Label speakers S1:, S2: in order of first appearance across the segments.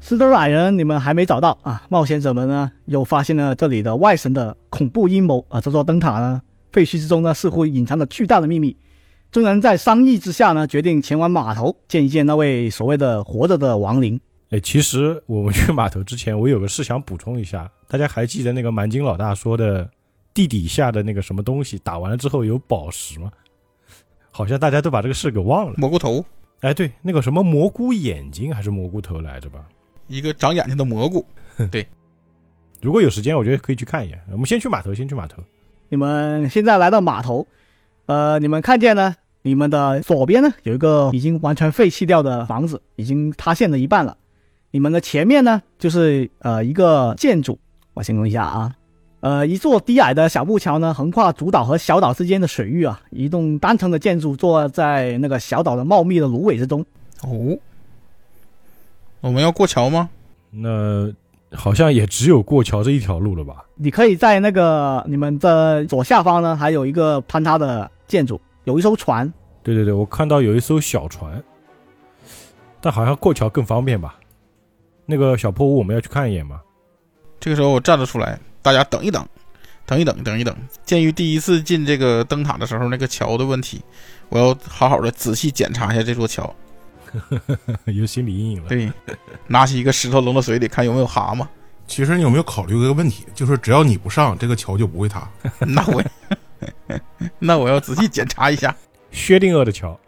S1: 斯德尔人你们还没找到啊，冒险者们呢又发现了这里的外神的恐怖阴谋啊！这座灯塔呢，废墟之中呢似乎隐藏着巨大的秘密。众人在商议之下呢，决定前往码头见一见那位所谓的活着的亡灵。
S2: 哎，其实我们 去码头之前，我有个事想补充一下，大家还记得那个蛮金老大说的地底下的那个什么东西打完了之后有宝石吗？好像大家都把这个事给忘了。
S3: 蘑菇头，
S2: 哎，对，那个什么蘑菇眼睛还是蘑菇头来着吧？
S3: 一个长眼睛的蘑菇。
S2: 如果有时间，我觉得可以去看一眼。我们先去码头，先去码头。
S1: 你们现在来到码头，呃，你们看见呢？你们的左边呢有一个已经完全废弃掉的房子，已经塌陷了一半了。你们的前面呢就是呃一个建筑，我形容一下啊，呃一座低矮的小木桥呢横跨主岛和小岛之间的水域啊，一栋单层的建筑坐在那个小岛的茂密的芦苇之中。
S3: 哦，我们要过桥吗？
S2: 那好像也只有过桥这一条路了吧？
S1: 你可以在那个你们的左下方呢还有一个坍塌的建筑，有一艘船，
S2: 对对对，我看到有一艘小船，但好像过桥更方便吧？那个小破屋我们要去看一眼吗？
S3: 这个时候我站了出来，大家等一等，等一等，等一等。鉴于第一次进这个灯塔的时候那个桥的问题，我要好好的仔细检查一下这座桥。
S2: 有心理阴影了。
S3: 对，拿起一个石头扔到水里，看有没有蛤蟆。
S4: 其实你有没有考虑过一个问题，就是只要你不上，这个桥就不会塌。
S3: 那我， 那我要仔细检查一下。
S2: 薛定谔的 桥。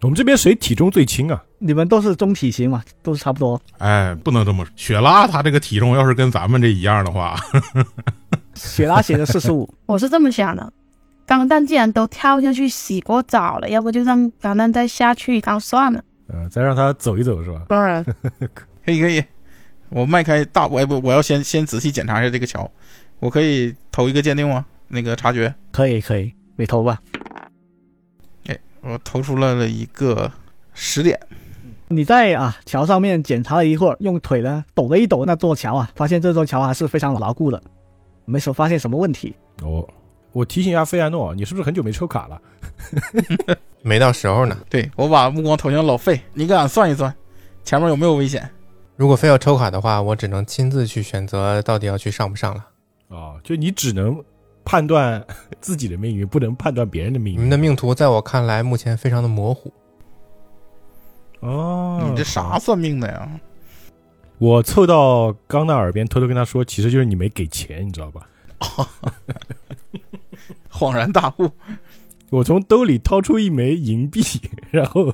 S2: 我们这边谁体重最轻啊？
S1: 你们都是中体型嘛，都是差不多。
S4: 哎，不能这么说。雪拉她这个体重要是跟咱们这一样的话，
S1: 雪拉写的四十五，
S5: 我是这么想的，钢蛋既然都跳下去洗过澡了，要不就让钢蛋再下去一趟算了。
S2: 嗯、再让他走一走是吧？
S5: 当然，
S3: 可以可以，我迈开大，我不，我要先先仔细检查一下这个桥。我可以投一个鉴定吗？那个察觉，
S1: 可以可以，你投吧。
S3: 我投出来了一个十点。
S1: 你在啊桥上面检查了一会儿，用腿呢抖了一抖那座桥啊，发现这座桥还是非常牢固的，没什么发现什么问题。
S2: 哦，我提醒一下费亚诺，你是不是很久没抽卡了？
S6: 没到时候呢。
S3: 对我把目光投向老费，你给俺算一算，前面有没有危险？
S6: 如果非要抽卡的话，我只能亲自去选择到底要去上不上了。
S2: 哦，就你只能判断 自己的命运，不能判断别人的命
S6: 你
S2: 运。
S6: 们的命途在我看来目前非常的模糊。
S2: 哦，
S3: 你这啥
S2: 好？
S3: 算命的呀？
S2: 我凑到刚那耳边，偷偷跟他说，其实就是你没给钱，你知道吧？
S3: 恍然大悟，
S2: 我从兜里掏出一枚银币， 然后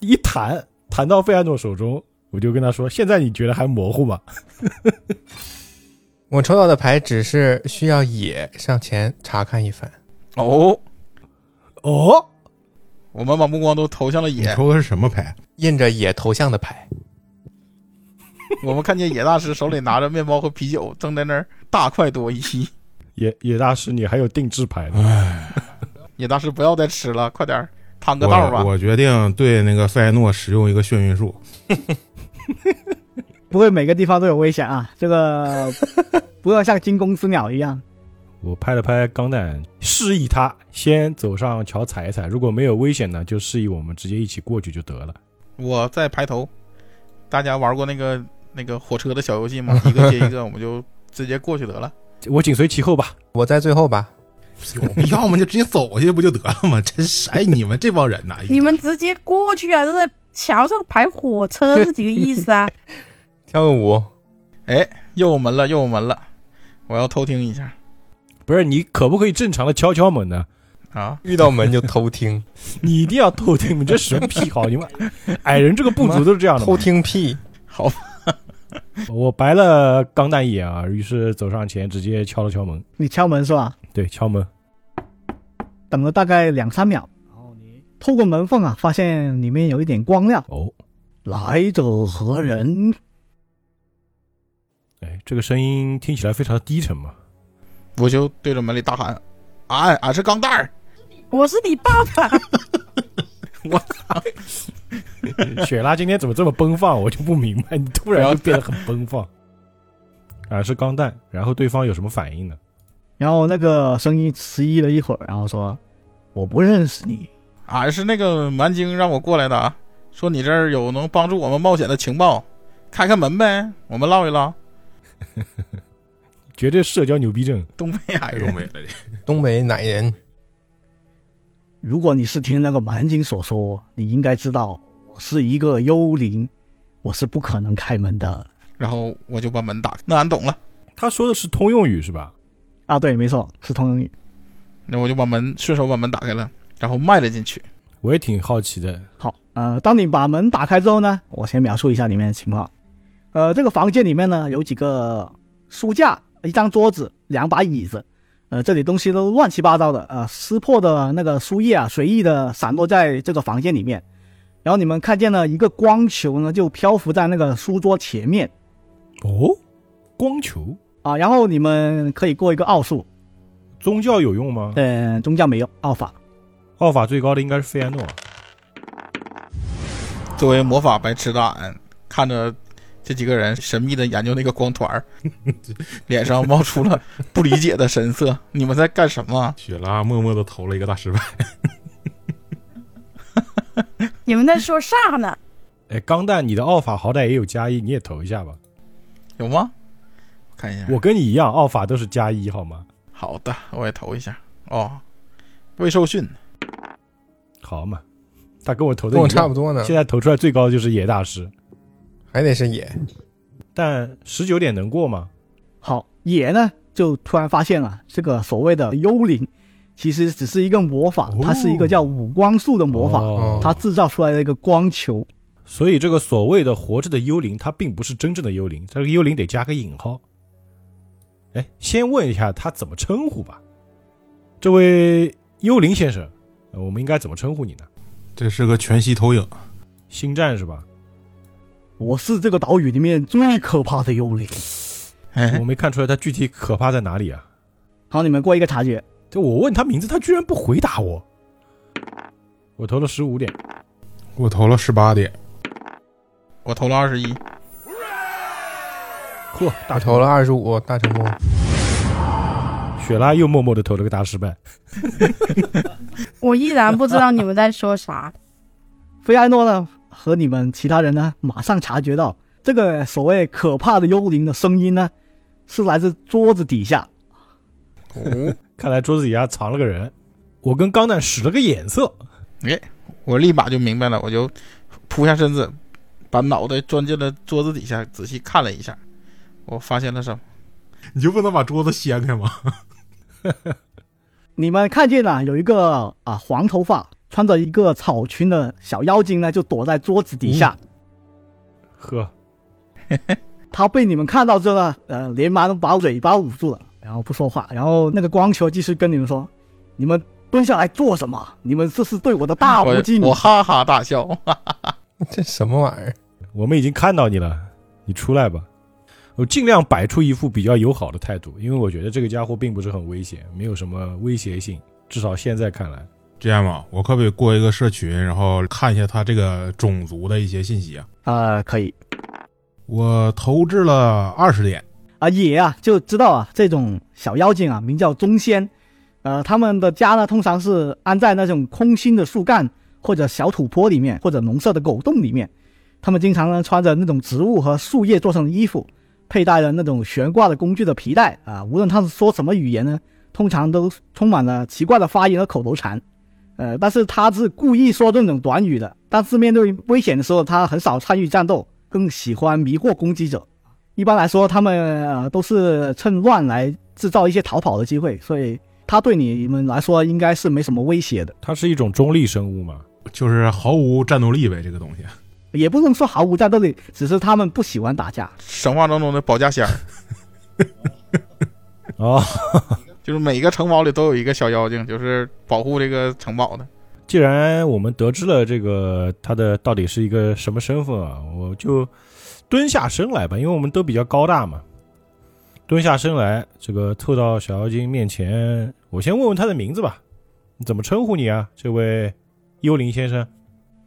S2: 一弹，弹到费亚诺手中，我就跟他说：“现在你觉得还模糊吗
S6: 我抽到的牌只是需要野上前查看一番。
S3: 哦，？”
S2: 哦，
S3: 我们把目光都投向了
S4: 你
S3: 野，
S4: 抽的是什么牌？
S6: 印着野头像的牌，
S3: 我们看见野大师手里拿着面包和啤酒，正在那儿大快朵颐。
S2: 野野大师，你还有定制牌呢。
S3: 野大师不要再吃了，快点儿趟个道儿吧
S4: 我。我决定对那个费艾诺使用一个眩晕术。
S1: 不会每个地方都有危险啊，这 个不要像惊弓之鸟一样。
S2: 我拍了拍钢蛋，示意他先走上桥踩一踩，如果没有危险呢，就示意我们直接一起过去就得了。
S3: 我在排头，大家玩过那个那个火车的小游戏吗？一个接一个，我们就直接过去得了。
S2: 我紧随其后吧。
S6: 我在最后吧。
S4: 要么就直接走下去不就得了吗？真是哎，你们这帮人呐！
S5: 你们直接过去啊，这在桥上排火车是几个意思 啊？
S6: 跳个舞，
S3: 右门了，右门了，我要偷听一下
S2: 不是你可不可以正常的敲敲门呢？
S3: 啊！
S6: 遇到门就偷 听，
S2: 你一定要偷听，你这什么癖好？你们矮人这个部族都是这样的吗
S6: 偷。听屁！
S3: 好，
S2: 我白了钢蛋一眼啊，于是走上前直接敲了敲门。
S1: 你敲门是吧？
S2: 对，敲门。
S1: 等了大概两三秒，然后你透过门缝啊，发现里面有一点光亮。
S2: 哦，
S1: 来者何人？
S2: 哎，这个声音听起来非常低沉嘛。
S3: 我就对着门里大喊：“俺俺是钢蛋儿
S5: 我是你爸爸，
S2: 雪拉今天怎么这么奔放？我就不明白，你突然就变得很奔放。啊，是钢蛋，然后对方有什么反应呢？
S1: 然后那个声音迟疑了一会儿，然后说：“我不认识你。”！”
S3: 啊俺是那个蛮精让我过来的啊，说你这儿有能帮助我们冒险的情报。开开门呗，我们唠一唠。
S2: 绝对社交牛逼症。
S3: 东北矮
S4: 太
S3: 人
S4: 东，北了，这
S6: 东北奶人，
S1: 如果你是听那个蛮精所说，你应该知道我是一个幽灵，我是不可能开门的
S3: 然后我就把门打开。那俺懂了，
S2: 他说的是通用语是吧？
S1: 啊。对，没错，是通用语。
S3: 那我就把门顺手把门打开了，然后迈了进去。
S2: 我也挺好奇的。
S1: 好，呃，当你把门打开之后呢，我先描述一下里面的情况。呃，这个房间里面呢有几个书架、一张桌子、两把椅子，呃，这里东西都乱七八糟的，呃，撕破的那个书页啊，随意的散落在这个房间里面。然后你们看见了一个光球呢，就漂浮在那个书桌前面
S2: 哦，光球
S1: 啊。然后你们可以过一个奥数，
S2: 宗教有用吗？
S1: 嗯、宗教没有奥法。
S2: 奥法最高的应该是费安诺。
S3: 作为魔法白痴的俺，看着这几个人神秘的研究那个光团儿，脸上冒出了不理解的神色。你们在干什么啊？
S4: 雪拉默默的投了一个大失败。
S5: 你们在说啥呢？
S2: 哎，钢蛋，你的奥法好歹也有加一，你也投一下吧。
S3: 有吗？看一下。
S2: 我跟你一样，奥法都是加一，好吗？
S3: 好的，我也投一下。哦，未受训，
S2: 好嘛，他跟我投的
S6: 跟我差不
S2: 多。
S6: 多呢，
S2: 现在投出来最高的就是野大师，
S6: 还得是野。
S2: 但十九点能过吗？
S1: 好，野呢就突然发现了这个所谓的幽灵，其实只是一个魔法
S2: 哦，
S1: 它是一个叫五光束的魔法，
S2: 哦
S1: 它制造出来的一个光球。
S2: 所以这个所谓的活着的幽灵，它并不是真正的幽灵，这个幽灵得加个引号。哎，先问一下他怎么称呼吧。这位幽灵先生，呃我们应该怎么称呼你呢？
S4: 这是个全息投影，
S2: 星战是吧？
S1: 我是这个岛屿里面最可怕的幽灵。
S3: 哎
S2: 我，没看出来他具体可怕在哪里啊。
S1: 好，你们过一个察觉。
S2: 这我问他名字，他居然不回答我。我投了十五点，
S4: 我投了十八点，
S3: 我投了二十一，
S2: 嚯，大
S6: 我投了 二十五，大成功。
S2: 雪拉又默默的投了个大失败。
S5: 我依然不知道你们在说啥。
S1: 菲埃诺呢和你们其他人呢，马上察觉到这个所谓可怕的幽灵的声音呢，是来自桌子底下。
S3: 哦，
S2: 看来桌子底下藏了个人。我跟钢蛋使了个眼色，
S3: 我立马就明白了，我就扑下身子，把脑袋钻进了桌子底下，仔细看了一下，我发现了什么？
S4: 你就不能把桌子掀开吗？
S1: 你们看见了有一个啊黄头发穿着一个草裙的小妖精呢，就躲在桌子底下。
S3: 嗯
S2: 呵，
S1: 他被你们看到之后呢，呃，连忙把尾巴捂住了，然后不说话。然后那个光球继续跟你们说：“你们蹲下来做什么？你们这是对我的大
S3: 嗯我
S1: 无敬。
S3: 我哈哈大笑，
S6: 这什么玩意儿？
S2: 我们已经看到你了，你出来吧。我尽量摆出一副比较友好的态度，因为我觉得这个家伙并不是很危险，没有什么威胁性，至少现在看来。
S4: 这样吧，我可不可以过一个社群，然后看一下他这个种族的一些信息啊？
S1: 呃，可以
S4: 我投掷了二十点，
S1: 啊，野啊就知道啊，这种小妖精啊，名叫宗仙。呃，他们的家呢，通常是安在那种空心的树干或者小土坡里面，或者农舍的狗洞里面。他们经常呢穿着那种植物和树叶做成的衣服，佩戴着那种悬挂的工具的皮带啊、无论他是说什么语言呢，通常都充满了奇怪的发音和口头禅。呃，但是他是故意说这种短语的。但是面对危险的时候，他很少参与战斗，更喜欢迷惑攻击者。一般来说，他们呃都是趁乱来制造一些逃跑的机会，所以他对你们来说应该是没什么威胁的，
S2: 它是一种中立生物嘛？
S4: 就是毫无战斗力呗，这个 东西。
S1: 也不能说毫无战斗力，只是他们不喜欢打架。
S3: 神话当中的保家仙儿，
S2: 哦，
S3: 就是每个城堡里都有一个小妖精，就是保护这个城堡的。
S2: 既然我们得知了这个他的到底是一个什么身份啊，我就蹲下身来吧，因为我们都比较高大嘛。蹲下身来，这个凑到小妖精面前，我先问问他的名字吧，你怎么称呼你啊，这位幽灵先生？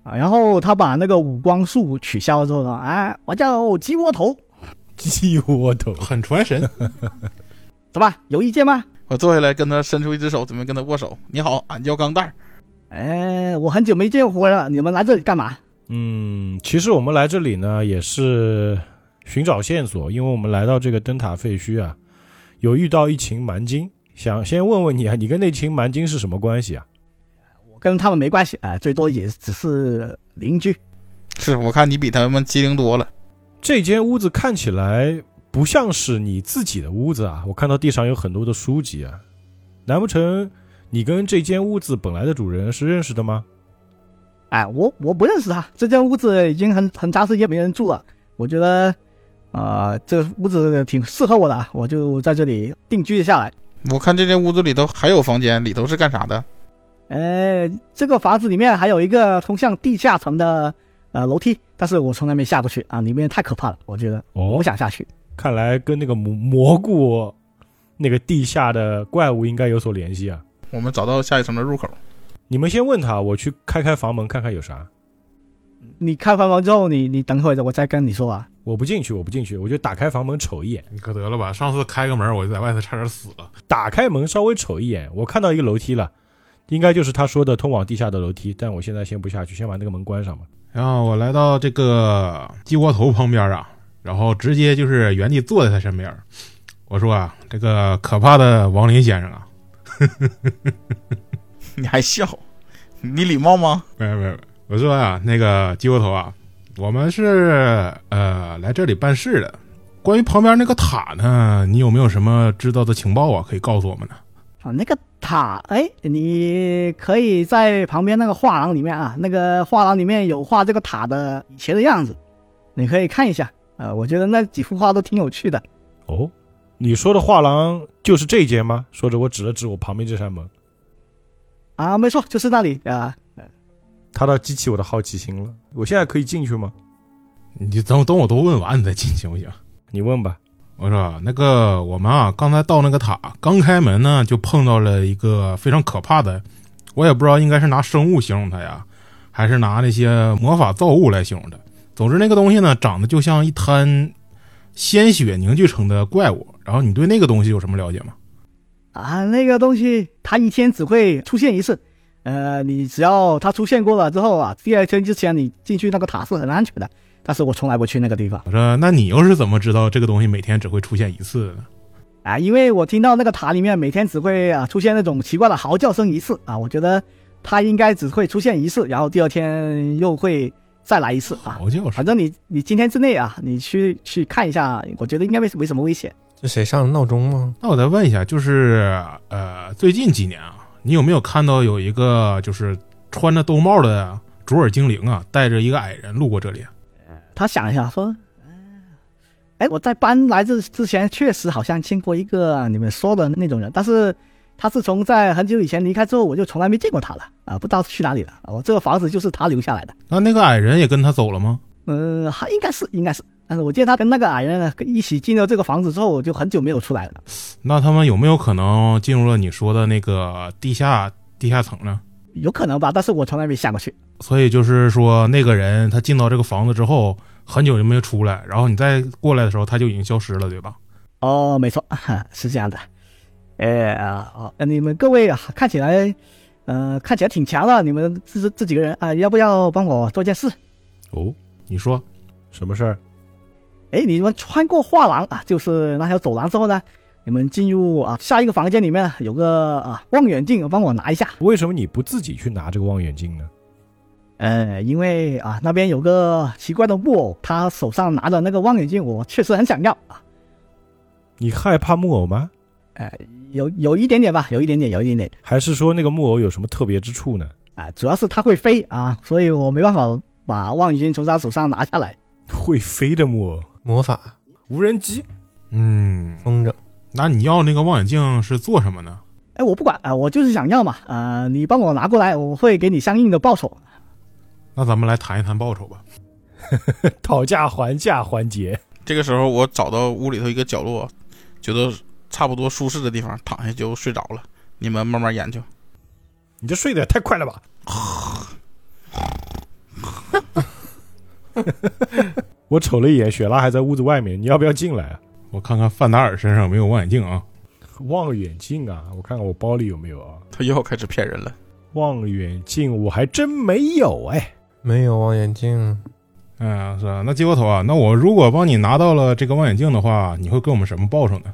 S1: 啊，然后他把那个五光束取消之后呢，哎，我叫鸡窝头，
S4: 哎
S2: 鸡窝头，
S4: 很传神，
S1: 怎么有意见吗？
S3: 我坐下来跟他伸出一只手，准备跟他握手。你好，俺叫钢蛋儿。
S1: 哎，我很久没见回了，你们来这里干嘛？
S2: 嗯，其实我们来这里呢，也是寻找线索，因为我们来到这个灯塔废墟啊，有遇到一群蛮精，想先问问你啊，你跟那群蛮精是什么关系啊？
S1: 我跟他们没关系啊、最多也只是邻居。
S3: 是我看你比他们机灵多了。
S2: 这间屋子看起来不像是你自己的屋子啊，我看到地上有很多的书籍啊，难不成你跟这间屋子本来的主人是认识的吗？
S1: 哎，我我不认识他，这间屋子已经很很长时间没人住了，我觉得，呃，这屋子挺适合我的啊，我就在这里定居下来。
S3: 我看这间屋子里头还有房间，里头是干啥的？
S1: 呃，这个房子里面还有一个通向地下层的呃楼梯，但是我从来没下过去啊，里面太可怕了，我觉得我
S2: 哦
S1: 不，想下去。
S2: 看来跟那个蘑蘑菇那个地下的怪物应该有所联系啊。
S3: 我们找到下一层的入口。
S2: 你们先问他，我去开开房门看看有啥。
S1: 你看完房之后，你你等会儿我再跟你说啊。
S2: 我不进去，我不进去，我就打开房门瞅一眼。
S4: 你可得了吧！上次开个门，我就在外头差点死了。
S2: 打开门稍微瞅一眼，我看到一个楼梯了，应该就是他说的通往地下的楼梯。但我现在先不下去，先把那个门关上吧。
S4: 然后我来到这个鸡窝头旁边啊，然后直接就是原地坐在他身边儿。我说啊，这个可怕的亡灵先生啊，
S3: 你还笑？你礼貌吗？
S4: 没有没有，没有我说啊，那个鸡窝头啊，我们是呃来这里办事的。关于旁边那个塔呢，你有没有什么知道的情报啊？可以告诉我们呢？
S1: 啊，那个塔，哎，你可以在旁边那个画廊里面啊，那个画廊里面有画这个塔的以前的样子，你可以看一下。呃，我觉得那几幅画都挺有趣的。
S2: 哦，你说的画廊就是这间吗？说着我指了指我旁边这扇门，
S1: 啊，没错，就是那里啊。
S2: 他倒激起我的好奇心了。我现在可以进去吗？
S4: 你就等等我都问完你再进行不行？
S2: 你问吧。
S4: 我说啊那个我们啊，刚才到那个塔，刚开门呢，就碰到了一个非常可怕的，我也不知道应该是拿生物形容它呀，还是拿那些魔法造物来形容它。总之，那个东西呢，长得就像一滩鲜血凝聚成的怪物。然后，你对那个东西有什么了解吗？
S1: 啊，那个东西它一天只会出现一次，呃，你只要它出现过了之后啊，第二天之前你进去那个塔是很安全的。但是我从来不去那个地方啊
S4: 我说，那你又是怎么知道这个东西每天只会出现一次的呢？
S1: 啊，因为我听到那个塔里面每天只会啊出现那种奇怪的嚎叫声一次啊，我觉得它应该只会出现一次，然后第二天又会再来一次啊。
S4: 嚎叫
S1: 反
S4: 声。
S1: 正你你今天之内啊，你去去看一下，我觉得应该没没什么危险。
S6: 是谁上的闹钟吗？
S4: 那我再问一下，就是呃，最近几年啊，你有没有看到有一个就是穿着兜帽的卓尔精灵啊，带着一个矮人路过这里？啊
S1: 他想一下说：“哎，我在搬来这之前确实好像见过一个啊你们说的那种人，但是他自从在很久以前离开之后，我就从来没见过他了啊，不知道去哪里了。啊我这个房子就是他留下来的，
S4: 那那个矮人也跟他走了吗？
S1: 嗯，还应该是应该是。但是我见他跟那个矮人呢一起进了这个房子之后，我就很久没有出来了。
S4: 那他们有没有可能进入了你说的那个地下地下层呢？
S1: 有可能吧，但是我从来没下过去。
S4: 所以就是说，那个人他进到这个房子之后，很久就没有出来，然后你再过来的时候，他就已经消失了，对吧？
S1: 哦，没错，是这样的。哎啊，好、呃你们各位啊，看起来，呃，看起来挺强的，你们这这几个人啊、要不要帮我做件事？
S2: 哦，
S4: 你说
S2: 什么事儿？
S1: 哎，你们穿过画廊啊，就是那条走廊之后呢，你们进入啊下一个房间里面有个啊望远镜，帮我拿一下。
S2: 为什么你不自己去拿这个望远镜呢？
S1: 呃，因为啊那边有个奇怪的木偶，他手上拿的那个望远镜，我确实很想要啊。
S2: 你害怕木偶吗？
S1: 呃，有有一点点吧，有一点点，有一点点
S2: 还是说那个木偶有什么特别之处呢？
S1: 啊，主要是它会飞啊，所以我没办法把望远镜从他手上拿下来。
S2: 会飞的木偶，
S6: 魔法
S2: 无人机。
S4: 嗯，
S6: 风筝，
S4: 那你要那个望远镜是做什么呢？
S1: 哎，我不管啊、我就是想要嘛，呃，你帮我拿过来，我会给你相应的报酬。
S4: 那咱们来谈一谈报酬吧。
S2: 讨价还价环节，
S3: 这个时候我找到屋里头一个角落，觉得差不多舒适的地方，躺下就睡着了。你们慢慢研究。
S2: 你这睡得也太快了 吧！我瞅了一眼，雪拉还在屋子外面，你要不要进来啊？
S4: 我看看范达尔身上有没有望远镜啊？
S2: 望远镜啊，我看看我包里有没有啊？
S3: 他又要开始骗人了。
S2: 望远镜我还真没有哎，
S6: 啊没有望远镜，
S4: 嗯，是啊。那鸡窝头啊，那我如果帮你拿到了这个望远镜的话，你会给我们什么报酬呢？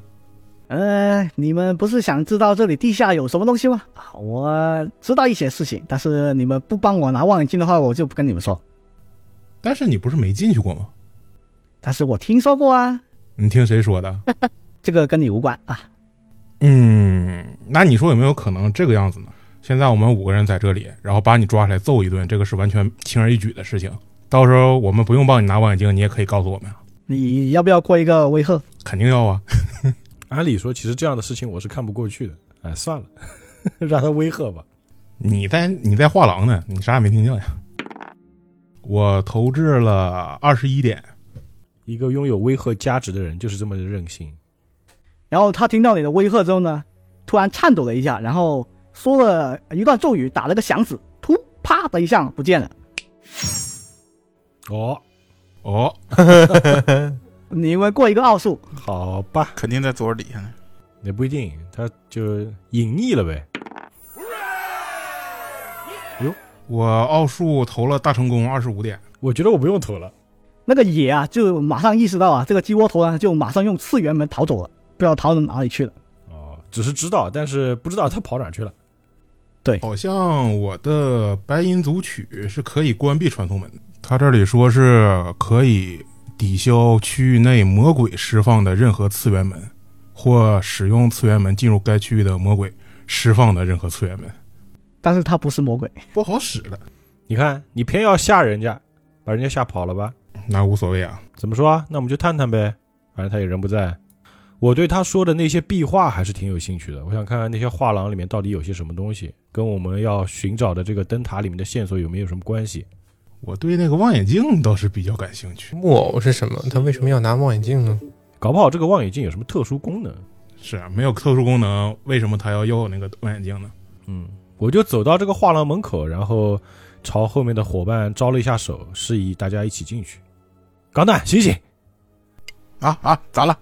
S1: 呃，你们不是想知道这里地下有什么东西吗？啊我知道一些事情，但是你们不帮我拿望远镜的话，我就不跟你们说。
S4: 但是你不是没进去过吗？
S1: 但是我听说过啊，
S4: 你听谁说的？
S1: 这个跟你无关啊。
S4: 嗯，那你说有没有可能这个样子呢？现在我们五个人在这里，然后把你抓起来揍一顿，这个是完全轻而易举的事情。到时候我们不用帮你拿望远镜，你也可以告诉我们啊，
S1: 你要不要过一个威吓？
S4: 肯定要啊。
S2: 按理说，其实这样的事情我是看不过去的。哎，算了， 让他威吓吧。
S4: 你在你在画廊呢，你啥也没听见呀？我投掷了二十一点，
S2: 一个拥有威吓价值的人就是这么的任性。
S1: 然后他听到你的威吓之后呢，突然颤抖了一下，然后说了一段咒语，打了个响指，突啪的一下不见了。
S2: 哦，
S4: 哦，
S1: 你们过一个奥数，
S2: 好吧，
S3: 肯定在桌子底下呢。
S2: 也不一定，他就隐匿了呗。
S4: 我奥数投了大成功二十五点，
S2: 我觉得我不用投了。
S1: 那个野啊就马上意识到啊，这个鸡窝头啊就马上用次元门逃走了，不知道逃到哪里去了。
S2: 哦，只是知道，但是不知道他跑哪儿去了。
S4: 好像我的白银组曲是可以关闭传送门的。他这里说是可以抵消区域内魔鬼释放的任何次元门，或使用次元门进入该区域的魔鬼释放的任何次元门，
S1: 但是他不是魔鬼，
S4: 不好使了。
S2: 你看，你偏要吓人家，把人家吓跑了吧？
S4: 那无所谓啊，
S2: 怎么说啊？那我们就探探呗，反正他也人不在。我对他说的那些壁画还是挺有兴趣的，我想看看那些画廊里面到底有些什么东西，跟我们要寻找的这个灯塔里面的线索有没有什么关系？
S4: 我对那个望远镜倒是比较感兴趣。
S6: 木偶是什么？他为什么要拿望远镜呢？
S2: 搞不好这个望远镜有什么特殊功能？
S4: 是啊，没有特殊功能，为什么他要要那个望远镜呢？
S2: 嗯，我就走到这个画廊门口，然后朝后面的伙伴招了一下手，示意大家一起进去。钢蛋，醒醒！
S3: 啊啊，咋了？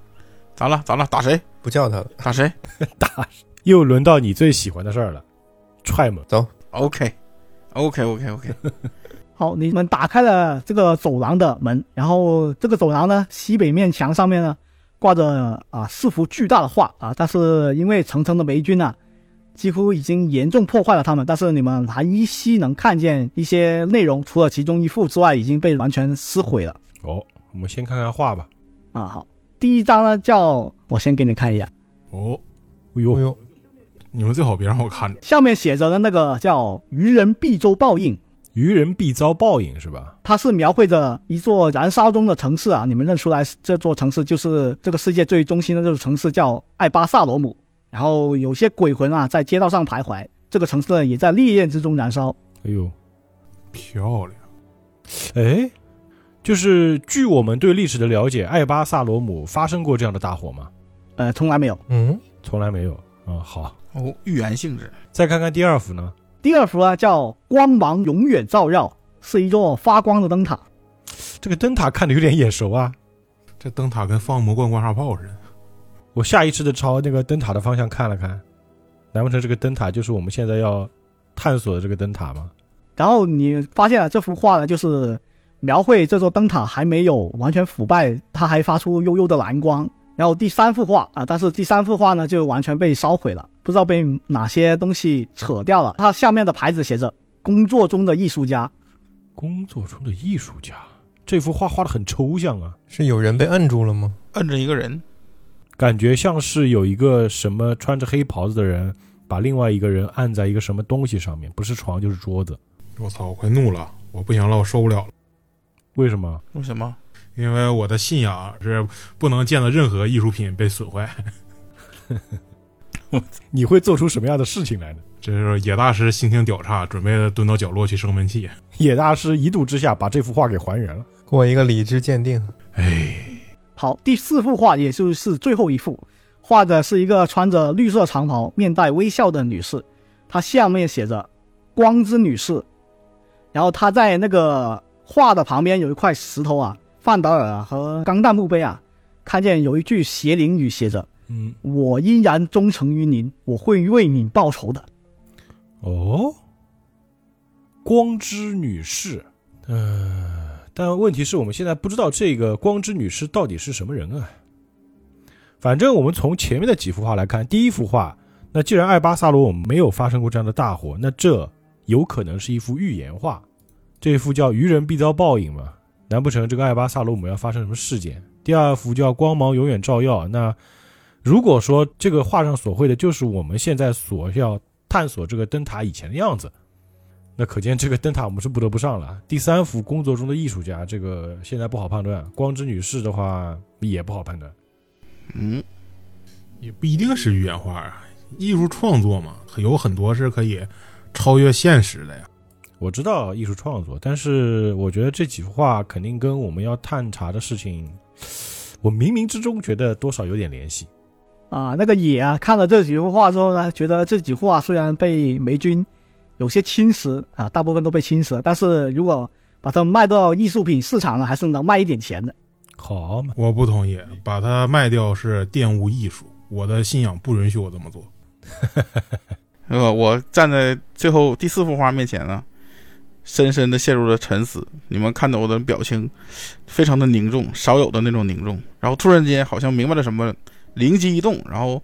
S3: 咋了？咋了？打谁？
S6: 不叫他了，
S3: 打谁
S2: 大，又轮到你最喜欢的事儿了，踹门。
S3: ？OK。OK OK OK，
S1: 好，你们打开了这个走廊的门，然后这个走廊呢，西北面墙上面呢挂着啊四幅巨大的画啊，但是因为层层的霉菌啊，几乎已经严重破坏了它们，但是你们还依稀能看见一些内容，除了其中一幅之外，已经被完全撕毁了
S2: 哦，我们先看看画吧。
S1: 啊。好，第一张呢叫我先给你看一眼，
S4: 哦，
S2: 哎呦
S6: 哎，呦，
S4: 你们最好别让我看着。
S1: 下面写着的那个叫渔人必洲报应。
S2: 愚人必遭报应是吧？
S1: 它是描绘着一座燃烧中的城市啊，你们认出来这座城市就是这个世界最中心的这座城市叫艾巴萨罗姆。然后有些鬼魂啊在街道上徘徊，这个城市呢也在烈焰之中燃烧。
S2: 哎呦，
S4: 漂亮，
S2: 哎，就是据我们对历史的了解，艾巴萨罗姆发生过这样的大火吗？
S1: 呃，从来没有。
S6: 嗯，
S2: 从来没有啊、好，
S3: 哦，预言性质，
S2: 再看看第二幅呢，
S1: 第二幅啊叫光芒永远照耀，是一座发光的灯塔。
S2: 这个灯塔看的有点眼熟啊。
S4: 这灯塔跟放魔罐刮痧炮似的。
S2: 我下意识的朝那个灯塔的方向看了看，难不成这个灯塔就是我们现在要探索的这个灯塔吗？
S1: 然后你发现了这幅画呢，就是描绘这座灯塔还没有完全腐败，它还发出幽幽的蓝光。然后第三幅画啊，但是第三幅画呢就完全被烧毁了，不知道被哪些东西扯掉了。它下面的牌子写着“工作中的艺术家
S2: 工作中的艺术家，这幅画画的很抽象啊，
S6: 是有人被摁住了吗？
S3: 摁着一个人，
S2: 感觉像是有一个什么穿着黑袍子的人把另外一个人按在一个什么东西上面，不是床就是桌子，
S4: 我操，我快怒了，我不行了，我受不了了。
S2: 为什么？
S3: 为什么？
S4: 因为我的信仰是不能见到任何艺术品被损坏。
S2: 你会做出什么样的事情来呢？
S4: 这是野大师心情屌差，准备蹲到角落去生闷气。
S2: 野大师一怒之下把这幅画给还原了。
S6: 过一个理智鉴定，
S4: 哎，”。
S1: 好，第四幅画也就是最后一幅，画的是一个穿着绿色长袍、面带微笑的女士，她下面写着“光之女士”，然后她在那个画的旁边有一块石头啊，范达尔啊和钢弹墓碑啊，看见有一句邪灵语写着
S2: 嗯，：“
S1: 我依然忠诚于您，我会为你报仇的。
S2: 哦，光之女士，呃，但问题是我们现在不知道这个光之女尸到底是什么人啊。反正我们从前面的几幅画来看，第一幅画，那既然艾巴萨罗我们没有发生过这样的大火，那这有可能是一幅预言画。这一幅叫“愚人必遭报应”嘛，难不成这个艾巴萨罗姆要发生什么事件？第二幅叫“光芒永远照耀”，那如果说这个画上所绘的就是我们现在所要探索这个灯塔以前的样子，那可见这个灯塔我们是不得不上了。啊第三幅工作中的艺术家，这个现在不好判断。光之女士的话也不好判断。
S3: 嗯，
S4: 也不一定是语言化啊，艺术创作嘛，有很多是可以超越现实的呀。
S2: 我知道艺术创作，但是我觉得这几幅画肯定跟我们要探查的事情，我冥冥之中觉得多少有点联系。
S1: 啊，那个野啊，看了这几幅画之后呢，觉得这几幅画虽然被霉菌有些侵蚀啊，大部分都被侵蚀，但是如果把它们卖到艺术品市场呢，还是能卖一点钱的。
S2: 好嘛，
S4: 我不同意，把它卖掉是玷污艺术，我的信仰不允许我这么做。
S3: 呃，我站在最后第四幅画面前呢，深深的陷入了沉思。你们看到我的表情，非常的凝重，少有的那种凝重。然后突然间好像明白了什么，灵机一动，然后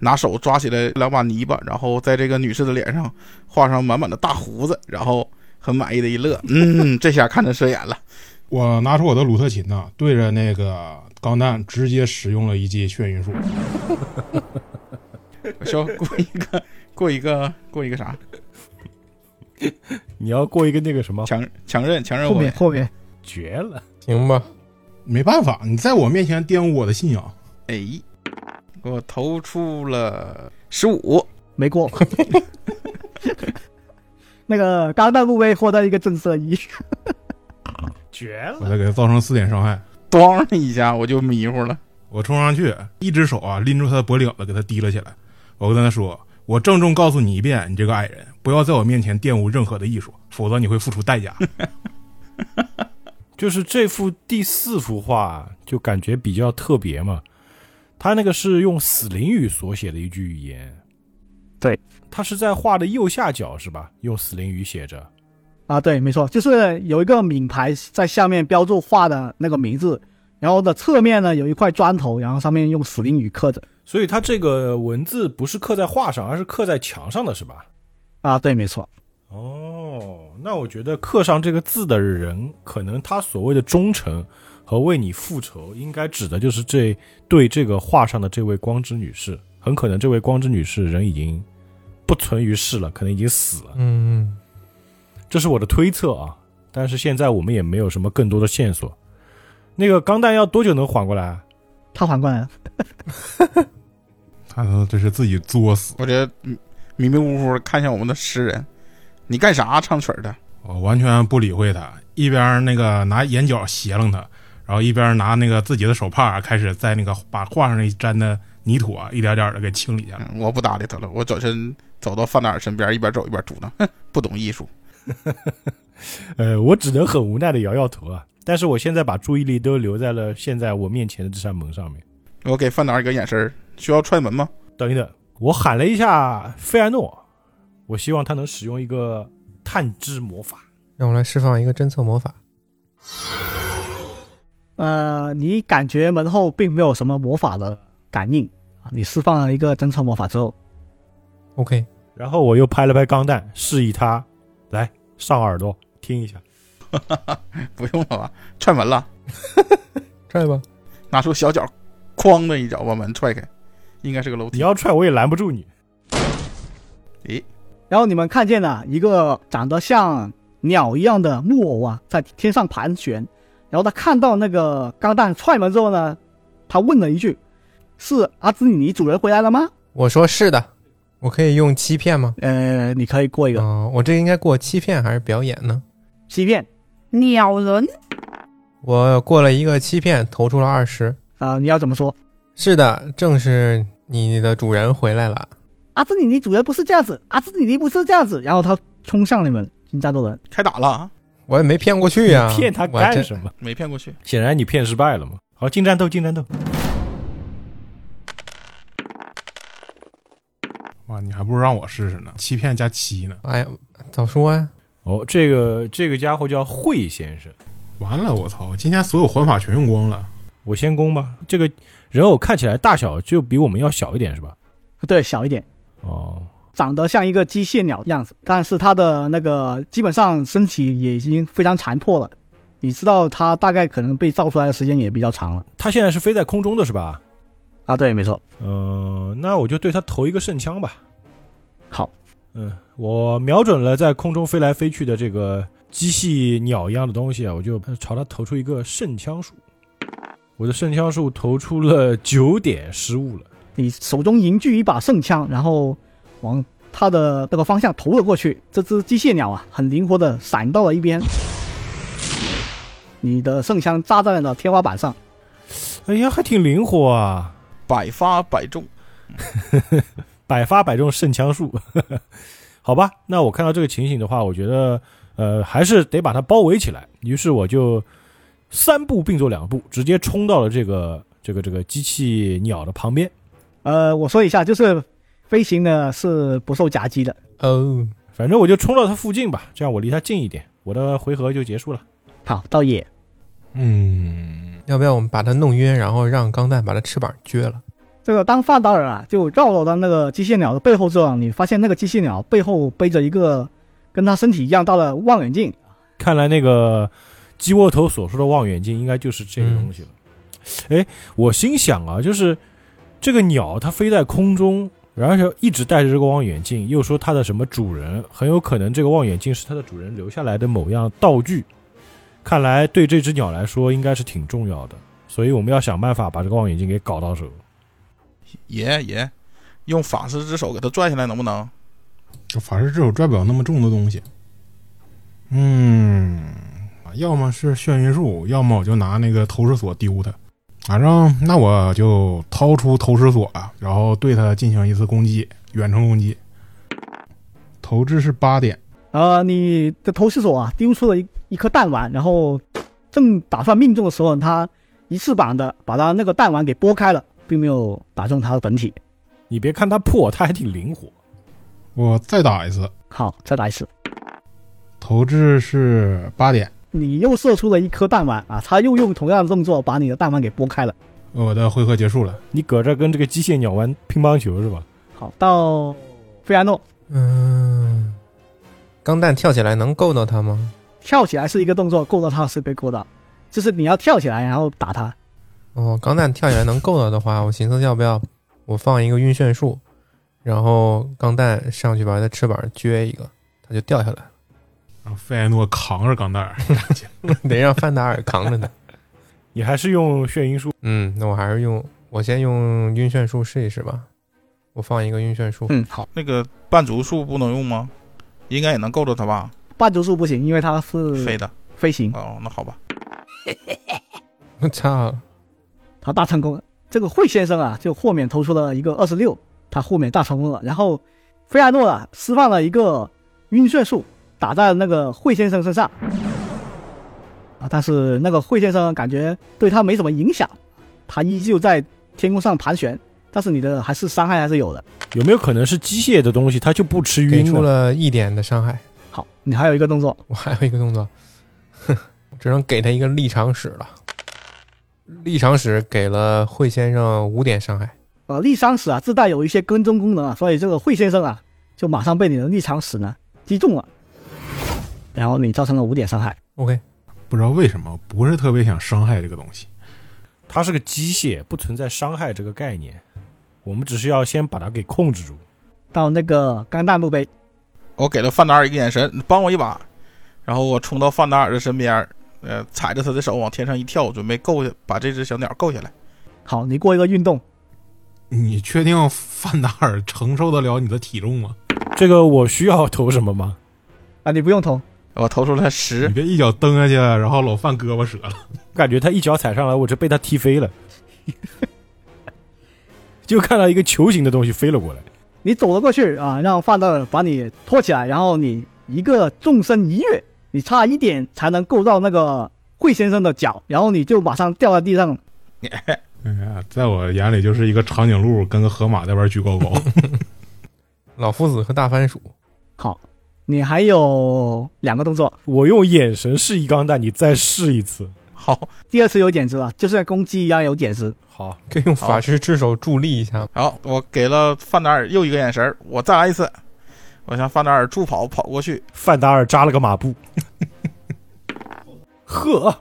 S3: 拿手抓起来两把泥巴，然后在这个女士的脸上画上满满的大胡子，然后很满意的一乐，嗯，这下看着顺眼了。
S4: 我拿出我的鲁特琴呐、对着那个钢弹直接使用了一记眩晕术。
S3: 我需要过一个，过一个，过一个啥？
S2: 你要过一个那个什么，
S3: 强强韧，强韧
S1: 后
S3: 哎我
S1: 面。后面
S2: 绝了！
S6: 行吧，
S4: 没办法，你在我面前玷污我的信仰。
S3: 哎，给我投出了十五。
S1: 没过。那个钢弹墓碑获得一个正色一，
S2: 绝
S4: 我
S2: 了！
S4: 再给他造成四点伤害。
S3: 咣的一下我就迷糊了。
S4: 我冲上去，一只手啊拎住他的脖领子，给他提了起来。我跟他说：“我郑重告诉你一遍，你这个矮人，不要在我面前玷污任何的艺术，否则你会付出代价。
S2: 就是这幅第四幅画，就感觉比较特别嘛。他那个是用死灵语所写的一句语言，
S1: 对，
S2: 他是在画的右下角是吧？用死灵语写着，
S1: 啊，对，没错，就是有一个闽牌在下面标注画的那个名字，然后的侧面呢有一块砖头，然后上面用死灵语刻着。
S2: 所以他这个文字不是刻在画上，而是刻在墙上的是吧？
S1: 啊，对，没错，
S2: 哦，那我觉得刻上这个字的人，可能他所谓的忠诚和为你复仇，应该指的就是这对这个画上的这位光之女士。很可能这位光之女士人已经不存于世了，可能已经死了，
S6: 嗯，
S2: 这是我的推测啊。但是现在我们也没有什么更多的线索。那个钢弹要多久能缓过来啊？
S1: 他反过来了。”
S4: 他说这是自己作死，
S3: 我这迷迷迷糊糊地看向我们的诗人，你干啥啊唱曲儿的？
S4: 我完全不理会他，一边那个拿眼角斜楞他，然后一边拿那个自己的手帕啊开始在那个把画上那沾的泥土啊一点点的给清理下来。
S3: 嗯我不搭理他了，我转身走到范达尔身边，一边走一边嘟囔：“哼，不懂艺术。
S2: 呃，我只能很无奈的摇摇头啊。但是我现在把注意力都留在了现在我面前的这扇门上面。”
S3: 我给范达尔一个眼神儿，需要踹门吗？
S2: 等一等，我喊了一下费安诺，我希望他能使用一个探知魔法。
S6: 让我来释放一个侦测魔法。
S1: 呃，你感觉门后并没有什么魔法的感应啊，你释放了一个侦测魔法之后，
S6: OK，
S2: 然后我又拍了拍钢蛋，示意他来上耳朵听一下。
S3: 不用了吧，踹门了，
S6: 拽吧，
S3: 拿出小脚，哐的一脚把门踹开，应该是个楼
S2: 你
S3: 梯。
S2: 要踹我也拦不住你。
S1: 然后你们看见了一个长得像鸟一样的木偶啊，在天上盘旋。然后他看到那个钢蛋踹门之后呢，他问了一句：“是阿兹尼主人回来了吗
S6: 我说是的，我可以用欺骗吗？？”
S1: 呃，你可以过一个
S6: 嗯、我这应该过欺骗还是表演呢？
S1: 欺骗
S5: 鸟人
S6: 我过了一个欺骗，投出了二十。
S1: 啊、你要怎么说？
S6: 是的，正是你的主人回来了。
S1: 阿兹尼尼主人不是这样子，阿兹尼尼不是这样子。然后他冲向你们，新战斗人。
S3: 开打了啊，
S6: 我也没骗过去呀、
S2: 你骗他
S6: 我还
S2: 干
S6: 真
S2: 什么？
S3: 没骗过去。
S2: 显然你骗失败了嘛。好，进战斗，进战斗。
S4: 哇，你还不如让我试试呢，欺骗加七呢。
S6: 哎呀，早说呀、
S2: 哦，这个这个家伙叫惠先生，
S4: 完了，我操！我今天所有环法全用光了。
S2: 我先攻吧。这个人偶看起来大小就比我们要小一点是吧？
S1: 对，小一点，
S2: 哦，
S1: 长得像一个机械鸟样子，但是它的那个基本上身体也已经非常残破了。你知道它大概可能被造出来的时间也比较长了
S2: 他现在是飞在空中的是吧？
S1: 啊？对，没错，
S2: 嗯、那我就对他投一个圣枪吧。
S1: 好，
S2: 嗯，我瞄准了在空中飞来飞去的这个机器鸟一样的东西啊，我就朝它投出一个圣枪术。我的圣枪术投出了九点，失误了。
S1: 你手中凝聚一把圣枪，然后往它的那个方向投了过去。这只机械鸟啊，很灵活的闪到了一边，你的圣枪扎在了天花板上。
S2: 哎呀，还挺灵活啊，
S3: 百发百中。
S2: 百发百中圣枪术。 好吧，那我看到这个情形的话，我觉得呃还是得把它包围起来。于是我就三步并作两步，直接冲到了这个这个这个机器鸟的旁边。
S1: 呃，我说一下，就是飞行呢是不受夹击的。
S6: 哦，
S2: 反正我就冲到它附近吧，这样我离它近一点，我的回合就结束了。
S1: 好，到野，
S4: 嗯，
S6: 要不要我们把它弄晕，然后让钢蛋把它翅膀撅了？
S1: 这个当范达尔啊，就绕到了那个机械鸟的背后之后，你发现那个机械鸟背后背着一个跟它身体一样大的望远镜。
S2: 看来那个鸡窝头所说的望远镜应该就是这个东西了。哎、我心想啊，就是这个鸟它飞在空中，然后一直带着这个望远镜，又说它的什么主人，很有可能这个望远镜是它的主人留下来的某样道具。看来对这只鸟来说应该是挺重要的，所以我们要想办法把这个望远镜给搞到手。
S3: 爷爷，用法师之手给他拽下来，能不能？
S4: 这法师之手拽不了那么重的东西。嗯，啊要么是眩晕术，要么我就拿那个投石锁丢它。反正那我就掏出投石锁啊，然后对它进行一次攻击，远程攻击。投掷是八点，
S1: 呃，你的投石手啊丢出了一一颗弹丸，然后正打算命中的时候，它一翅膀的把它那个弹丸给拨开了，并没有打中它的本体。
S2: 你别看它破，它还挺灵活。
S4: 我再打一次，
S1: 好，再来一次，
S4: 投掷是八点，
S1: 你又射出了一颗弹丸啊，它又用同样的动作把你的弹丸给拨开了。嗯
S4: 我的回合结束了。
S2: 你搁这跟这个机械鸟玩乒乓球是吧？
S1: 好，到费安诺，
S6: 嗯，钢蛋跳起来能够到它吗？
S1: 跳起来是一个动作，够到它是被够到，就是你要跳起来然后打它。
S6: 哦，钢蛋跳起来能够到的话，我寻思要不要我放一个晕眩术，然后钢蛋上去把它翅膀撅一个，它就掉下来了。
S4: 然后费埃诺扛着钢蛋儿，
S6: 得让范达尔扛着它。
S2: 你还是用眩晕术。
S6: 嗯，那我还是用我先用晕眩术试一试吧。我放一个晕眩术，
S1: 嗯，好，
S3: 那个半足术不能用吗？应该也能够着他吧？
S1: 半足术不行，因为它是
S3: 飞的
S1: 飞行，
S3: 哦，那好吧。
S6: 我 操，
S1: 它大成功了。这个惠先生啊，就豁免投出了一个二十六，他豁免大成功了。然后菲亚诺啊，释放了一个晕眩术，打在那个惠先生身上。啊，但是那个惠先生感觉对他没什么影响，他依旧在天空上盘旋，但是你的还是伤害还是有的。
S2: 有没有可能是机械的东西，它就不吃
S6: 给
S2: 晕
S6: 出
S2: 呢？
S6: 了一点的伤害。
S1: 好，你还有一个动作，
S6: 我还有一个动作，哼，只能给他一个立场使了。立场使给了惠先生五点伤害。
S1: 呃，立场史啊自带有一些跟踪功能啊，所以这个惠先生啊就马上被你的立场史呢击中了，然后你造成了五点伤害。
S6: OK，
S4: 不知道为什么不是特别想伤害这个东西。
S2: 它是个机械，不存在伤害这个概念。我们只是要先把它给控制住。
S1: 到那个钢弹墓碑，
S3: 我给了范达尔一个眼神，帮我一把，然后我冲到范达尔的身边，呃，踩着他的手往天上一跳，准备够下把这只小鸟够下来。
S1: 好，你过一个运动，
S4: 你确定 范达尔承受得了你的体重吗？
S2: 这个我需要投什么吗？
S1: 啊，你不用投，
S3: 我投出了
S4: 你
S3: 十，
S4: 别一脚蹬下去，然后老范胳膊折了。
S2: 我感觉他一脚踩上来，我就被他踢飞了。 就看到一个球形的东西飞了过来，
S1: 你走了过去啊，让范德尔把你拖起来，然后你一个纵身一跃，你差一点才能够到那个惠先生的脚，然后你就马上掉在地上。
S4: 哎呀， 在我眼里就是一个长颈 鹿跟个河马在玩举高高。
S6: 老夫子和大番薯。
S1: 好，你还有两个动作，
S2: 我用眼神示意钢蛋，你再试一次。
S3: 好，
S1: 第二次有减值了，就是像攻击一样有减值。
S2: 好，
S6: 可以用法师之手助力一下。
S3: 好，我给了范达尔又一个眼神儿，我再来一次。我向范达尔助跑跑过去，
S2: 范达尔扎了个马步，呵，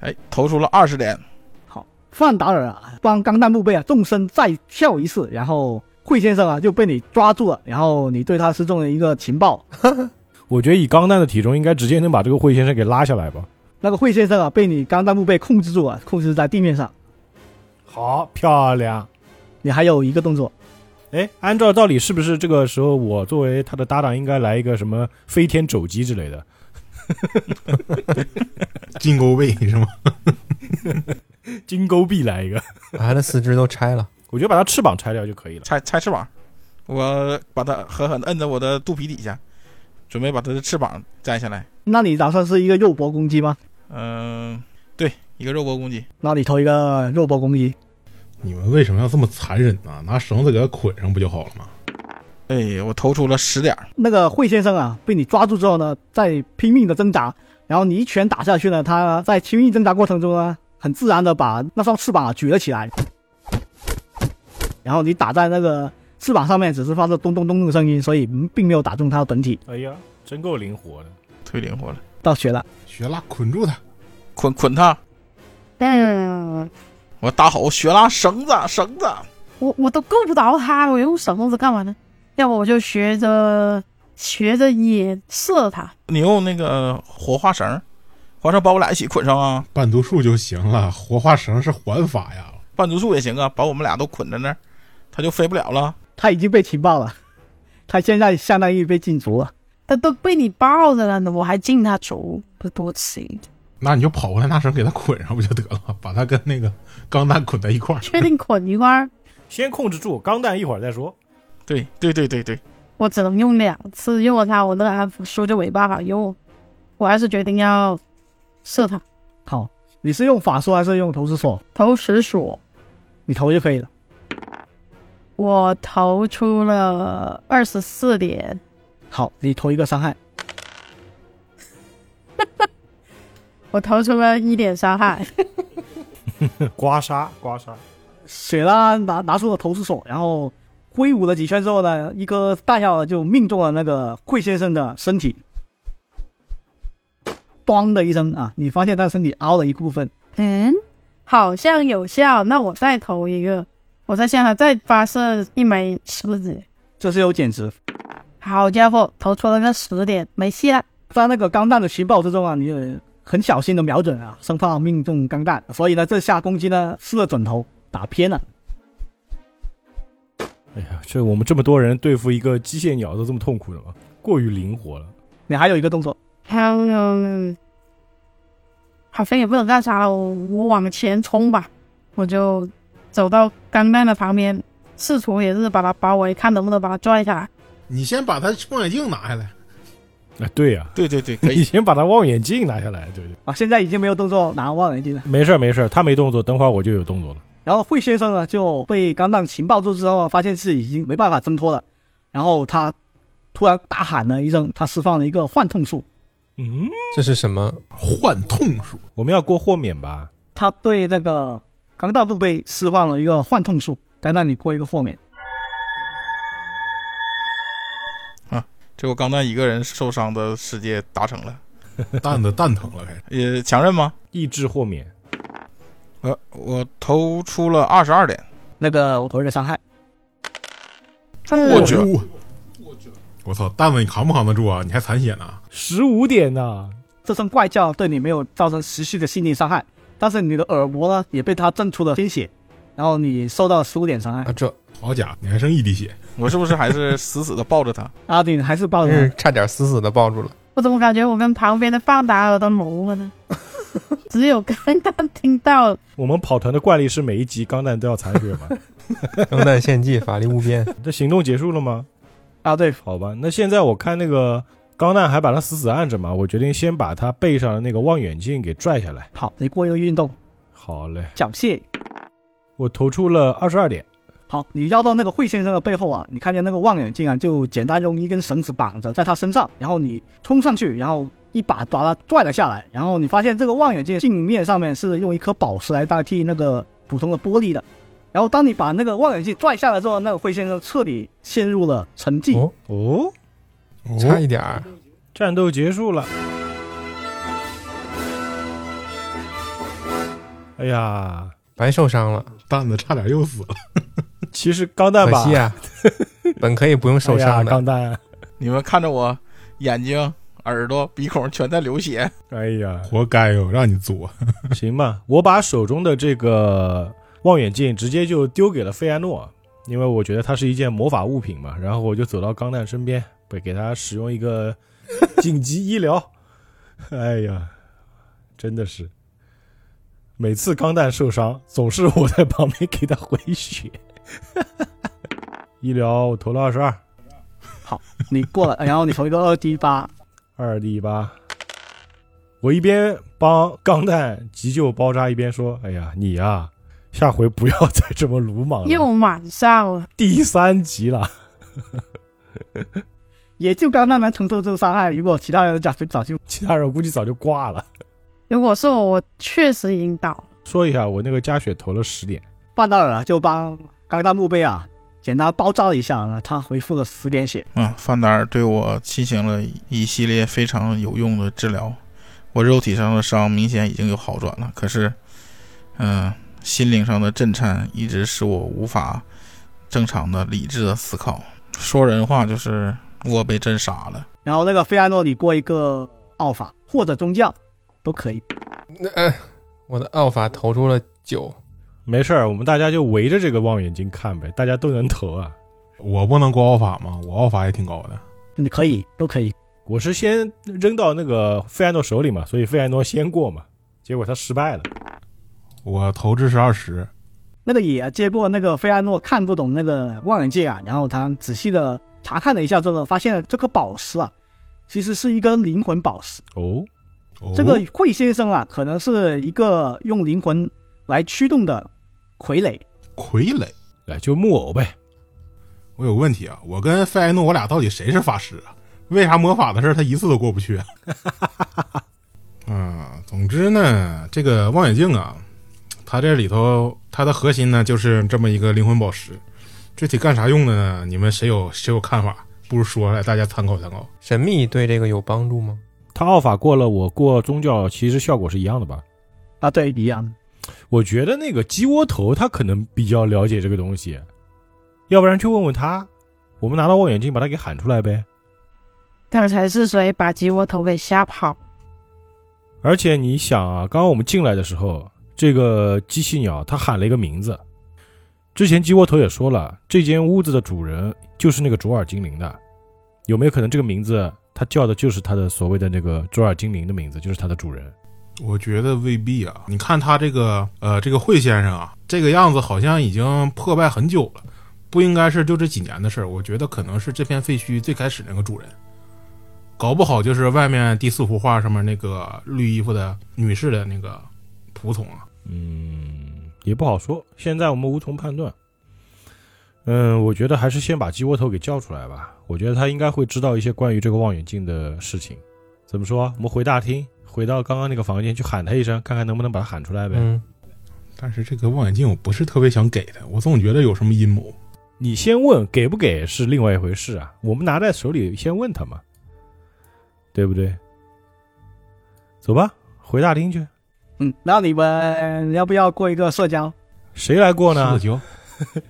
S3: 哎，投出了二十点。
S1: 好，范达尔啊，帮钢弹墓碑啊纵身再跳一次，然后惠先生啊就被你抓住了，然后你对他失踪的一个情报，
S2: 我觉得以钢蛋的体重，应该直接能把这个惠先生给拉下来吧。
S1: 那个惠先生啊被你钢弹墓碑控制住啊，控制在地面上。
S2: 好漂亮！
S1: 你还有一个动作，
S2: 哎，按照道理是不是这个时候我作为他的搭档应该来一个什么飞天肘击之类的？
S4: 金钩背是吗？
S2: 金钩臂来一个，
S6: 把他的四肢都拆了，
S2: 我觉得把他翅膀拆掉就可以了。
S3: 拆拆翅膀，我把它狠狠地摁在我的肚皮底下，准备把它的翅膀摘下来。
S1: 那你打算是一个肉搏攻击吗？
S3: 嗯、对，一个肉搏攻击，
S1: 那你投一个肉搏攻击，
S4: 你们为什么要这么残忍呢、拿绳子给它捆上不就好了吗？
S3: 哎，我投出了十点儿，
S1: 那个惠先生啊被你抓住之后呢，在拼命的挣扎，然后你一拳打下去呢，他在拼命挣扎过程中呢，很自然的把那双翅膀啊举了起来，然后你打在那个翅膀上面，只是发出咚咚咚的声音，所以嗯并没有打中他的本体。
S2: 哎呀，真够灵活的！
S3: 忒灵活了，
S1: 到血了，
S4: 雪拉捆住它，
S3: 捆捆它！
S5: 嗯，
S3: 我大吼：“雪拉，绳子，绳子
S5: 我我都够不着他，我用绳子干嘛呢？要不我就学着学着也射他。！”
S3: 你用那个火化绳儿，火化绳把我俩一起捆上啊，
S4: 绊足术就行了，活化绳是环法呀。
S3: 半足术也行啊，把我们俩都捆在那儿，它就飞不了了。
S1: 他已经被情报了，他现在相当于被禁足了。
S5: 他都被你抱着了，我还进他足，不多气！
S4: 那你就跑过来拿绳给它捆上不就得了 吗？把它跟那个钢弹捆在一块儿。
S5: 确定捆一块儿，
S2: 先控制住钢蛋，一会儿再说。
S3: 对对对对对，
S5: 我只能用两次用了他，我那个安抚书就没办法用。我还是决定要射他，
S1: 好，你是用法术还是用投石锁？
S5: 投石锁，
S1: 你投就可以了。
S5: 我投出了二十四点，
S1: 好，你投一个伤害，
S5: 我投出了一点伤害。
S2: 刮痧，刮痧，
S1: 雪拉拿拿出了投石锁，然后挥舞了几圈之后呢，一颗弹药就命中了那个惠先生的身体，咣的一声啊，你发现他身体凹了一部分。
S5: 嗯，好像有效，那我再投一个，我再向他再发射一枚石子。
S1: 这是有减值，
S5: 好家伙，投出了个十点，没戏了。
S1: 在那个钢弹的情报之中啊，你也很小心的瞄准啊，生怕命中钢弹，所以呢，这下攻击呢失了准头，打偏了。
S2: 哎呀，这我们这么多人对付一个机械鸟都这么痛苦的吗？过于灵活了。
S1: 你还有一个动作，
S5: 还有，呃好像也不能干啥了，我我往前冲吧，我就走到钢蛋的旁边，试图也是把它包围，看能不能把它拽下来。
S4: 你先把它望远镜拿下来，
S2: 啊，对呀、
S3: 对对对，可
S2: 你
S3: 以。
S2: 先把他望远镜拿下来，对对。
S1: 啊，现在已经没有动作拿望远镜了。
S2: 没事儿没事儿，他没动作，等会儿我就有动作了。
S1: 然后惠先生呢就被钢弹情报住之后，啊发现自己已经没办法挣脱了，然后他突然大喊了一声，他释放了一个幻痛术，
S2: 嗯，
S6: 这是什么？
S4: 换痛术。
S2: 我们要过豁免吧？
S1: 他对那个钢弹部被释放了一个幻痛术，来让你过一个豁免。
S3: 这我钢弹一个人受伤的世界达成了，
S4: 蛋子蛋疼了，开始。
S3: 也强韧吗？
S2: 意志豁免，
S3: 我呃我投出了二十二点，
S1: 那个我投一个伤害，
S3: 我去
S4: 我去！啊我操，蛋子你扛不扛得住啊？你还残血呢？
S2: 十五点呐、
S1: 这声怪叫对你没有造成持续的心理伤害，但是你的耳膜呢也被他震出了鲜血，然后你受到了十五点伤害
S6: 啊，。这
S4: 好家伙，你还剩一滴血，
S3: 我是不是还是死死的抱着他？
S1: 阿顶还是
S2: 嗯
S1: 抱着
S6: 是
S1: 他，
S6: 差点死死的抱住了。
S5: 我怎么感觉我跟旁边的范达尔都聋了呢？只有刚刚听到
S2: 我们跑团的惯例是每一集钢弹都要残血 嘛？
S6: 钢弹献祭，法力无边。
S2: 这行动结束了吗？
S1: 啊对，
S2: 好吧，那现在我看那个钢弹还把他死死按着嘛，我决定先把他背上的那个望远镜给拽下来。
S1: 好，你过一个运动
S2: 好嘞，
S1: 缴械。
S2: 我投出了二十二点，
S1: 好，你绕到那个惠先生的背后啊，你看见那个望远镜啊，就简单用一根绳子绑着在他身上，然后你冲上去，然后一把把他拽了下来，然后你发现这个望远镜镜面上面是用一颗宝石来代替那个普通的玻璃的，然后当你把那个望远镜拽下来之后，那个惠先生彻底陷入了沉寂。
S6: 哦，
S2: 哦，
S6: 差
S4: 哦，
S6: 一点儿，
S2: 战斗结束了。哎呀，
S6: 白受伤了，
S4: 蛋子差点又死了。
S2: 其实钢蛋
S6: 可
S2: 吧，
S6: 惜啊，本可以不用受
S2: 哎呀
S6: 伤的。
S2: 钢蛋，
S3: 你们看着我，眼睛、耳朵、鼻孔全在流血。
S2: 哎呀，
S4: 活该哟，让你作。
S2: 行吧，我把手中的这个望远镜直接就丢给了费安诺，因为我觉得它是一件魔法物品嘛。然后我就走到钢蛋身边，不给他使用一个 紧急医疗。哎呀，真的是，每次钢蛋受伤，总是我在旁边给他回血。 医疗我投了二十二，
S1: 你过来，然后你投一个二 D 八，
S2: 二 D 八。我一边帮钢蛋急救包扎，一边说：“哎呀，你呀、下回不要再这么鲁莽了。
S5: 又满上了，
S2: 第三集了，
S1: 也就刚刚能承受这个伤害。如果其他人早就早就
S2: 其他人我估计早就挂了。
S5: 如果是我，我确实引导。
S2: 说一下，我那个加血投了十点，
S1: 办到了，就帮钢弹墓碑啊简单包扎了一下，让他恢复了十点血。
S3: 啊，范达尔对我进行了一系列非常有用的治疗，我肉体上的伤明显已经有好转了，可是，嗯、心灵上的震颤一直使我无法正常的、理智的思考。说人话就是我被震傻了。
S1: 然后那个费安诺里过一个奥法或者宗教都可以。
S6: 那呃我的奥法投出了九，
S2: 没事儿，我们大家就围着这个望远镜看呗，大家都能投啊。
S4: 我不能过奥法吗？我奥法也挺高的。
S1: 你可以，都可以。
S2: 我是先扔到那个费安诺手里嘛，所以费安诺先过嘛，结果他失败了。
S4: 我投掷是二十，
S1: 那个也接过那个费安诺看不懂那个望远镜啊，然后他仔细的查看了一下之后，发现了这颗宝石啊，其实是一个灵魂宝石。
S2: 哦，
S4: 哦
S1: 这个惠先生啊，可能是一个用灵魂来驱动的傀儡。
S4: 傀儡。
S2: 来哎就木偶呗，
S4: 我有个问题啊，我跟费埃诺，我俩到底谁是法师啊？为啥魔法的事儿他一次都过不去啊？ 啊，总之呢，这个望远镜啊，它这里头它的核心呢就是这么一个灵魂宝石，具体干啥用的呢？你们谁有谁有看法？不如说来大家参考参考。
S6: 神秘对这个有帮助吗？
S2: 他奥法过了，我过宗教，其实效果是一样的吧？
S1: 啊，对，一样。
S2: 我觉得那个鸡窝头他可能比较了解这个东西，要不然去问问他。我们拿到望远镜把他给喊出来呗。
S5: 刚才是谁把鸡窝头给吓跑？
S2: 而且你想啊，刚刚我们进来的时候，这个机器鸟它喊了一个名字。之前鸡窝头也说了，这间屋子的主人就是那个卓尔精灵的，有没有可能这个名字它叫的就是它的所谓的那个卓尔精灵的名字，就是它的主人？
S4: 我觉得未必啊，你看他这个呃这个惠先生啊，这个样子好像已经破败很久了，不应该是就这几年的事儿。我觉得可能是这片废墟最开始那个主人，搞不好就是外面第四幅画上面那个绿衣服的女士的那个仆从啊。
S2: 嗯，也不好说，现在我们无从判断。嗯，我觉得还是先把鸡窝头给叫出来吧。我觉得他应该会知道一些关于这个望远镜的事情。怎么说？我们回大厅，回到刚刚那个房间去喊他一声，看看能不能把他喊出来呗。
S6: 嗯，
S4: 但是这个望远镜我不是特别想给他，我总觉得有什么阴谋。
S2: 你先问给不给是另外一回事啊，我们拿在手里先问他嘛，对不对？走吧，回大厅去。
S1: 嗯，那你们要不要过一个社交？
S2: 谁来过呢
S4: 社？交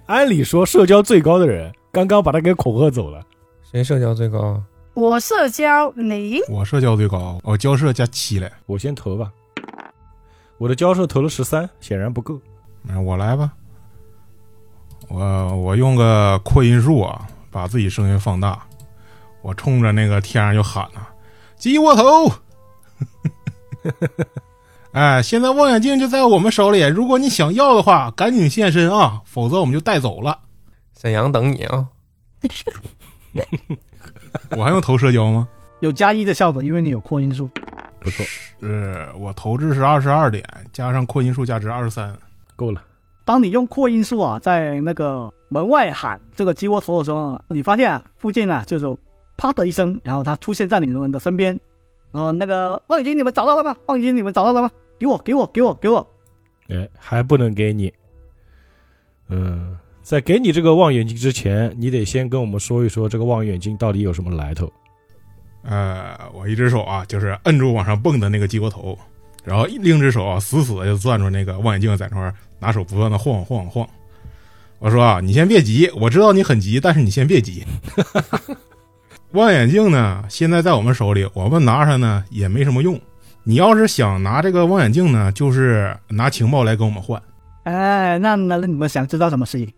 S2: 按理说社交最高的人，刚刚把他给恐吓走了。
S6: 谁社交最高啊？
S5: 我社交你
S4: 我社交最高，哦我交社加七来，
S2: 我先投吧。我的交涉投了十三，显然不够。
S4: 嗯我来吧。我我用个扩音术啊，把自己声音放大，我冲着那个天上就喊呐、鸡窝头！” 哎，现在望远镜就在我们手里，如果你想要的话，赶紧现身啊，否则我们就带走了。
S6: 沈阳等你啊！
S4: 我还用投社交吗？
S1: 有加一的效果，因为你有扩音术。
S2: 不错，
S4: 呃是我投掷是二十二点，加上扩音术价值二十三，
S2: 够了。
S1: 当你用扩音术啊，在那个门外喊这个鸡窝头的时候啊，你发现啊，附近啊就是啪的一声，然后它出现在你们的身边，然后那个望远镜你们找到了吗？望远镜你们找到了吗？给我，给我，给我，给我！
S2: 哎，还不能给你。嗯，在给你这个望远镜之前，你得先跟我们说一说这个望远镜到底有什么来头。
S4: 呃，我一只手啊，就是摁住往上蹦的那个鸡窝头，然后另一只手啊，死死的就攥住那个望远镜，在那块儿拿手不断的晃晃晃。我说啊，你先别急，我知道你很急，但是你先别急。望远镜呢，现在在我们手里，我们拿它呢也没什么用。你要是想拿这个望远镜呢，就是拿情报来跟我们换。
S1: 哎，那那那你们想知道什么事情？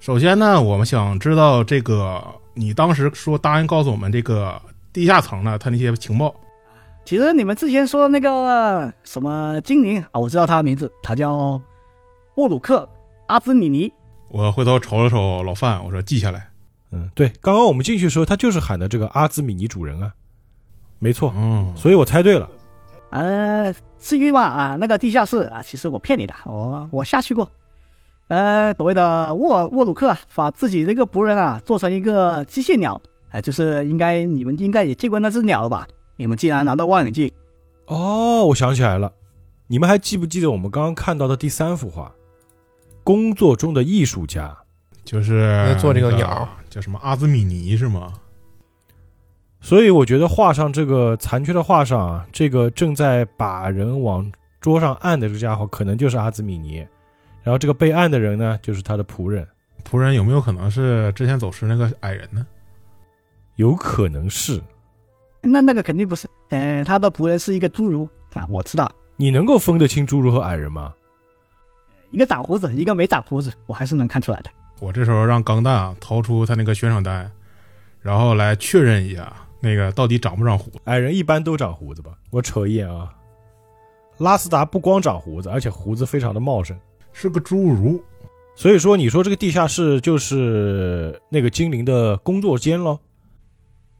S4: 首先呢，我们想知道这个你当时说答应告诉我们这个地下层呢，它那些情报。
S1: 其实你们之前说的那个什么精灵啊，我知道他的名字，他叫沃鲁克阿兹米尼。
S4: 我回头瞅了瞅老范，我说记下来。
S2: 嗯，对，刚刚我们进去的时候，他就是喊的这个阿兹米尼主人啊，没错，
S4: 嗯，
S2: 所以我猜对了。
S1: 呃，至于嘛啊，那个地下室啊，其实我骗你的，我我下去过。呃，所谓的沃沃鲁克啊，把自己这个仆人啊做成一个机械鸟，哎、就是应该你们应该也见过那只鸟了吧？你们既然拿到望远镜，
S2: 哦，我想起来了，你们还记不记得我们刚刚看到的第三幅画？工作中的艺术家，
S4: 就是
S2: 嗯
S6: 那做这个
S4: 那
S6: 鸟
S4: 叫什么阿兹米尼是吗？
S2: 所以我觉得画上这个残缺的画上啊，这个正在把人往桌上按的这个家伙，可能就是阿兹米尼。然后这个被按的人呢，就是他的仆人，
S4: 仆人有没有可能是之前走失那个矮人呢？
S2: 有可能是
S1: 那那个肯定不是。呃，他的仆人是一个侏儒啊，我知道，
S2: 你能够分得清侏儒和矮人吗？
S1: 一个长胡子，一个没长胡子，我还是能看出来的。
S4: 我这时候让钢蛋啊掏出他那个悬赏单，然后来确认一下那个到底长不长胡子。
S2: 矮人一般都长胡子吧？我瞅一眼啊，拉斯达不光长胡子，而且胡子非常的茂盛。
S4: 是个侏儒，
S2: 所以说，你说这个地下室就是那个精灵的工作间喽？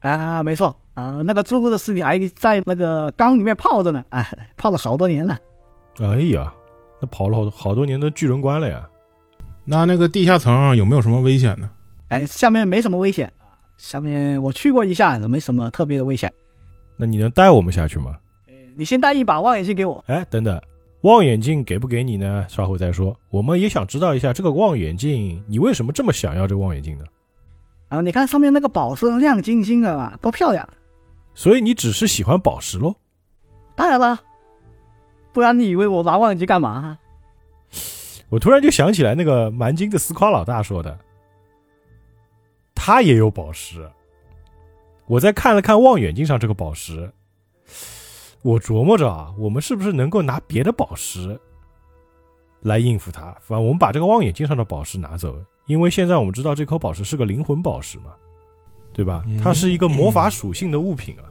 S1: 啊，没错啊，那个侏儒的尸体还在那个缸里面泡着呢，哎，泡了好多年了。
S2: 哎呀，那跑了好多好多年的巨人关了呀！
S4: 那那个地下层有没有什么危险呢？
S1: 哎，下面没什么危险，下面我去过一下，没什么特别的危险。
S2: 那你能带我们下去吗？
S1: 你先带一把望远镜给我。
S2: 哎，等等，望远镜给不给你呢？稍后再说。我们也想知道一下这个望远镜，你为什么这么想要这个望远镜呢？
S1: 啊，你看上面那个宝石亮晶晶的啊，多漂亮！
S2: 所以你只是喜欢宝石喽？
S1: 当然了，不然你以为我拿望远镜干嘛啊？
S2: 我突然就想起来那个蛮金的斯夸老大说的，他也有宝石。我再看了看望远镜上这个宝石，我琢磨着啊，我们是不是能够拿别的宝石来应付他？反正我们把这个望远镜上的宝石拿走，因为现在我们知道这颗宝石是个灵魂宝石嘛，对吧？
S4: 嗯
S2: 它是一个魔法属性的物品啊。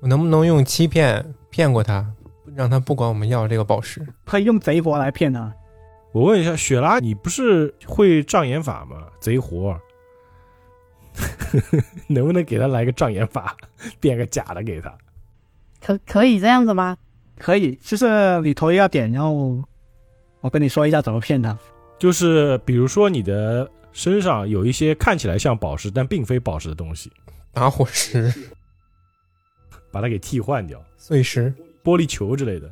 S6: 我能不能用欺骗骗过他，让他不管我们要这个宝石？
S1: 可以用贼佛来骗他。
S2: 我问一下雪拉，你不是会障眼法吗？贼活儿， 能不能给他来个障眼法， 变个假的给他？
S5: 可可以这样子吗？
S1: 可以，就是你投一个点，然后我跟你说一下怎么骗他。
S2: 就是比如说你的身上有一些看起来像宝石但并非宝石的东西，
S6: 打火石、
S2: 把它给替换掉，
S6: 碎石，
S2: 玻璃球之类的。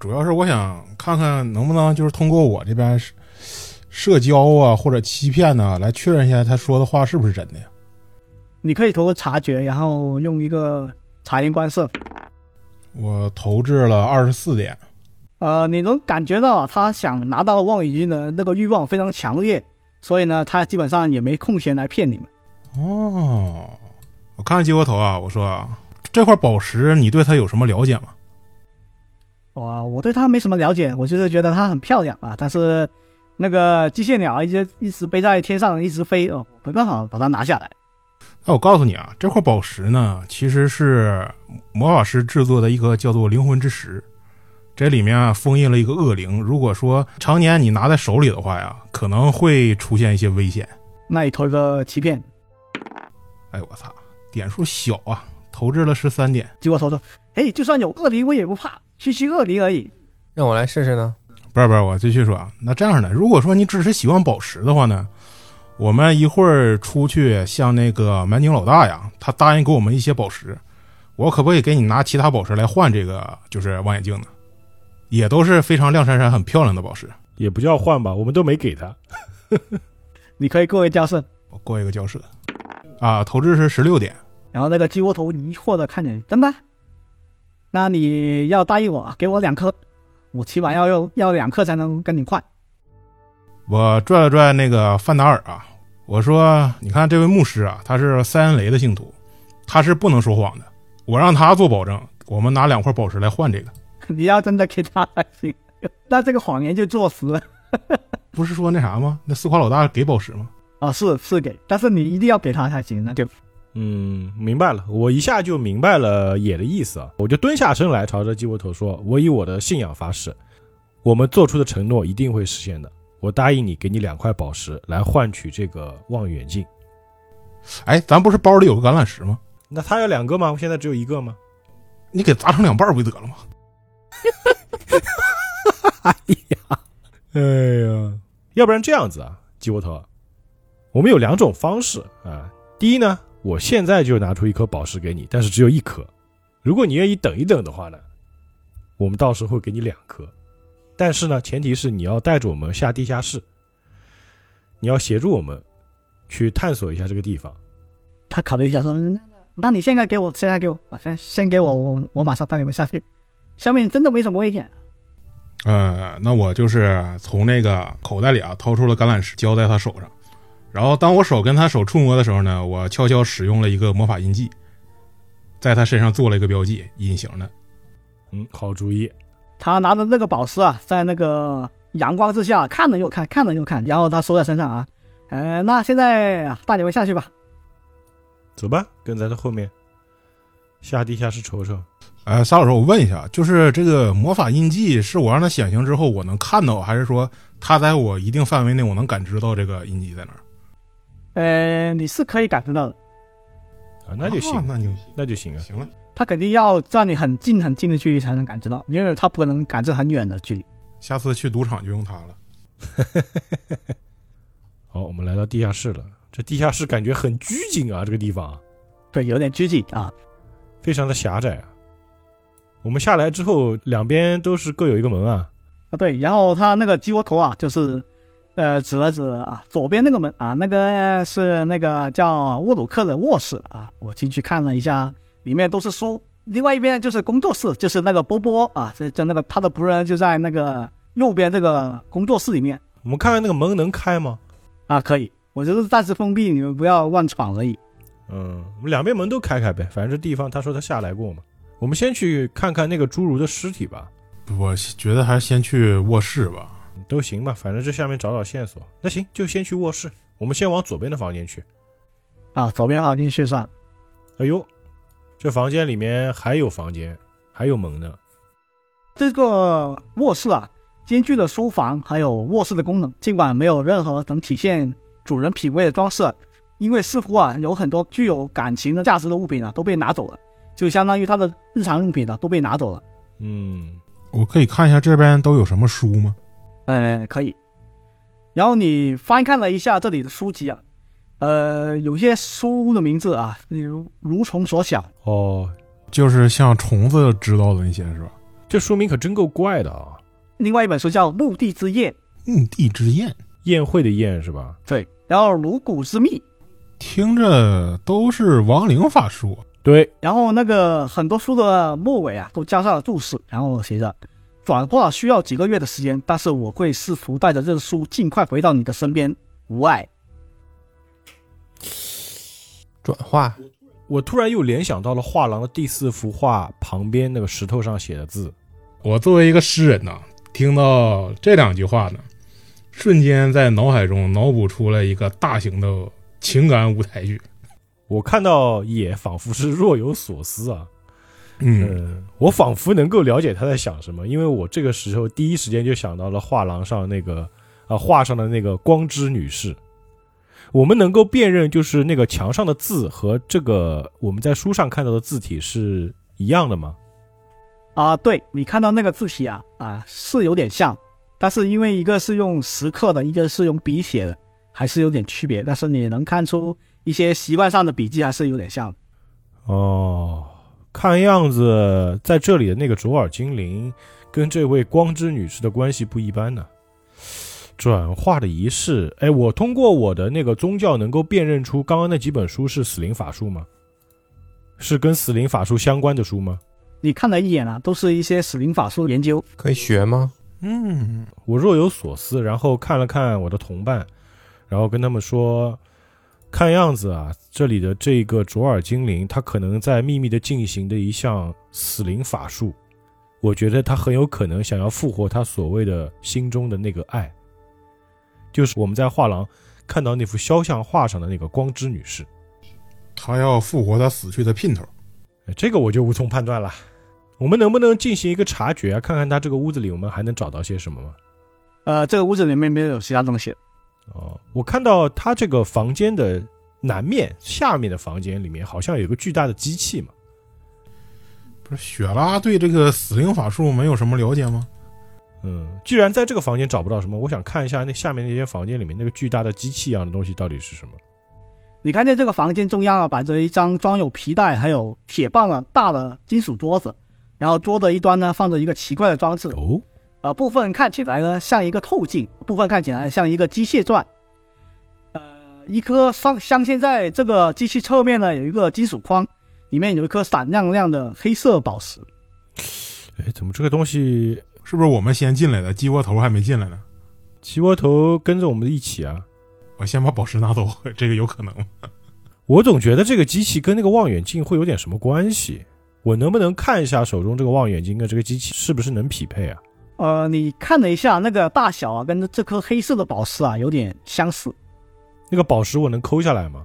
S4: 主要是我想看看能不能就是通过我这边社社交啊或者欺骗呢、来确认一下他说的话是不是真的呀？
S1: 你可以通过察觉，然后用一个察言观色。
S4: 我投掷了二十四点，
S1: 呃，你能感觉到他想拿到望远镜的那个欲望非常强烈，所以呢，他基本上也没空闲来骗你们。
S4: 哦，我看看鸡窝头啊，我说啊，这块宝石你对它有什么了解吗？
S1: 哇，我对他没什么了解，我就是觉得她很漂亮啊，但是那个机械鸟啊一直一直飞在天上，一直飞哦，没办法把它拿下来。
S4: 那我告诉你啊，这块宝石呢，其实是魔法师制作的一个叫做灵魂之石，这里面啊封印了一个恶灵。如果说常年你拿在手里的话呀，可能会出现一些危险。
S1: 那你投一哦个欺骗，
S4: 哎我操，点数小啊，投掷了十三点，
S1: 结果头说，哎，就算有恶灵我也不怕，区区恶灵而已。
S6: 让我来试试呢。
S4: 不是不是，我继续说啊。那这样的，如果说你只是喜欢宝石的话呢，我们一会儿出去向那个满井老大呀，他答应给我们一些宝石，我可不可以给你拿其他宝石来换这个就是望远镜呢？也都是非常亮闪闪、很漂亮的宝石。
S2: 也不叫换吧，我们都没给他。
S1: 你可以过一教室，
S4: 我过一个交涉啊，投掷是十六点。
S1: 然后那个鸡窝头疑惑的看着你，真的？那你要答应我啊，给我两颗，我起码要用要两颗才能跟你换。
S4: 我拽了拽那个范达尔啊，我说：“你看这位牧师啊，他是塞恩雷的信徒，他是不能说谎的。我让他做保证，我们拿两块宝石来换这个。
S1: 你要真的给他才行，那这个谎言就坐实了
S4: 不是说那啥吗？那斯夸老大给宝石吗？
S1: 啊！是是给，但是你一定要给他才行，那就
S2: 嗯，明白了，我一下就明白了野的意思啊！我就蹲下身来，朝着鸡窝头说：“我以我的信仰发誓，我们做出的承诺一定会实现的。我答应你，给你两块宝石来换取这个望远镜。
S4: 哎，咱不是包里有个橄榄石吗？
S2: 那他要两个吗？现在只有一个吗？
S4: 你给砸成两半儿不就得了吗？
S2: 哎呀，要不然这样子啊，鸡窝头，我们有两种方式啊。第一呢，我现在就拿出一颗宝石给你，但是只有一颗。如果你愿意等一等的话呢，我们到时候会给你两颗，但是呢，前提是你要带着我们下地下室，你要协助我们去探索一下这个地方。
S1: 他考虑一下说，那那你现在给我，现在给我，啊先先给我，我我马上带你们下去，下面真的没什么危险。
S4: 呃，那我就是从那个口袋里啊掏出了橄榄石，交在他手上。然后当我手跟他手触摸的时候呢，我悄悄使用了一个魔法印记，在他身上做了一个标记，隐形的。
S2: 嗯，好主意。
S1: 他拿着那个宝石啊，在那个阳光之下看了又看，看了又看，然后他收在身上啊。呃，那现在带你们下去吧。
S2: 走吧，跟在他后面下地下室瞅瞅。
S4: 呃，沙老师，我问一下，就是这个魔法印记是我让它显形之后我能看到，还是说它在我一定范围内我能感知到这个印记在哪儿？
S1: 呃，你是可以感受到的，
S2: 啊，那就行，
S4: 啊那就
S2: 那就行啊。
S4: 行了。
S1: 他肯定要站你很近很近的距离才能感知到，因为他不可能感知很远的距离。
S4: 下次去赌场就用它了。
S2: 好，我们来到地下室了。这地下室感觉很拘谨啊，这个地方啊
S1: 对，有点拘谨啊。
S2: 非常的狭窄啊。我们下来之后，两边都是各有一个门啊。
S1: 啊，对，然后他那个鸡窝头啊，就是，呃，指了指啊，左边那个门啊，那个是那个叫沃鲁克的卧室啊。我进去看了一下，里面都是书。另外一边就是工作室，就是那个波波啊，这这那个他的仆人就在那个右边这个工作室里面
S2: 我们看看那个门能开吗？
S1: 啊，可以。我就是暂时封闭，你们不要乱闯而已。
S2: 嗯，我们两边门都开开呗，反正这地方他说他下来过嘛。我们先去看看那个侏儒的尸体吧，
S4: 我觉得还是先去卧室吧。
S2: 都行吧，反正这下面找找线索。那行，就先去卧室，我们先往左边的房间去。
S1: 啊，左边啊进去算了。
S2: 哎呦，这房间里面还有房间，还有门呢。
S1: 这个卧室啊，兼具了书房还有卧室的功能，尽管没有任何能体现主人品味的装饰，因为似乎啊有很多具有感情的价值的物品啊都被拿走了，就相当于他的日常用品啊呢、都被拿走了。
S2: 嗯，
S4: 我可以看一下这边都有什么书吗？
S1: 嗯，可以。然后你翻看了一下这里的书籍啊，呃，有些书的名字啊，例如如虫所想，
S2: 哦，
S4: 就是像虫子知道的那些是吧？
S2: 这书名可真够怪的啊！
S1: 另外一本书叫《墓地之夜》，
S4: 墓地之宴，
S2: 宴会的宴是吧？
S1: 对，然后《颅骨之秘》，
S4: 听着都是亡灵法术。
S2: 对，
S1: 然后那个很多书的末尾啊，都加上了注释，然后写着转化需要几个月的时间，但是我会试图带着这书尽快回到你的身边，无碍。
S6: 转化
S2: 我突然又联想到了画廊的第四幅画旁边那个石头上写的字，
S4: 我作为一个诗人呐，听到这两句话呢，瞬间在脑海中脑补出了一个大型的情感舞台剧。
S2: 我看到也仿佛是若有所思啊。
S4: 嗯，
S2: 嗯，我仿佛能够了解他在想什么，因为我这个时候第一时间就想到了画廊上那个啊画上的那个光之女士。我们能够辨认，就是那个墙上的字和这个我们在书上看到的字体是一样的吗？
S1: 啊，对你看到那个字体啊啊是有点像，但是因为一个是用石刻的，一个是用笔写的，还啊是有点区别。但是你能看出一些习惯上的笔记还是有点像的。
S2: 哦，看样子在这里的那个卓尔精灵跟这位光之女士的关系不一般呢。转化的仪式，哎，我通过我的那个宗教能够辨认出刚刚那几本书是死灵法术吗？是跟死灵法术相关的书吗？
S1: 你看了一眼啊，都是一些死灵法术研究。
S6: 可以学吗？
S4: 嗯，
S2: 我若有所思，然后看了看我的同伴，然后跟他们说：“看样子啊，这里的这个卓尔精灵，他可能在秘密的进行的一项死灵法术。我觉得他很有可能想要复活他所谓的心中的那个爱，就是我们在画廊看到那幅肖像画上的那个光之女士。
S4: 他要复活他死去的姘头。
S2: 哎这个我就无从判断了。我们能不能进行一个察觉啊？看看他这个屋子里我们还能找到些什么吗？”
S1: 呃，这个屋子里面没有其他东西。
S2: 哦，我看到他这个房间的南面下面的房间里面好像有个巨大的机器嘛。
S4: 不是雪拉对这个死灵法术没有什么了解吗？
S2: 嗯，既然在这个房间找不到什么，我想看一下那下面那间房间里面那个巨大的机器一样的东西到底是什么。
S1: 你看见这个房间中央啊，摆着一张装有皮带还有铁棒的大的金属桌子，然后桌的一端呢放着一个奇怪的装置，
S2: 哦，
S1: 呃，部分看起来呢像一个透镜，部分看起来像一个机械钻。呃，一颗上镶嵌在这个机器侧面呢有一个金属框，里面有一颗闪亮亮的黑色宝石。
S2: 哎，怎么这个东西
S4: 是不是我们先进来的？鸡窝头还没进来呢，
S2: 鸡窝头跟着我们一起啊？
S4: 我先把宝石拿走，这个有可能吗？
S2: 我总觉得这个机器跟那个望远镜会有点什么关系。我能不能看一下手中这个望远镜跟这个机器是不是能匹配啊？
S1: 呃，你看了一下那个大小啊，跟这颗黑色的宝石啊有点相似。
S2: 那个宝石我能抠下来吗？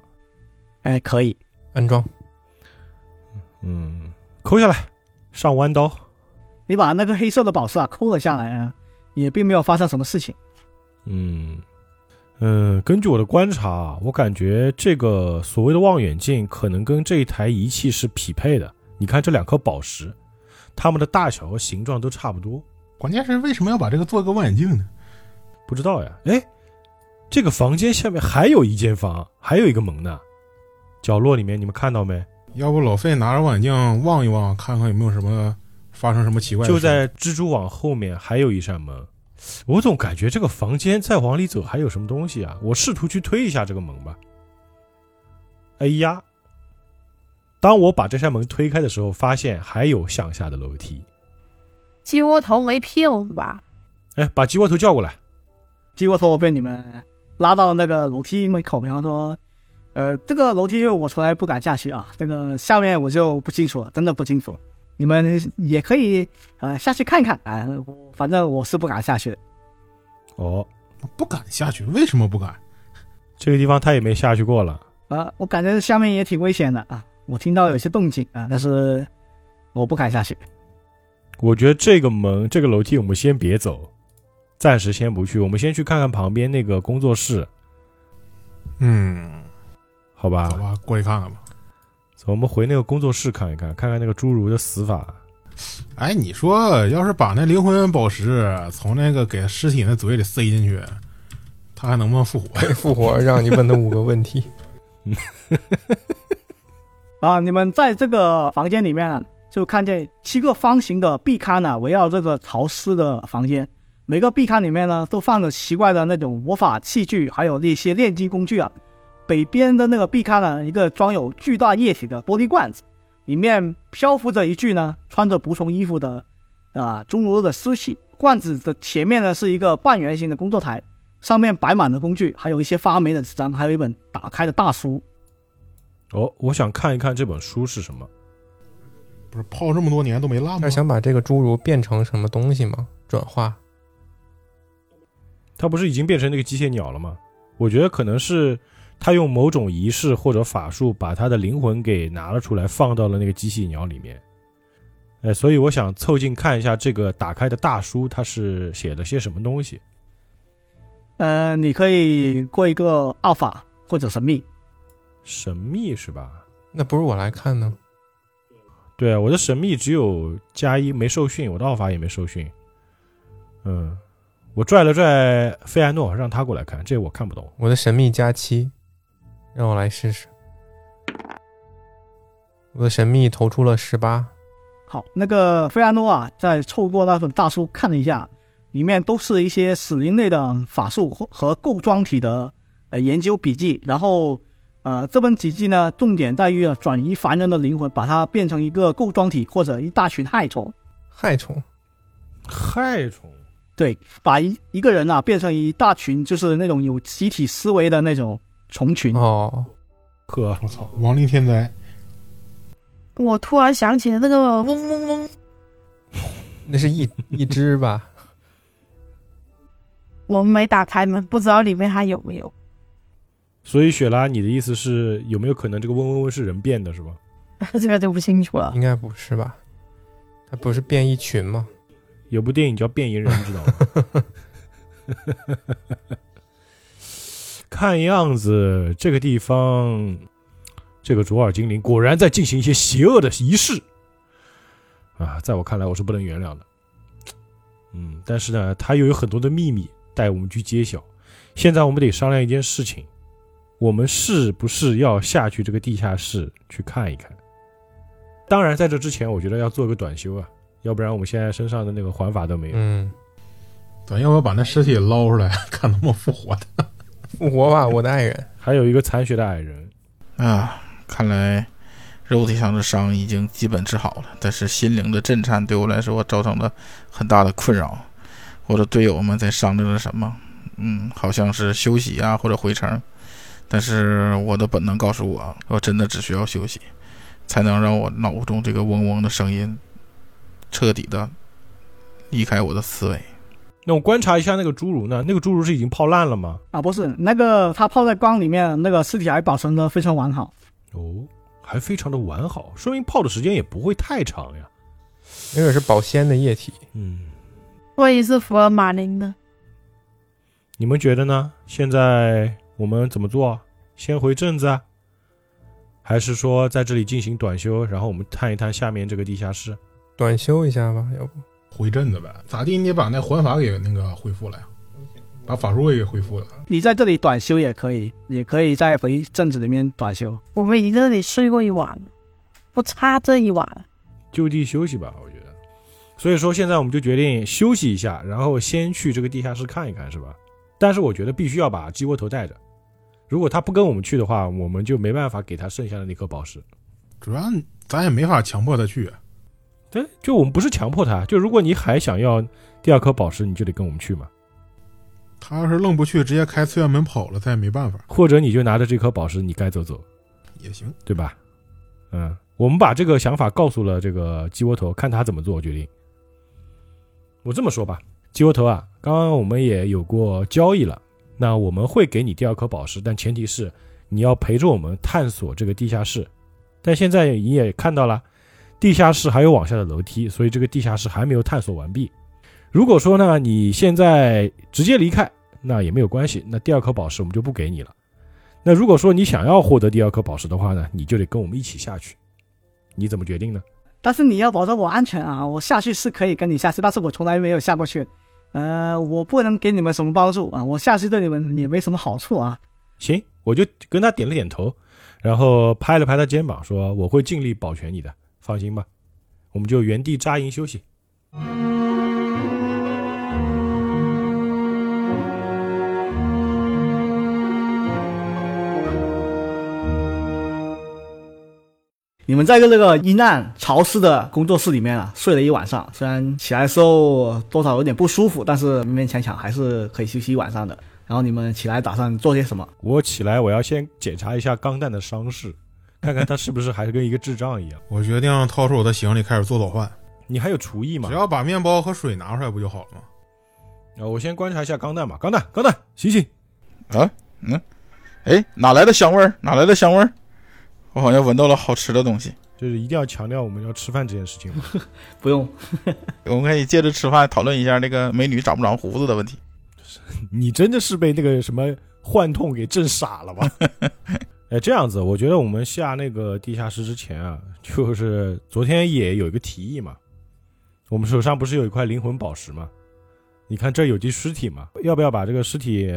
S1: 哎，可以。
S6: 安装
S2: 嗯，抠下来，上弯刀。
S1: 你把那个黑色的宝石啊抠了下来啊，也并没有发生什么事情。
S2: 嗯，呃，根据我的观察，我感觉这个所谓的望远镜可能跟这一台仪器是匹配的。你看这两颗宝石，它们的大小和形状都差不多。
S4: 关键是为什么要把这个做个望远镜呢？
S2: 不知道呀，哎，这个房间下面还有一间房，还有一个门呢，角落里面你们看到没？
S4: 要不老费拿着望远镜望一望，看看有没有什么发生什么奇怪的事。
S2: 就在蜘蛛网后面还有一扇门。我总感觉这个房间再往里走还有什么东西啊！我试图去推一下这个门吧。哎呀！当我把这扇门推开的时候，发现还有向下的楼梯。
S5: 鸡窝头没骗我们吧？
S2: 哎，把鸡窝头叫过来。
S1: 鸡窝头被你们拉到那个楼梯门口，然后说：“呃，这个楼梯我从来不敢下去啊，这个下面我就不清楚了，真的不清楚。你们也可以呃下去看看啊、我反正我是不敢下去的。
S2: 哦，
S4: 不敢下去，为什么不敢？
S2: 这个地方他也没下去过了。
S1: 啊，我感觉下面也挺危险的啊，我听到有些动静啊，但是我不敢下去。
S2: 我觉得这个门、这个楼梯我们先别走，暂时先不去，我们先去看看旁边那个工作室，
S4: 嗯，
S2: 好吧？
S4: 好吧，过去看看吧。
S2: 走我们回那个工作室看一看，看看那个侏儒的死法。
S4: 哎，你说要是把那灵魂宝石从那个给尸体那嘴里塞进去，他还能不能 复活呀？
S6: 可以复活，让你问他五个问题。
S1: 啊，你们在这个房间里面、啊、就看见七个方形的壁龛呢、围绕这个潮湿的房间。每个壁龛里面呢，都放着奇怪的那种魔法器具，还有那些炼金工具啊。北边的那个壁龛呢，一个装有巨大液体的玻璃罐子，里面漂浮着一具呢穿着仆从衣服的啊侏儒的尸体。罐子的前面呢是一个半圆形的工作台，上面摆满了工具，还有一些发霉的纸张，还有一本打开的大书。
S2: 哦，我想看一看这本书是什么。
S4: 不是泡这么多年都没烂吗
S6: 他？想把这个侏儒变成什么东西吗？转化
S2: 它不是已经变成那个机械鸟了吗？我觉得可能是他用某种仪式或者法术把他的灵魂给拿了出来，放到了那个机器鸟里面。哎，所以我想凑近看一下这个打开的大书，它是写了些什么东西。
S1: 呃，你可以过一个阿尔法或者神秘。
S2: 神秘是吧？
S6: 那不是我来看呢，
S2: 对啊，我的神秘只有加一没受训，我的奥法也没受训。嗯，我拽了拽费艾诺，让他过来看，这我看不懂。
S6: 我的神秘加七，让我来试试。我的神秘投出了十八，
S1: 好，那个费亚诺啊，在凑过那本大书看了一下，里面都是一些死灵类的法术和和构装体的呃研究笔记。然后，呃，这本笔记呢，重点在于啊转移凡人的灵魂，把它变成一个构装体或者一大群害虫。
S6: 害虫
S2: 害虫，
S1: 对，把一一个人啊变成一大群，就是那种有集体思维的那种虫群。啊
S6: 哦，
S2: 呵，
S4: 我操，亡灵天灾，
S5: 我突然想起了那个嗡嗡嗡，
S6: 那是一一只吧？
S5: 我们没打开门，不知道里面还有没有。
S2: 所以雪拉，你的意思是有没有可能这个嗡嗡嗡是人变的，是吧？
S5: 这个就不清楚了。
S6: 应该不是吧？它不是变异群吗？
S2: 有部电影叫《变蝇人》，你知道吗？看样子这个地方，这个卓尔精灵果然在进行一些邪恶的仪式啊！在我看来，我是不能原谅的。嗯，但是呢，他又有很多的秘密带我们去揭晓。现在我们得商量一件事情，我们是不是要下去这个地下室去看一看？当然，在这之前，我觉得要做个短休啊，要不然我们现在身上的那个环法都没有。
S6: 嗯，
S4: 咱要不要把那尸体捞出来， 看能不能复活它？
S6: 复活吧，我的爱人。
S2: 还有一个残血的矮人，
S3: 啊，看来肉体上的伤已经基本治好了，但是心灵的震颤对我来说造成了很大的困扰。我的队友们在商量着什么？嗯，好像是休息啊，或者回城。但是我的本能告诉我，我真的只需要休息，才能让我脑中这个嗡嗡的声音彻底的离开我的思维。
S2: 那我观察一下那个侏儒呢？那个侏儒是已经泡烂了吗？
S1: 啊，不是那个，它泡在缸里面，那个尸体还保存的非常完好。
S2: 哦，还非常的完好，说明泡的时间也不会太长呀。
S6: 没准是保鲜的液体。
S2: 嗯，
S5: 万一是福尔马林呢？
S2: 你们觉得呢？现在我们怎么做？先回镇子啊，还是说在这里进行短休，然后我们探一探下面这个地下室？
S6: 短休一下吧，要不
S4: 回阵子呗，咋地？你得把那环法给那个恢复了呀，把法术也给恢复了。
S1: 你在这里短休也可以，也可以在回镇子里面短休。
S5: 我们已经在这里睡过一晚了，不差这一晚了。
S2: 就地休息吧，我觉得。所以说现在我们就决定休息一下，然后先去这个地下室看一看，是吧？但是我觉得必须要把鸡窝头带着，如果他不跟我们去的话，我们就没办法给他剩下的那颗宝石。
S4: 主要咱也没法强迫他去，啊
S2: 对，就我们不是强迫他，就如果你还想要第二颗宝石，你就得跟我们去嘛，
S4: 他要是愣不去，直接开次元门跑了，咱也没办法。
S2: 或者你就拿着这颗宝石，你该走走，
S4: 也行，
S2: 对吧？嗯，我们把这个想法告诉了这个鸡窝头，看他怎么做决定。我这么说吧，鸡窝头啊，刚刚我们也有过交易了，那我们会给你第二颗宝石，但前提是你要陪着我们探索这个地下室。但现在你也看到了，地下室还有往下的楼梯，所以这个地下室还没有探索完毕。如果说呢，你现在直接离开，那也没有关系，那第二颗宝石我们就不给你了。那如果说你想要获得第二颗宝石的话呢，你就得跟我们一起下去。你怎么决定呢？
S1: 但是你要保证我安全啊！我下去是可以跟你下去，但是我从来没有下过去。呃，我不能给你们什么帮助啊！我下去对你们也没什么好处啊！
S2: 行，我就跟他点了点头，然后拍了拍他肩膀，说：“我会尽力保全你的，放心吧。”我们就原地扎营休息。
S1: 你们在这个阴暗潮湿的工作室里面啊，睡了一晚上。虽然起来的时候多少有点不舒服，但是勉勉强强还是可以休息一晚上的。然后你们起来打算做些什么？
S2: 我起来，我要先检查一下钢蛋的伤势，看看他是不是还是跟一个智障一样。
S4: 我决定掏出我的行李开始做早饭，
S2: 你还有厨艺吗
S4: 只？要把面包和水拿出来不就好了吗？
S2: 啊，我先观察一下钢蛋吧。钢蛋，钢蛋，醒醒！
S3: 哎，啊嗯哪来的香味儿？哪来的香味儿？我好像闻到了好吃的东西。
S2: 就是一定要强调我们要吃饭这件事情嘛。
S1: 不用，
S3: 我们可以借着吃饭讨论一下那个美女长不长胡子的问题。
S2: 你真的是被那个什么幻痛给震傻了 吧？哎，这样子，我觉得我们下那个地下室之前啊，就是昨天也有一个提议嘛，我们手上不是有一块灵魂宝石嘛？你看这有具尸体嘛，要不要把这个尸体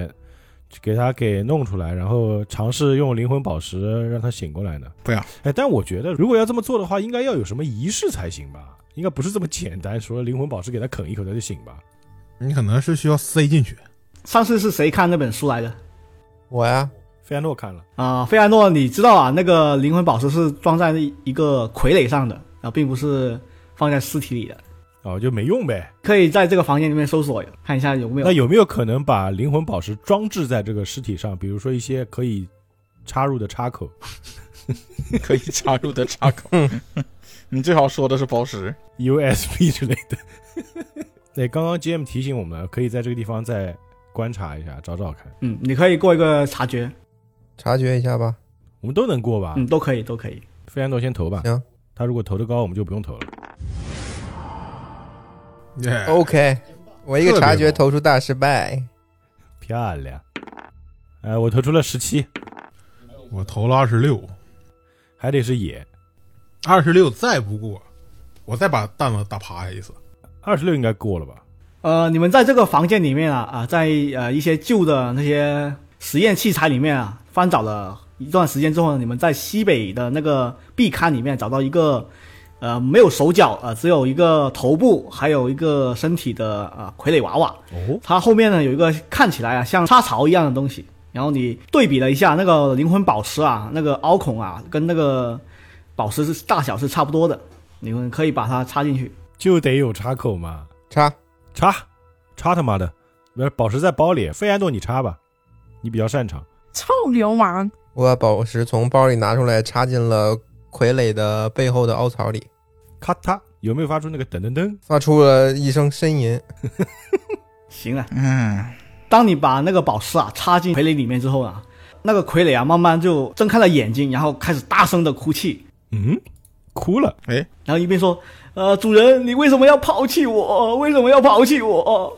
S2: 给它给弄出来，然后尝试用灵魂宝石让它醒过来呢？
S3: 不要。
S2: 哎，但我觉得如果要这么做的话，应该要有什么仪式才行吧？应该不是这么简单，说灵魂宝石给它啃一口它就醒吧？
S4: 你可能是需要塞进去。
S1: 上次是谁看那本书来着？
S6: 我呀，
S2: 费安诺看了，
S1: 啊、费安诺，你知道啊，那个灵魂宝石是装在一一个傀儡上的，啊，并不是放在尸体里的。
S2: 哦，就没用呗。
S1: 可以在这个房间里面搜索，看一下有没有
S2: 那。有没有可能把灵魂宝石装置在这个尸体上？比如说一些可以插入的插口，
S3: 可以插入的插口。
S6: 嗯
S3: 你最好说的是宝石，
S2: USB 之类的。 对，刚刚 GM 提醒我们了，可以在这个地方再观察一下，找找看，
S1: 嗯，你可以过一个察觉，
S6: 察觉一下吧。
S2: 我们都能过吧？
S1: 嗯，都可以，都可以。
S2: 费安诺先投吧，
S6: 行
S2: 他如果投的高，我们就不用投了。
S4: 耶，
S6: ，OK，我一个
S4: 特别
S6: 察觉
S4: 高
S6: 投出大失败，
S2: 漂亮，哎，我投出了十七，
S4: 我投了二十六，
S2: 还得是野，
S4: 二十六再不过，我再把蛋子打趴下一次。
S2: 二十六应该过了吧？
S1: 呃，你们在这个房间里面啊啊，在呃一些旧的那些实验器材里面啊，翻找了一段时间之后呢，你们在西北的那个壁龛里面找到一个呃没有手脚啊、呃只有一个头部，还有一个身体的啊、傀儡娃娃。
S2: 哦，
S1: 它后面呢有一个看起来啊像插槽一样的东西，然后你对比了一下那个灵魂宝石啊，那个凹孔啊跟那个宝石是大小是差不多的，你们可以把它插进去。
S2: 就得有插口嘛，
S6: 插
S2: 插，插他妈的！不是宝石在包里，费安诺你插吧，你比较擅长。
S5: 臭流氓！
S6: 我把宝石从包里拿出来，插进了傀儡的背后的凹槽里，
S2: 咔嗒，有没有发出那个噔噔噔？
S6: 发出了一声呻吟。
S1: 行啊，
S3: 嗯，
S1: 当你把那个宝石啊插进傀儡里面之后啊，那个傀儡啊慢慢就睁开了眼睛，然后开始大声的哭泣，
S2: 嗯，哭了。
S1: 然后一边说：“呃，主人，你为什么要抛弃我？为什么要抛弃我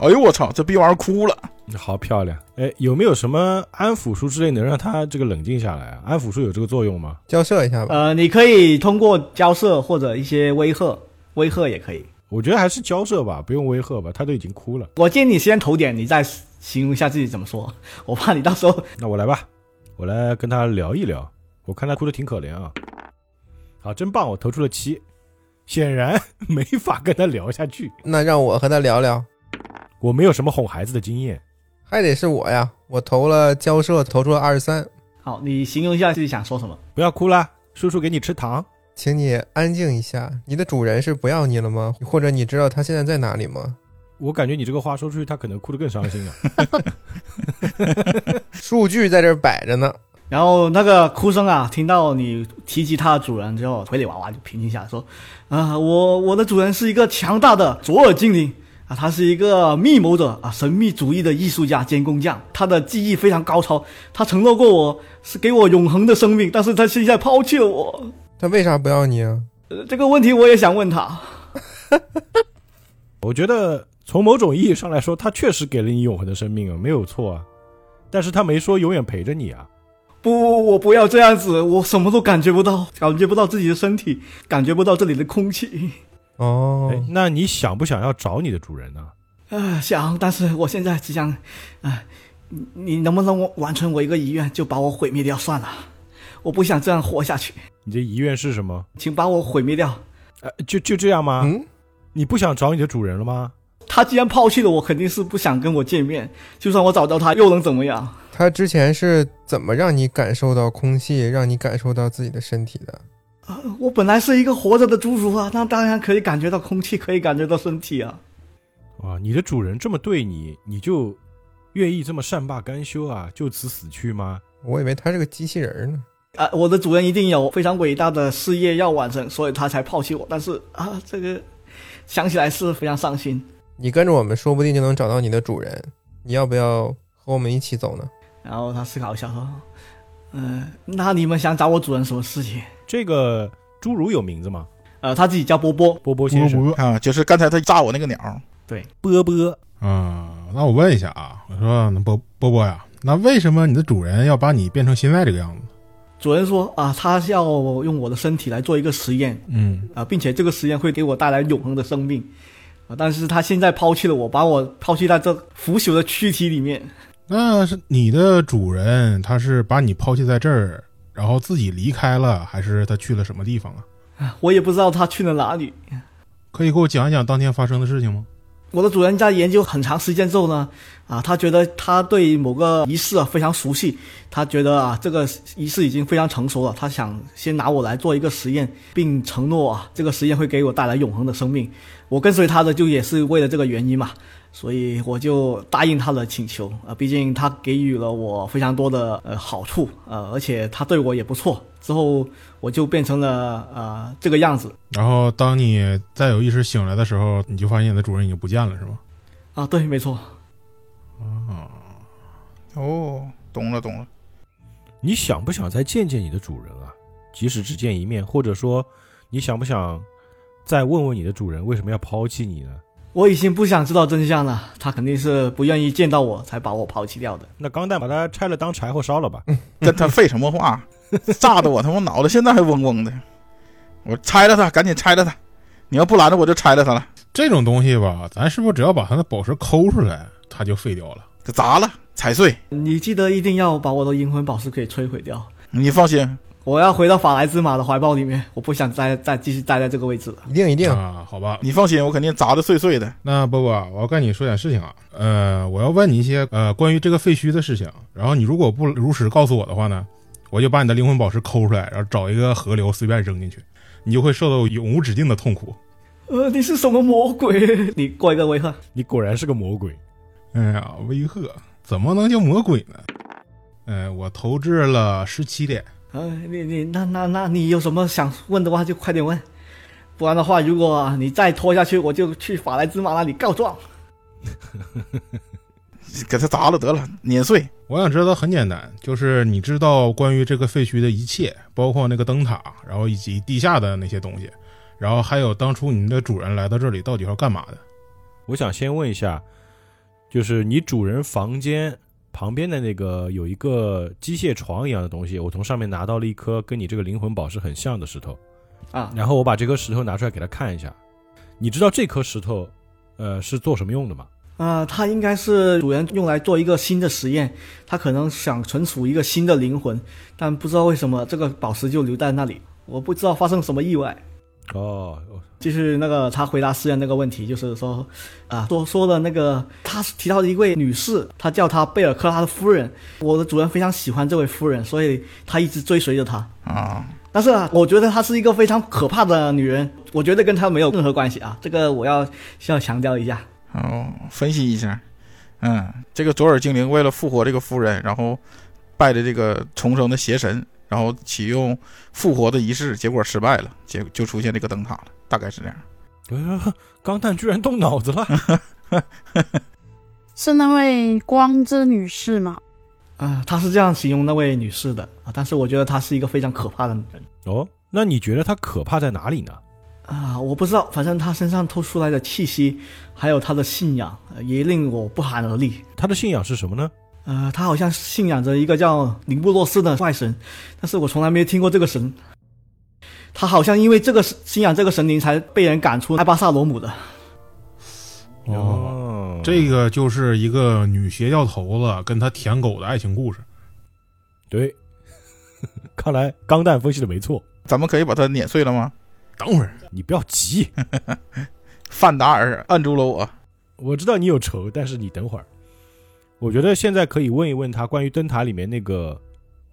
S3: 哎呦我操，这逼玩意儿哭了，
S2: 好漂亮！哎，有没有什么安抚术之类能让他这个冷静下来啊？安抚术有这个作用吗？
S6: 交涉一下？”
S2: 啊
S6: 吧，
S1: 呃，你可以通过交涉或者一些威吓，威吓也可以。
S2: 我觉得还是交涉吧，不用威吓吧，他都已经哭了。
S1: 我建议你先投点，你再形容一下自己怎么说。 我怕你到时候
S2: 那我来吧，我来跟他聊一聊。我看他哭的挺可怜啊，好，真棒！我投出了七，显然没法跟他聊下去。
S6: 那让我和他聊聊，
S2: 我没有什么哄孩子的经验，
S6: 还得是我呀。我投了交涉，投出了二十三，
S1: 好，你形容一下自己想说什么。
S2: 不要哭啦，叔叔给你吃糖。
S6: 请你安静一下。你的主人是不要你了吗？或者你知道他现在在哪里吗？
S2: 我感觉你这个话说出去，他可能哭得更伤心啊。
S6: 数据在这儿摆着呢。
S1: 然后那个哭声啊，听到你提及它的主人之后，傀儡娃娃就平静下来，说：“啊、我我的主人是一个强大的左耳精灵啊，他是一个密谋者啊，神秘主义的艺术家兼工匠，他的技艺非常高超，他承诺过我是给我永恒的生命，但是他现在抛弃了我。
S6: 他为啥不要你啊？
S1: 呃这个问题我也想问他。
S2: 我觉得从某种意义上来说，他确实给了你永恒的生命啊，没有错啊。但是他没说永远陪着你啊。
S1: 不，我不要这样子，我什么都感觉不到，感觉不到自己的身体，感觉不到这里的空气。
S6: 哦
S2: 哎，那你想不想要找你的主人呢？
S1: 啊，想，但是我现在只想，啊、你你能不能完成我一个遗愿，就把我毁灭掉算了，我不想这样活下去，
S2: 你的遗愿是什么？
S1: 请把我毁灭掉。
S2: 呃，就就这样吗？
S6: 嗯，
S2: 你不想找你的主人了吗？
S1: 他既然抛弃了我，肯定是不想跟我见面。就算我找到他，又能怎么样？
S6: 他之前是怎么让你感受到空气，让你感受到自己的身体的？
S1: 我本来是一个活着的侏儒啊，那当然可以感觉到空气，可以感觉到身体啊。
S2: 啊，你的主人这么对你，你就愿意这么善罢甘休啊，就此死去吗？
S6: 我以为他是个机器人呢。
S1: 啊，我的主人一定有非常伟大的事业要完成，所以他才抛弃我。但是啊，这个想起来是非常伤心。
S6: 你跟着我们，说不定就能找到你的主人。你要不要和我们一起走呢？
S1: 然后他思考一下说：“嗯、那你们想找我主人什么事情
S2: 这个侏儒有名字吗？？”
S1: 呃，他自己叫波波，
S2: 波波先
S4: 不
S2: 生，
S4: 不，
S3: 啊，就是刚才他炸我那个鸟，
S2: 波波，
S4: 嗯，那我问一下啊，我说那波波波呀，那为什么你的主人要把你变成现在这个样子？
S1: 主人说：“啊、他要用我的身体来做一个实验
S4: 嗯，
S1: 啊、并且这个实验会给我带来永恒的生命。啊，但是他现在抛弃了我，把我抛弃在这腐朽的躯体里面。
S4: 那是你的主人，他是把你抛弃在这儿，然后自己离开了，还是他去了什么地方啊？
S1: 我也不知道他去了哪里。
S4: 可以给我讲一讲当天发生的事情吗？
S1: 我的主人在研究很长时间之后呢，啊，他觉得他对某个仪式啊非常熟悉，他觉得啊这个仪式已经非常成熟了，他想先拿我来做一个实验，并承诺啊这个实验会给我带来永恒的生命。我跟随他的就也是为了这个原因嘛，所以我就答应他的请求啊，毕竟他给予了我非常多的呃好处，呃，而且他对我也不错。之后我就变成了呃这个样子。
S4: 然后当你再有意识醒来的时候，你就发现你的主人已经不见了，是吗？
S1: 啊，对，没错。
S3: 哦，懂了懂了，
S2: 你想不想再见见你的主人啊？即使只见一面，或者说你想不想再问问你的主人为什么要抛弃你呢？
S1: 我已经不想知道真相了，他肯定是不愿意见到我才把我抛弃掉的。
S2: 那钢蛋把它拆了当柴火烧了吧。
S3: 跟他废什么 话，炸得我他妈脑袋现在还嗡嗡的。我拆了他，赶紧拆了他！你要不拦着我就拆了他了，
S4: 这种东西吧，咱是不是只要把它的宝石抠出来，它就废掉了？
S3: 给砸了，踩碎。
S1: 你记得一定要把我的银魂宝石给摧毁掉。
S3: 你放心，
S1: 我要回到法莱兹玛的怀抱里面，我不想再再继续待在这个位置了。
S6: 一定一定，
S4: 啊，好吧，
S3: 你放心，我肯定砸的碎碎的。
S4: 那波波啊，我要跟你说点事情啊，呃，我要问你一些呃关于这个废墟的事情，然后你如果不如实告诉我的话呢，我就把你的灵魂宝石抠出来，然后找一个河流随便扔进去，你就会受到永无止境的痛苦。
S1: 呃，你是什么魔鬼？ 你过一个回合。
S2: 你果然是个魔鬼。
S4: 哎呀，威吓怎么能叫魔鬼呢？呃，我投掷了十七点，
S1: 哎，你你那那那你有什么想问的话就快点问，不然的话，如果啊你再拖下去，我就去法莱兹玛那里告状。
S3: 给他砸了得了，碾碎。
S4: 我想知道很简单，就是你知道关于这个废墟的一切，包括那个灯塔，然后以及地下的那些东西，然后还有当初你们的主人来到这里到底要干嘛的。
S2: 我想先问一下，就是你主人房间旁边的那个有一个机械床一样的东西，我从上面拿到了一颗跟你这个灵魂宝石很像的石头，
S1: 啊，
S2: 然后我把这颗石头拿出来给他看一下。你知道这颗石头，呃，是做什么用的吗？
S1: 啊，它应该是主人用来做一个新的实验，他可能想存储一个新的灵魂，但不知道为什么这个宝石就留在那里，我不知道发生什么意外。
S2: 哦，哦
S1: 就是那个他回答诗人那个问题，就是说，啊，说说的那个他提到的一位女士，她叫她贝尔克拉的夫人，我的主人非常喜欢这位夫人，所以他一直追随着她。
S3: 啊，
S1: 但是啊，我觉得她是一个非常可怕的女人，我觉得跟她没有任何关系啊，这个我要需要强调一下。
S3: 哦，分析一下，嗯，这个左耳精灵为了复活这个夫人，然后拜的这个重生的邪神，然后启用复活的仪式，结果失败了，结就出现这个灯塔了，大概是这样。
S2: 哎呀，钢蛋居然动脑子了！
S5: 是那位光之女士吗？
S1: 啊，他是这样形容那位女士的啊，但是我觉得她是一个非常可怕的女人
S2: 哦，那你觉得它可怕在哪里呢？
S1: 啊，我不知道，反正她身上透出来的气息，还有她的信仰，呃也令我不寒而栗。
S2: 它的信仰是什么呢？
S1: 呃，她好像信仰着一个叫宁布洛斯的外神，但是我从来没听过这个神。她好像因为这个神信仰这个神灵，才被人赶出埃巴萨罗姆的。
S2: 哦，
S4: 这个就是一个女邪教头子跟她舔狗的爱情故事。
S2: 对， 看来钢蛋分析的没错。
S3: 咱们可以把它碾碎了吗？
S4: 等会儿，
S2: 你不要急，
S3: 范达尔按住了我，
S2: 我知道你有仇，但是你等会儿，我觉得现在可以问一问他关于灯塔里面那个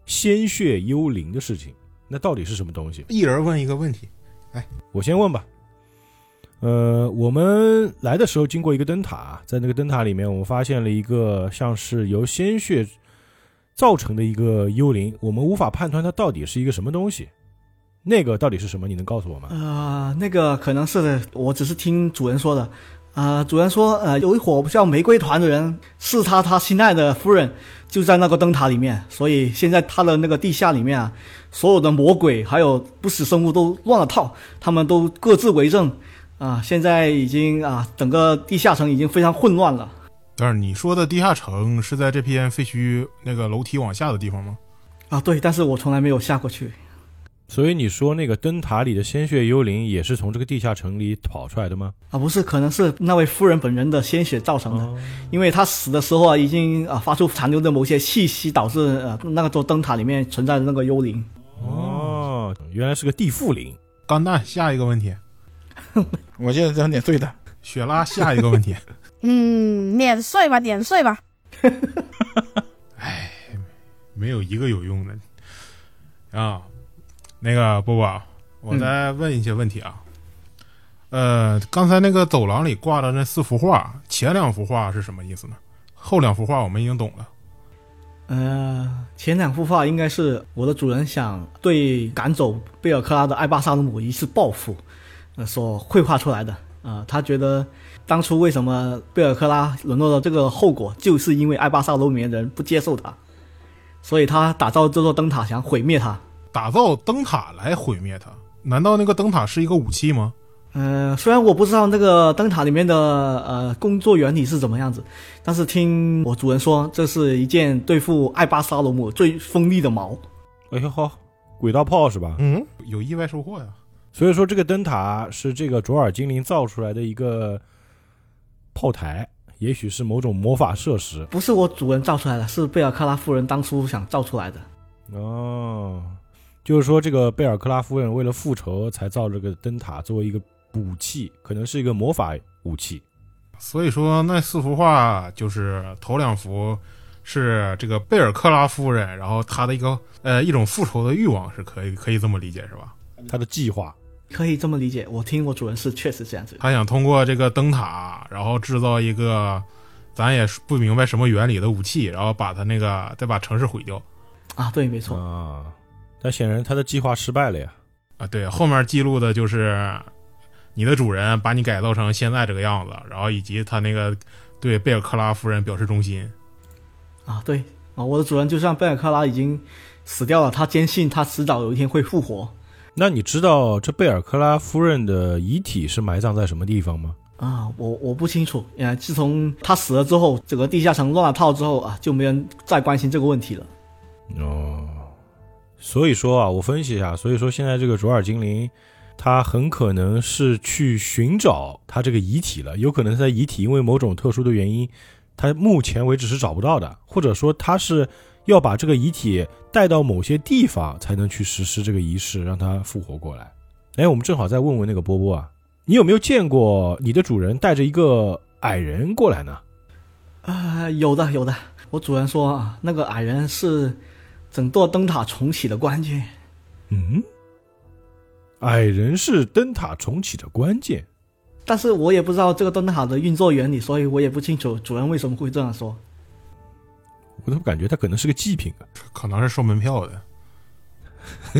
S2: 鲜血幽灵的事情，那到底是什么东西？
S4: 一人问一个问题。
S2: 我先问吧。呃，我们来的时候经过一个灯塔，在那个灯塔里面，我们发现了一个像是由鲜血造成的一个幽灵，我们无法判断它到底是一个什么东西。那个到底是什么？你能告诉我吗？
S1: 呃，那个可能是我只是听主人说的。呃，主人说，呃，有一伙叫玫瑰团的人刺杀他心爱的夫人，就在那个灯塔里面，所以现在他的那个地下里面啊，所有的魔鬼还有不死生物都乱了套，他们都各自为政，啊、现在已经啊、整个地下城已经非常混乱了。
S4: 但是你说的地下城是在这片废墟那个楼梯往下的地方吗？
S1: 啊，对，但是我从来没有下过去。
S2: 所以你说那个灯塔里的鲜血幽灵也是从这个地下城里跑出来的吗？
S1: 啊，不是，可能是那位夫人本人的鲜血造成的，因为她死的时候啊，已经啊发出残留的某些气息，导致呃那个座灯塔里面存在的那个幽灵。
S2: 哦，原来是个地缚灵。
S4: 钢蛋下一个问题，
S3: 我记得这很点对的，
S4: 雪拉下一个问题。
S5: 嗯，碾碎吧，碾碎吧。
S4: 没有一个有用的啊。那个波波，我再问一些问题啊。呃，刚才那个走廊里挂的那四幅画，前两幅画是什么意思呢？后两幅画我们已经懂了。
S1: 呃，前两幅画应该是我的主人想对赶走贝尔克拉的艾巴萨姆一次报复，呃，所绘画出来的。啊、他觉得当初为什么贝尔克拉沦落的这个后果，就是因为艾巴萨罗米人不接受他，所以他打造这座灯塔想毁灭他。
S4: 打造灯塔来毁灭它，难道那个灯塔是一个武器吗？
S1: 呃，虽然我不知道那个灯塔里面的呃工作原理是怎么样子，但是听我主人说，这是一件对付艾巴沙罗姆最锋利的矛。
S2: 哎呦呵，轨道炮是吧？
S6: 嗯，
S4: 有意外收获呀、
S2: 所以说这个灯塔是这个卓尔精灵造出来的一个炮台，也许是某种魔法设施。
S1: 不是我主人造出来的，是贝尔克拉夫人当初想造出来的。
S2: 哦，就是说这个贝尔克拉夫人为了复仇才造这个灯塔作为一个武器，可能是一个魔法武器。
S4: 所以说那四幅画就是头两幅是这个贝尔克拉夫人，然后她的一个呃一种复仇的欲望是可以可以这么理解是吧？
S2: 他的计划
S1: 可以这么理解，我听我主人是确实这样子。
S4: 他想通过这个灯塔，然后制造一个咱也不明白什么原理的武器，然后把他那个再把城市毁掉
S1: 啊，对，没错，
S2: 啊，但显然他的计划失败了呀。
S4: 啊。对，后面记录的就是你的主人把你改造成现在这个样子，然后以及他那个对贝尔克拉夫人表示忠心。
S1: 啊，对啊，我的主人就算贝尔克拉已经死掉了，他坚信他迟早有一天会复活。
S2: 那你知道这贝尔克拉夫人的遗体是埋葬在什么地方吗？
S1: 啊，我我不清楚，呃，自从他死了之后，整个地下城乱了套之后啊，就没人再关心这个问题了。
S2: 哦，所以说啊，我分析一下，所以说现在这个卓尔精灵，他很可能是去寻找他这个遗体了，有可能他的遗体因为某种特殊的原因，他目前为止是找不到的，或者说他是要把这个遗体带到某些地方才能去实施这个仪式，让他复活过来。哎，我们正好再问问那个波波啊，你有没有见过你的主人带着一个矮人过来呢？
S1: 啊、有的有的，我主人说啊，那个矮人是整座灯塔重启的关键。
S2: 嗯，矮人是灯塔重启的关键。
S1: 但是我也不知道这个灯塔的运作原理，所以我也不清楚主人为什么会这样说。
S2: 我怎么感觉他可能是个祭品啊？
S4: 可能是收门票的，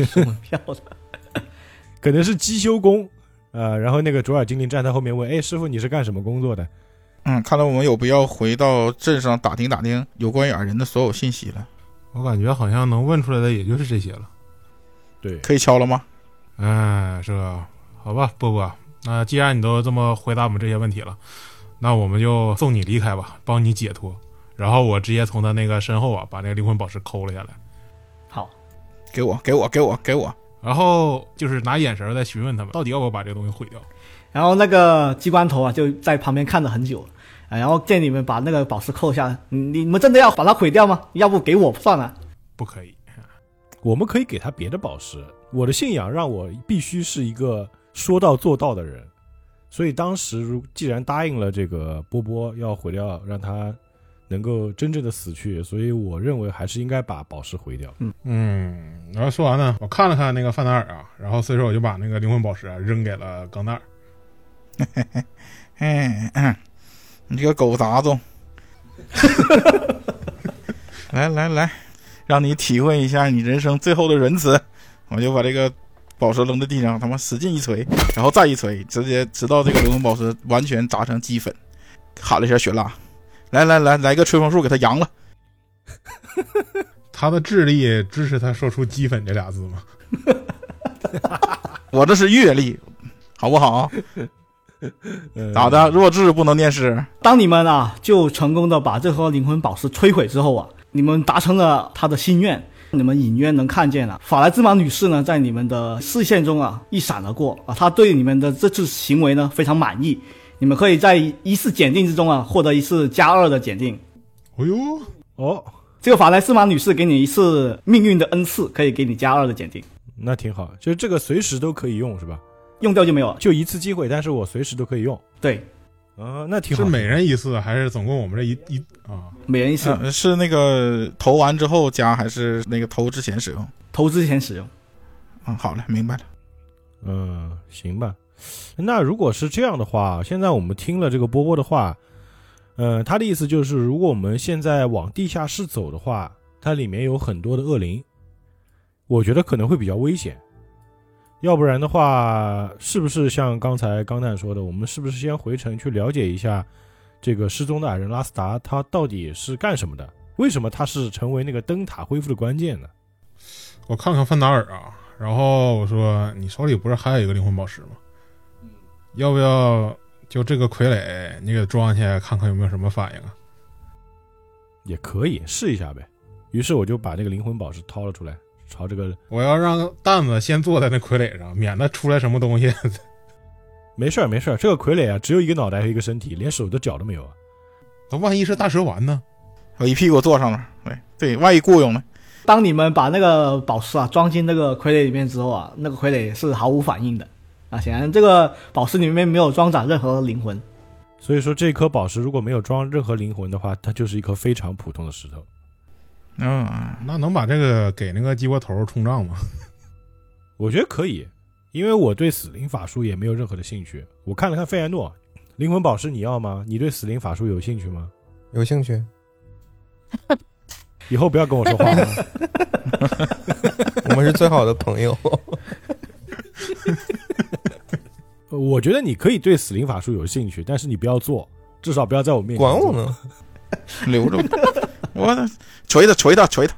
S1: 送门票的，
S2: 可能是机修工，呃，然后那个卓尔精灵站在后面问：“哎，师傅，你是干什么工作的
S3: 嗯，看来我们有必要回到镇上打听打听有关于矮人的所有信息了。
S4: 我感觉好像能问出来的也就是这些了。？”
S2: 对，
S3: 可以敲了吗？
S4: 哎，是吧？好吧，波波，那既然你都这么回答我们这些问题了，那我们就送你离开吧，帮你解脱。然后我直接从他那个身后啊，把那个灵魂宝石抠了下来，
S1: 好，
S3: 给我，给我，给我，给我！
S4: 然后就是拿眼神在询问他们，到底要不要把这个东西毁掉。
S1: 然后那个机关头啊就在旁边看了很久了，啊然后见你们把那个宝石扣下，你你们真的要把它毁掉吗？要不给我算了。
S4: 不可以，
S2: 我们可以给他别的宝石。我的信仰让我必须是一个说到做到的人，所以当时如既然答应了这个波波要毁掉，让他能够真正的死去，所以我认为还是应该把宝石毁掉。
S4: 嗯，然后说完呢，我看了看那个范达尔啊，然后随手我就把那个灵魂宝石啊扔给了钢蛋儿。
S3: 嗯嗯，你这个狗杂种！ 来来来，让你体会一下你人生最后的仁慈。我就把这个宝石扔在地上，他妈使劲一锤，然后再一锤，直接直到这个灵魂宝石完全砸成齑粉。喊了一下雪拉，来来来，来个吹风术给他扬了。
S4: 他的智力支持他说出“鸡粉”这俩字吗？
S3: 我这是阅历，好不好？
S2: 呃
S3: 咋的？弱智不能念诗？
S1: 当你们啊就成功的把这颗灵魂宝石摧毁之后啊，你们达成了他的心愿，你们隐约能看见了，法莱兹玛女士呢，在你们的视线中啊一闪而过啊，她对你们的这次行为呢非常满意，你们可以在一次检定之中啊获得一次加二的检定。
S4: 哎呦，
S2: 哦，
S1: 这个法莱兹玛女士给你一次命运的恩赐，可以给你加二的检定，
S2: 那挺好，就是这个随时都可以用是吧？
S1: 用掉就没有了。
S2: 就一次机会，但是我随时都可以用。
S1: 对，
S2: 啊，那挺好。
S4: 是每人一次还是总共我们这一一啊？
S1: 每人一次，
S3: 呃是那个投完之后加，还是那个投之前使用？
S1: 投资前使用。
S3: 嗯，好了，明白了。
S2: 嗯，行吧。那如果是这样的话，现在我们听了这个波波的话，呃，他的意思就是，如果我们现在往地下室走的话，它里面有很多的恶灵，我觉得可能会比较危险。要不然的话，是不是像刚才钢蛋说的，我们是不是先回城去了解一下这个失踪的矮人拉斯达，他到底是干什么的？为什么他是成为那个灯塔恢复的关键呢？
S4: 我看看范达尔啊，然后我说你手里不是还有一个灵魂宝石吗？要不要就这个傀儡你给装下看看有没有什么反应啊？
S2: 也可以试一下呗。于是我就把这个灵魂宝石掏了出来，朝这个
S4: 我要让蛋子先坐在那傀儡上，免得出来什么东西。
S2: 没事儿没事儿，这个傀儡啊，只有一个脑袋和一个身体，连手都脚都没有啊。
S4: 那万一是大蛇丸呢？
S3: 我一屁股坐上了，对对，万一雇佣呢？
S1: 当你们把那个宝石啊装进那个傀儡里面之后啊，那个傀儡是毫无反应的啊，显然这个宝石里面没有装载任何灵魂。
S2: 所以说这颗宝石如果没有装任何灵魂的话，它就是一颗非常普通的石头。
S3: 嗯，
S4: 那能把这个给那个鸡窝头冲胀吗？
S2: 我觉得可以，因为我对死灵法术也没有任何的兴趣。我看了看费艾诺，灵魂宝石你要吗？你对死灵法术有兴趣吗？
S6: 有兴趣？
S2: 以后不要跟我说话啊！
S6: 我们是最好的朋友。
S2: 我觉得你可以对死灵法术有兴趣，但是你不要做，至少不要在我面前
S6: 管
S2: 做
S6: 我呢？
S3: 留着吧。我锤他，锤他，锤他。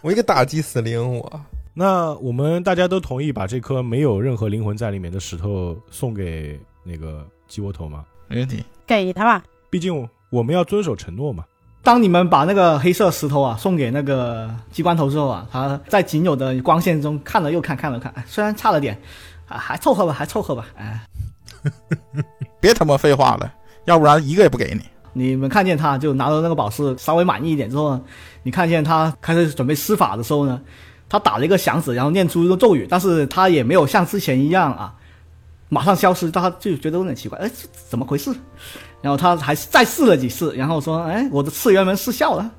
S6: 我一个打击死灵我。
S2: 那我们大家都同意把这颗没有任何灵魂在里面的石头送给那个鸡窝头吗？
S3: 没问题。
S5: 给他吧。
S2: 毕竟我们要遵守承诺嘛。
S1: 当你们把那个黑色石头啊送给那个机关头之后啊，他在仅有的光线中看了又看，看了看，哎虽然差了点，啊，还凑合吧，还凑合吧。哎，
S3: 别他妈废话了，要不然一个也不给你。
S1: 你们看见他就拿到那个宝石，稍微满意一点之后呢，你看见他开始准备施法的时候呢，他打了一个响指，然后念出一个咒语，但是他也没有像之前一样啊，马上消失，他就觉得有点奇怪，哎，这怎么回事？然后他还再试了几次，然后说，哎，我的次元门失效了。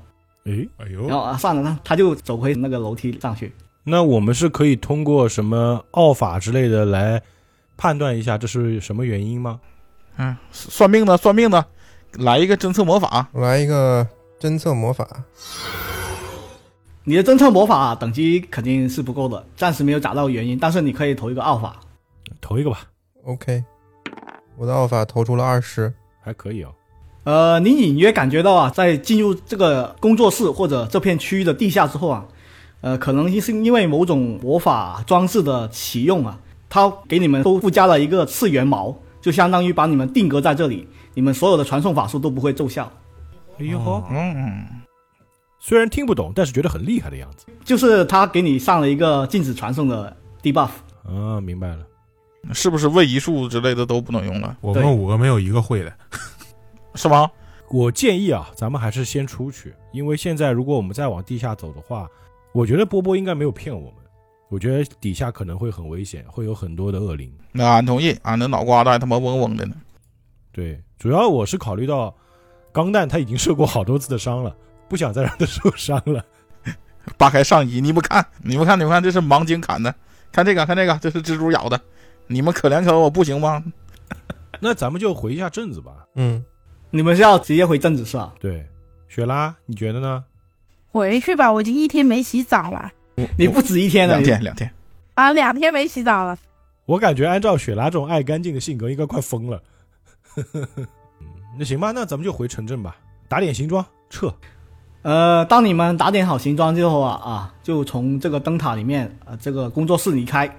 S2: 诶，
S4: 哎
S1: 然
S4: 呦，
S1: 后啊，算了，那他就走回那个楼梯上去。
S2: 那我们是可以通过什么奥法之类的来判断一下这是什么原因吗？
S3: 嗯，算命的，算命的，来一个侦测魔法。
S6: 我来一个侦测魔法，
S1: 你的侦测魔法等级肯定是不够的，暂时没有找到原因，但是你可以投一个奥法。
S2: 投一个吧，
S6: OK，我的奥法投出了二十，
S2: 还可以哦。
S1: 呃，你隐约感觉到啊，在进入这个工作室或者这片区域的地下之后啊，呃，可能是因为某种魔法装置的启用啊，它给你们都附加了一个次元锚，就相当于把你们定格在这里，你们所有的传送法术都不会奏效。
S2: 哎呦呵，
S3: 嗯，
S2: 虽然听不懂，但是觉得很厉害的样子。
S1: 就是它给你上了一个禁止传送的 debuff。
S2: 啊，明白了。
S3: 是不是位移术之类的都不能用了？
S4: 我们五个没有一个会的。
S3: 是吗？
S2: 我建议啊，咱们还是先出去，因为现在如果我们再往地下走的话，我觉得波波应该没有骗我们。我觉得底下可能会很危险，会有很多的恶灵。
S3: 那俺同意，俺的脑瓜子还他妈嗡嗡的呢。
S2: 对，主要我是考虑到钢蛋他已经受过好多次的伤了， 不想再让他受伤了。
S3: 扒开上衣，你不看，你不看，你不看，这是盲精砍的，看这个，看这个，这是蜘蛛咬的。你们可怜可怜我不行吗？
S2: 那咱们就回一下镇子吧。
S6: 嗯，
S1: 你们是要直接回正子是吧？
S2: 对，雪拉，你觉得呢？
S5: 回去吧，我已经一天没洗澡了
S1: 你不止一天了，
S3: 两天，两天。
S5: 啊，两天没洗澡了。
S2: 我感觉按照雪拉这种爱干净的性格，应该快疯了。 嗯那行吧，那咱们就回城镇吧，打点行装，撤。
S1: 呃，当你们打点好行装之后啊啊，就从这个灯塔里面呃这个工作室离开，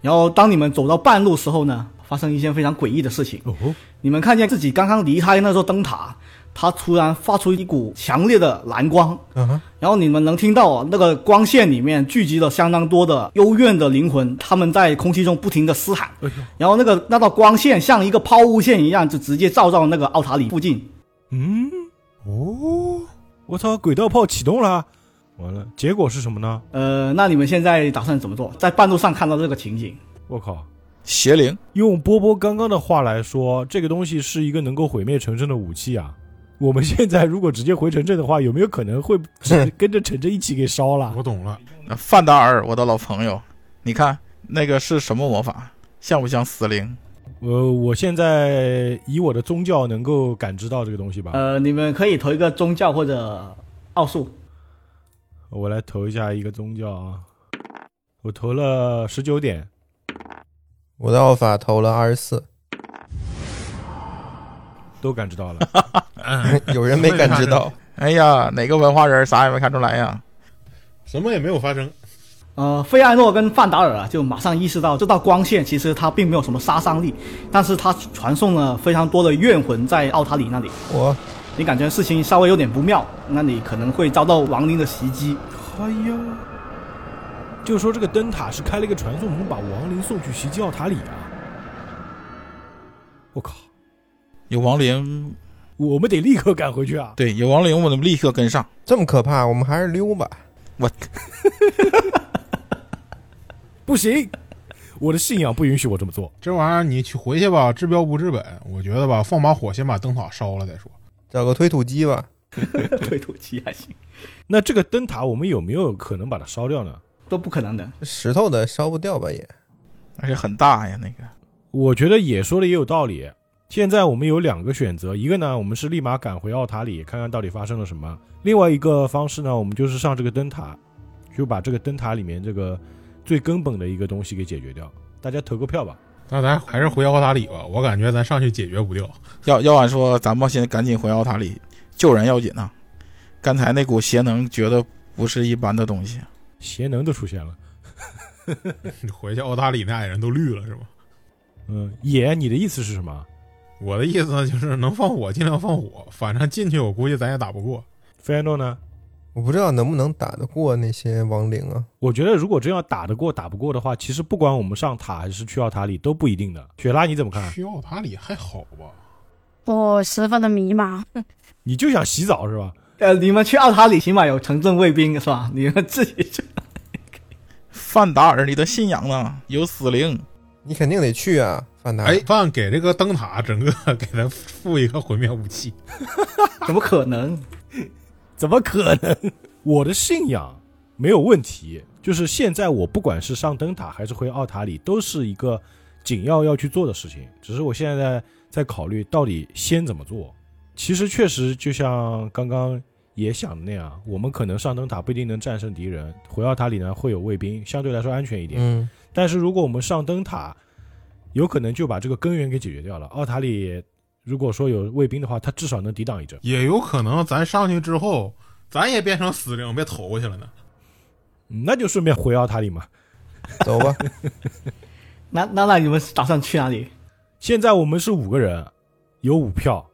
S1: 然后当你们走到半路时候呢，发生一件非常诡异的事情。
S2: 哦，
S1: 你们看见自己刚刚离开那座灯塔，它突然发出一股强烈的蓝光，
S6: 嗯哼，
S1: 然后你们能听到啊，那个光线里面聚集了相当多的幽怨的灵魂，他们在空气中不停的嘶喊，
S6: 哎
S1: 然后那个那道光线像一个抛物线一样，就直接照到那个奥塔里附近。
S2: 嗯，哦，我操，轨道炮启动了，啊完了，结果是什么呢？
S1: 呃，那你们现在打算怎么做？在半路上看到这个情景，
S2: 我靠！
S3: 邪灵，
S2: 用波波刚刚的话来说，这个东西是一个能够毁灭城镇的武器啊。我们现在如果直接回城镇的话，有没有可能会跟着城镇一起给烧了？
S4: 我懂了，
S3: 呃范达尔，我的老朋友，你看那个是什么魔法？像不像死灵？
S2: 呃，我现在以我的宗教能够感知到这个东西吧。
S1: 呃，你们可以投一个宗教或者奥数。
S2: 我来投一下一个宗教啊，我投了十九点，
S6: 我的奥法投了二十四，
S2: 都感知到了。
S4: 嗯，
S6: 有人没感知到，
S3: 哎呀，哪个文化人啥也没看出来呀？
S4: 什么也没有发生。
S1: 呃，费艾诺跟范达尔啊，就马上意识到这道光线其实它并没有什么杀伤力，但是它传送了非常多的怨魂在奥塔里那里。
S6: 我
S1: 你感觉事情稍微有点不妙，那你可能会遭到亡灵的袭击。
S2: 哎呀，就说这个灯塔是开了一个传送门，把亡灵送去袭击奥塔里啊！我靠，
S3: 有亡灵，
S2: 我们得立刻赶回去啊！
S3: 对，有亡灵，我们立刻跟上。
S6: 这么可怕，我们还是溜吧。
S2: 不行，我的信仰不允许我这么做。
S4: 这玩意儿你去回去吧，治标不治本。我觉得吧，放把火先把灯塔烧了再说。
S6: 找个推土机吧，
S1: 推土机还行，
S2: 那这个灯塔我们有没有可能把它烧掉呢？
S1: 都不可能的。
S6: 石头的烧不掉吧也。
S3: 而且很大呀，那个
S2: 我觉得也说的也有道理。现在我们有两个选择，一个呢，我们是立马赶回奥塔里，看看到底发生了什么；另外一个方式呢，我们就是上这个灯塔，就把这个灯塔里面这个最根本的一个东西给解决掉。大家投个票吧。
S4: 那咱还是回奥塔里吧，我感觉咱上去解决不掉。
S3: 要要按说，咱们先赶紧回奥塔里救人要紧呐、刚才那股邪能觉得不是一般的东西，
S2: 邪能都出现了。
S4: 你回去奥塔里那矮人都绿了是吧？
S2: 嗯，野，你的意思是什么？
S4: 我的意思呢就是能放火尽量放火，反正进去我估计咱也打不过。
S2: 菲安诺呢？
S6: 我不知道能不能打得过那些亡灵啊。
S2: 我觉得如果真要打得过打不过的话，其实不管我们上塔还是去奥塔里都不一定的。雪拉你怎么看？
S4: 去奥塔里还好吧？
S5: 我十分的迷茫。
S2: 你就想洗澡是吧？
S1: 呃，你们去奥塔里起码有城镇卫兵是吧？你们自己去。
S3: 范达尔，你的信仰呢？有死灵，
S6: 你肯定得去啊，范达。
S4: 哎，，饭给这个灯塔整个给咱附一个毁灭武器，
S1: 怎么可能？
S2: 怎么可能？ 我的信仰没有问题，就是现在我不管是上灯塔还是回奥塔里，都是一个紧要要去做的事情。只是我现在在考虑到底先怎么做。其实确实就像刚刚也想的那样，我们可能上灯塔不一定能战胜敌人，回奥塔里呢会有卫兵，相对来说安全一点。
S6: 嗯，
S2: 但是如果我们上灯塔，有可能就把这个根源给解决掉了。奥塔里如果说有卫兵的话，他至少能抵挡一阵。
S4: 也有可能咱上去之后，咱也变成死灵被投过去了呢。
S2: 嗯那就顺便回奥塔里嘛。
S6: 走吧。
S4: 哎
S1: 那那那你们打算去哪里？
S2: 现在我们是五个人，有五票，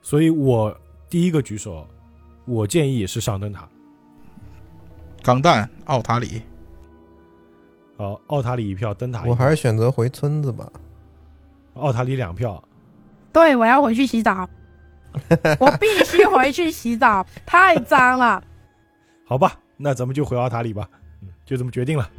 S2: 所以我第一个举手，我建议是上灯塔。
S3: 钢弹，奥塔里。
S2: 呃，奥塔里一票，灯塔一
S6: 我
S2: 票，
S6: 还是选择回村子吧。
S2: 奥塔里两票。
S5: 对，我要回去洗 澡，我必须回去洗澡，太脏了。
S2: 好吧，那咱们就回奥塔里吧，嗯就这么决定了。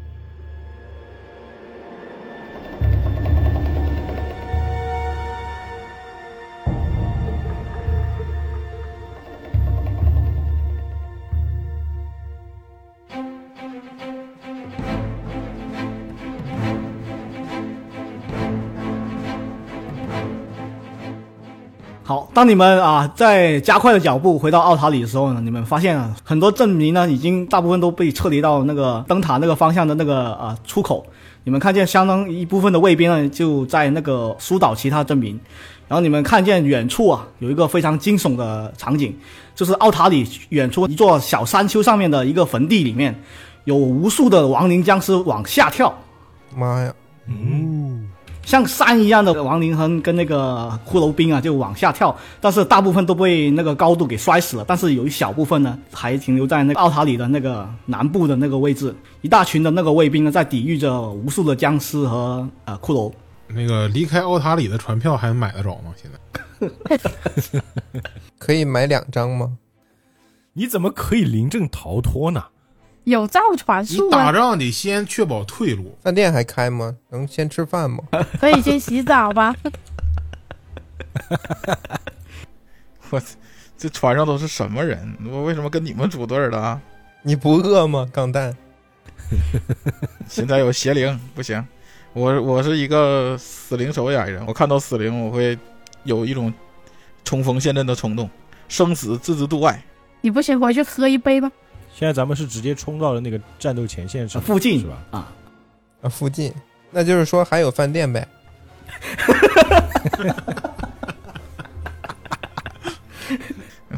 S1: 好，当你们啊在加快了脚步回到奥塔里的时候呢，你们发现啊，很多镇民呢已经大部分都被撤离到那个灯塔那个方向的那个啊出口。你们看见相当一部分的卫兵呢就在那个疏导其他镇民，然后你们看见远处啊有一个非常惊悚的场景，就是奥塔里远处一座小山丘上面的一个坟地里面，有无数的亡灵僵尸往下跳。
S6: 妈呀，
S2: 嗯，
S1: 像山一样的王林亨跟那个骷髅兵啊就往下跳，但是大部分都被那个高度给摔死了，但是有一小部分呢还停留在那个奥塔里的那个南部的那个位置，一大群的那个卫兵呢在抵御着无数的僵尸和呃骷髅。
S4: 那个离开奥塔里的船票还买得着吗？现在
S6: 可以买两张吗？
S2: 你怎么可以临阵逃脱呢？
S5: 有造船
S4: 你
S5: 术
S4: 打
S5: 啊，
S4: 仗得先确保退路，
S6: 饭店还开吗？能先吃饭吗？
S5: 可以先洗澡 吧。
S3: 我操这船上都是什么人？我为什么跟你们组队的啊？
S6: 你不饿吗？钢蛋，
S3: 现在有邪灵，不行，我我是一个死灵手矮人，我看到死灵我会有一种冲锋陷阵的冲动，生死置之度外。
S5: 你不行，回去喝一杯吧。
S2: 现在咱们是直接冲到了那个战斗前线是
S1: 附近
S2: 是吧？
S1: 啊，
S6: 啊，附近，那就是说还有饭店呗。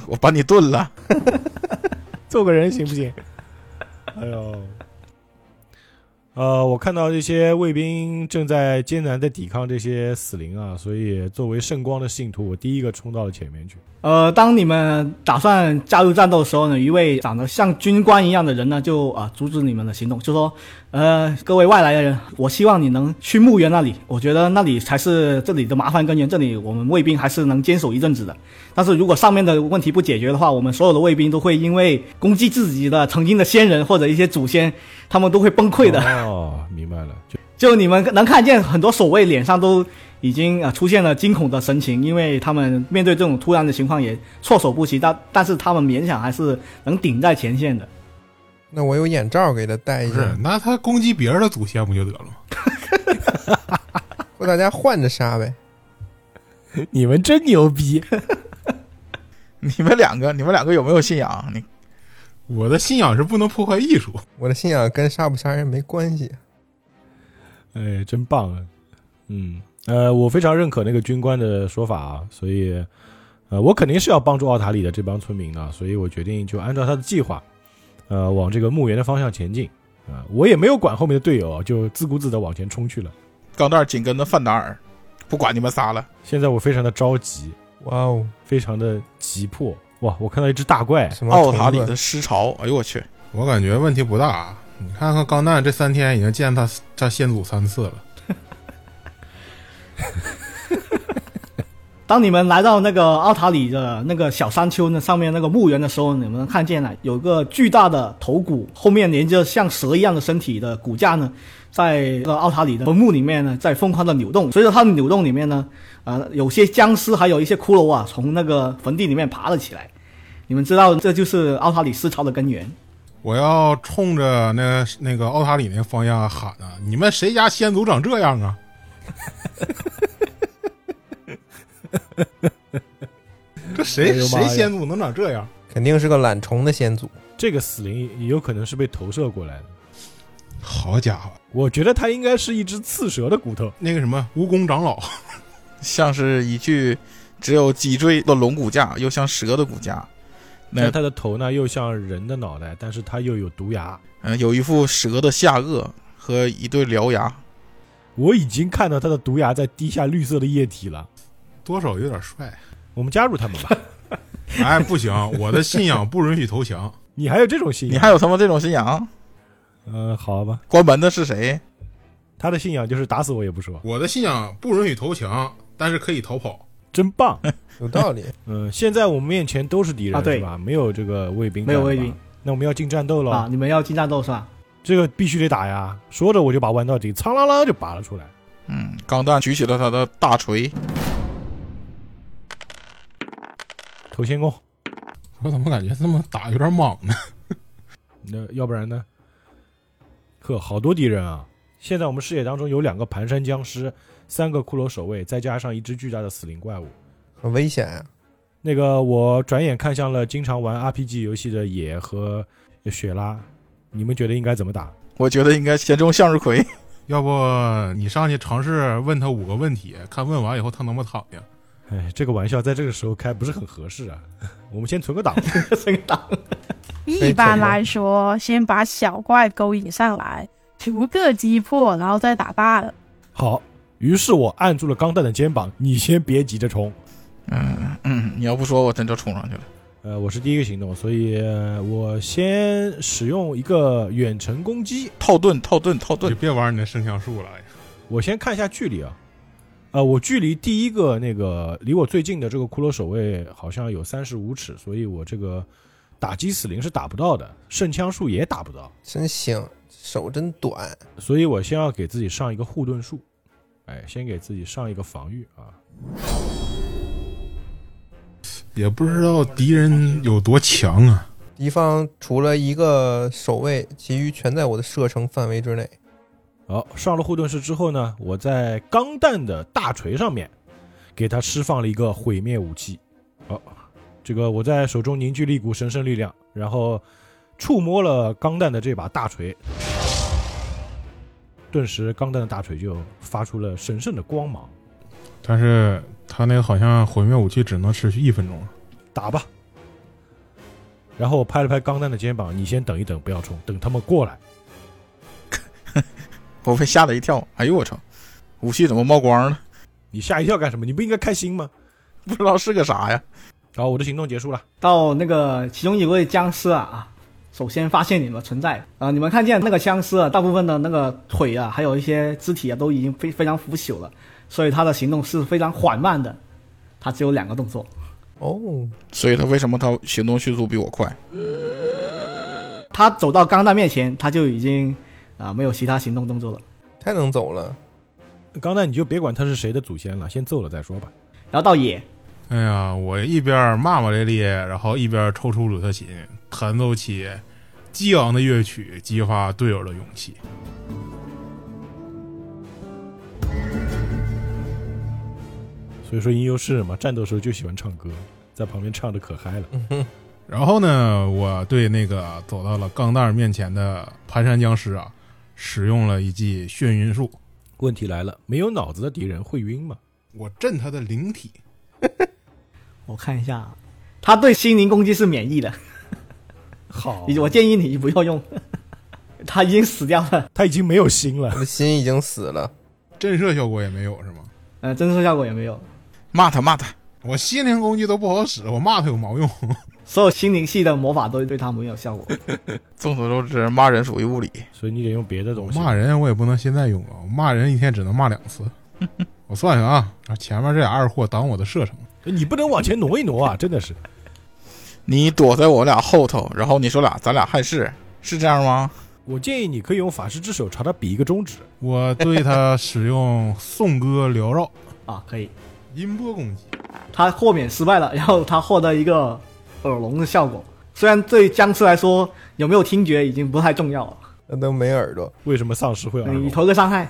S3: 我把你炖了，
S2: 揍个人行不行？哎呦，呃，我看到这些卫兵正在艰难的抵抗这些死灵啊，所以作为圣光的信徒，我第一个冲到了前面去。
S1: 呃，当你们打算加入战斗的时候呢，一位长得像军官一样的人呢，就啊、阻止你们的行动，就说：“呃，各位外来的人，我希望你能去墓园那里，我觉得那里才是这里的麻烦根源，这里我们卫兵还是能坚守一阵子的。但是如果上面的问题不解决的话，我们所有的卫兵都会因为攻击自己的曾经的先人或者一些祖先，他们都会崩溃的。
S2: 哦，明白了，就
S1: 就你们能看见很多守卫脸上都已经啊、呃出现了惊恐的神情，因为他们面对这种突然的情况也措手不及，但但是他们勉强还是能顶在前线的。
S6: 那我有眼罩给他戴一
S4: 不
S2: 哎
S4: 是
S6: 下？，
S4: 那他攻击别人的祖先不就得了吗？
S6: 或大家换着杀呗。
S2: 你们真牛逼！
S3: 你们两个，你们两个有没有信仰？你
S4: 我的信仰是不能破坏艺术。
S6: 我的信仰跟杀不杀人没关系。
S2: 哎，真棒啊！嗯，呃，我非常认可那个军官的说法啊，所以，呃，我肯定是要帮助奥塔里的这帮村民的，所以我决定就按照他的计划，呃，往这个墓园的方向前进。啊、我也没有管后面的队友，就自顾自的往前冲去了。
S3: 钢蛋儿紧跟着范达尔，不管你们仨了，
S2: 现在我非常的着急，
S6: 哇哦，
S2: 非常的急迫。哇，我看到一只大怪，
S6: 什么
S3: 奥塔里
S6: 虫子
S3: 的尸潮，哎呦我去，
S4: 我感觉问题不大。啊你看看钢蛋这三天已经见他他先祖三次了，
S1: 当你们来到那个奥塔里的那个小山丘那上面那个墓园的时候，你们能看见了有个巨大的头骨，后面连着像蛇一样的身体的骨架呢，在这个奥塔里的坟墓里面呢，在疯狂的扭动。随着它的扭动里面呢，呃，有些僵尸还有一些骷髅啊，从那个坟地里面爬了起来。你们知道这就是奥塔里思潮的根源。
S4: 我要冲着那那个奥塔里那个方向喊啊！你们谁家先祖长这样 啊？这谁
S2: 哎呦妈
S4: 谁
S2: 呀
S4: 先祖能长这样？
S6: 肯定是个懒虫的先祖。
S2: 这个死灵也有可能是被投射过来的。
S4: 好家伙，
S2: 我觉得它应该是一只刺蛇的骨头。
S4: 那个什么蜈蚣长老，
S3: 像是一具只有脊椎的龙骨架，又像蛇的骨架，那
S2: 但它的头呢，又像人的脑袋，但是它又有毒牙。
S3: 嗯，有一副蛇的下颚和一对獠牙，
S2: 我已经看到它的毒牙在滴下绿色的液体了。
S4: 多少有点帅。
S2: 我们加入他们 吧。
S4: 哎，不行，我的信仰不允许投降。
S2: 你还有这种信
S3: 你
S2: 仰？
S3: 还有他妈这种信仰？
S2: 呃，好吧，
S3: 关门的是谁？
S2: 他的信仰就是打死我也不说，
S4: 我的信仰不允许投降，但是可以逃跑。
S2: 真 棒。
S6: 有道理，
S2: 嗯、现在我们面前都是敌人，
S1: 啊对
S2: 是吧？没有这个卫兵，
S1: 没有卫兵，
S2: 那我们要进战斗了。
S1: 啊，你们要进战斗是吧？
S2: 这个必须得打呀！说着我就把弯道底苍啷啷就拔了出来。
S3: 嗯，钢蛋举起了他的大锤，
S2: 头先攻，
S4: 我怎么感觉这么打有点莽呢？
S2: 那要不然呢？呵，好多敌人啊！现在我们视野当中有两个盘山僵尸，三个骷髅守卫，再加上一只巨大的死灵怪物。
S6: 很危险啊！
S2: 那个，我转眼看向了经常玩 RPG 游戏的野和雪拉，你们觉得应该怎么打？
S3: 我觉得应该先中向日葵。
S4: 要不你上去尝试问他五个问题，看问完以后他能不能躺下？
S2: 哎，这个玩笑在这个时候开不是很合适啊。我们先存个档，
S1: 这个打
S6: 可以
S5: 一
S6: 怎么
S5: 般来说，先把小怪勾引上来，逐个击破，然后再打大的。
S2: 好，于是我按住了钢蛋的肩膀，你先别急着冲。
S3: 嗯嗯，你要不说，我真就冲上去了。
S2: 呃，我是第一个行动，所以呃我先使用一个远程攻击，
S3: 套盾，套盾，套
S4: 你
S3: 盾。
S4: 别玩你的圣像术了，哎呀
S2: 我先看一下距离啊。呃，我距离第一个那个离我最近的这个骷髅守卫好像有三十五尺，所以我这个打击死灵是打不到的，圣枪术也打不到，
S6: 真行，手真短。
S2: 所以我先要给自己上一个护盾术，哎，先给自己上一个防御啊。
S4: 也不知道敌人有多强啊。
S6: 敌方除了一个守卫，其余全在我的射程范围之内。
S2: 好，上了护盾室之后呢，我在钢弹的大锤上面给它释放了一个毁灭武器。好，这个我在手中凝聚了一股神圣力量，然后触摸了钢弹的这把大锤，顿时钢弹的大锤就发出了神圣的光芒。
S4: 但是他那个好像毁灭武器只能持续一分钟，
S2: 打吧。然后我拍了拍钢弹的肩膀，你先等一等，不要冲，等他们过来。
S3: 我被吓了一跳，哎呦我操！武器怎么冒光了？
S2: 你吓一跳干什么？你不应该开心吗？
S3: 不知道是个啥呀？
S2: 好，我的行动结束了。
S1: 到那个其中一位僵尸啊啊，首先发现你们存在啊、你们看见那个僵尸啊，大部分的那个腿啊，还有一些肢体啊，都已经非非常腐朽了，所以他的行动是非常缓慢的，他只有两个动作。
S6: 哦，
S3: 所以他为什么他行动迅速比我快？
S1: 他走到钢蛋面前，他就已经啊、没有其他行动动作了。
S6: 太能走了，
S2: 钢弹你就别管他是谁的祖先了，先揍了再说吧。
S1: 然后到野，
S4: 哎呀，我一边骂骂咧咧，然后一边抽出鲁特琴，弹奏起激昂的乐曲，激发队友的勇气。
S2: 所以说，吟游诗人嘛，战斗时候就喜欢唱歌，在旁边唱的可嗨了。
S4: 然后呢，我对那个走到了钢蛋儿面前的盘山僵尸啊，使用了一记眩晕术，
S2: 问题来了，没有脑子的敌人会晕吗？
S4: 我震他的灵体。
S1: 我看一下啊，他对心灵攻击是免疫的，
S2: 好
S1: 你我建议你不要用， 他已经死掉了，
S2: 他已经没有心了
S6: 我。的心已经死了。
S4: 震慑效果也没有是吗？
S1: 呃，增速效果也没有。
S3: 骂他骂他！
S4: 我心灵攻击都不好使，我骂他有毛用？
S1: 所有心灵系的魔法都对他没有效果。
S3: 众所周知，骂人属于物理。
S2: 所以你得用别的东西。
S4: 骂人我也不能现在用啊，我骂人一天只能骂两次。 我算算啊，啊前面这俩二货挡我的射程，
S2: 你不能往前挪一挪啊！真的是，
S3: 你躲在我俩后头，然后你说俩咱俩害事，是这样吗？
S2: 我建议你可以用法师之手朝他比一个中指。
S4: 我对他使用颂歌缭绕、
S1: 啊，可以，
S4: 音波攻击。
S1: 他豁免失败了，然后他获得一个耳聋的效果。虽然对僵尸来说有没有听觉已经不太重要了，
S6: 那都没耳朵，
S2: 为什么丧尸会耳
S1: 你
S2: 聋？
S1: 投个伤害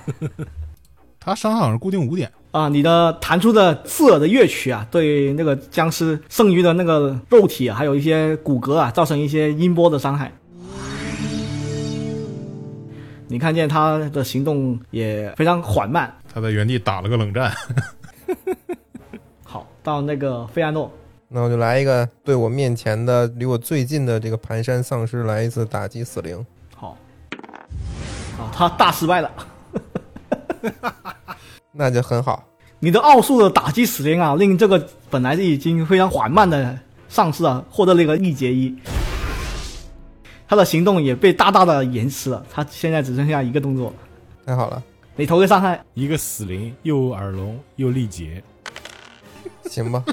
S4: 他伤害好像是固定五点，
S1: 啊，你的弹出的刺耳的乐曲啊，对那个僵尸剩余的那个肉体、啊、还有一些骨骼啊，造成一些音波的伤害。你看见他的行动也非常缓慢。
S4: 他在原地打了个冷战。
S1: 好，到那个费亚诺，
S6: 那我就来一个对我面前的、离我最近的这个盘山丧尸来一次打击死灵。
S1: 好，啊，他大失败了。
S6: 那就很好。
S1: 你的奥数的打击死灵啊，令这个本来已经非常缓慢的丧尸啊，获得了一个一节一。他的行动也被大大的延迟了，他现在只剩下一个动作。
S6: 太好了，
S1: 你投个伤害，
S2: 一个死灵，又耳聋又力竭，
S6: 行吧，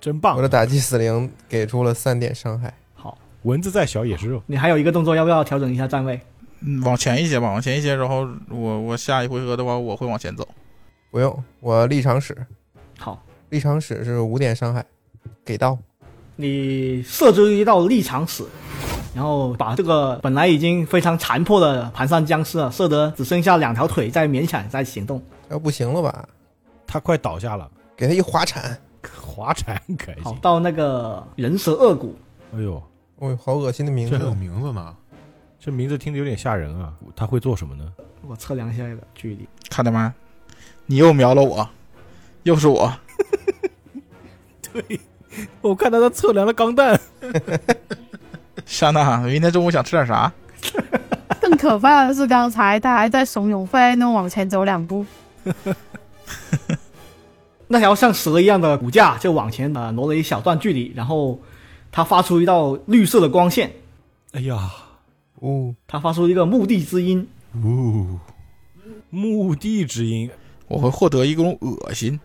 S2: 真棒
S6: 我！的打击死灵给出了三点伤害。
S1: 好，
S2: 蚊子再小也是肉。
S1: 你还有一个动作，要不要调整一下站位？
S3: 嗯，往前一些吧，往前一些。然后我我下一回合的话，我会往前走。
S6: 不用，我立场使，
S1: 好，
S6: 立场使是五点伤害，给到。
S1: 你射出一道立场矢，然后把这个本来已经非常残破的盘山僵尸啊，射得只剩下两条腿，在勉强在行动。
S6: 要不行了吧？
S2: 他快倒下了，
S6: 给他一滑铲，
S2: 滑铲可以。
S1: 好，到那个人蛇恶骨，
S2: 哎呦，
S6: 哦，好恶心的名
S4: 这还有
S6: 字。
S4: 名字呢？
S2: 这名字听着有点吓人啊！他会做什么呢？
S1: 我测量一下这个距离。
S3: 看到没？你又瞄了我，又是我。
S2: 我看到他测量了钢弹，
S3: 莎娜，明天中午想吃点啥？
S5: 更可怕的是，刚才他还在怂恿费诺往前走两步，
S1: 那条像蛇一样的骨架就往前呃挪了一小段距离，然后它发出一道绿色的光线，
S2: 哎呀，
S6: 哦，
S1: 它发出一个墓地之音。
S4: 呜、
S2: 墓地之音，
S3: 我会获得一种恶心。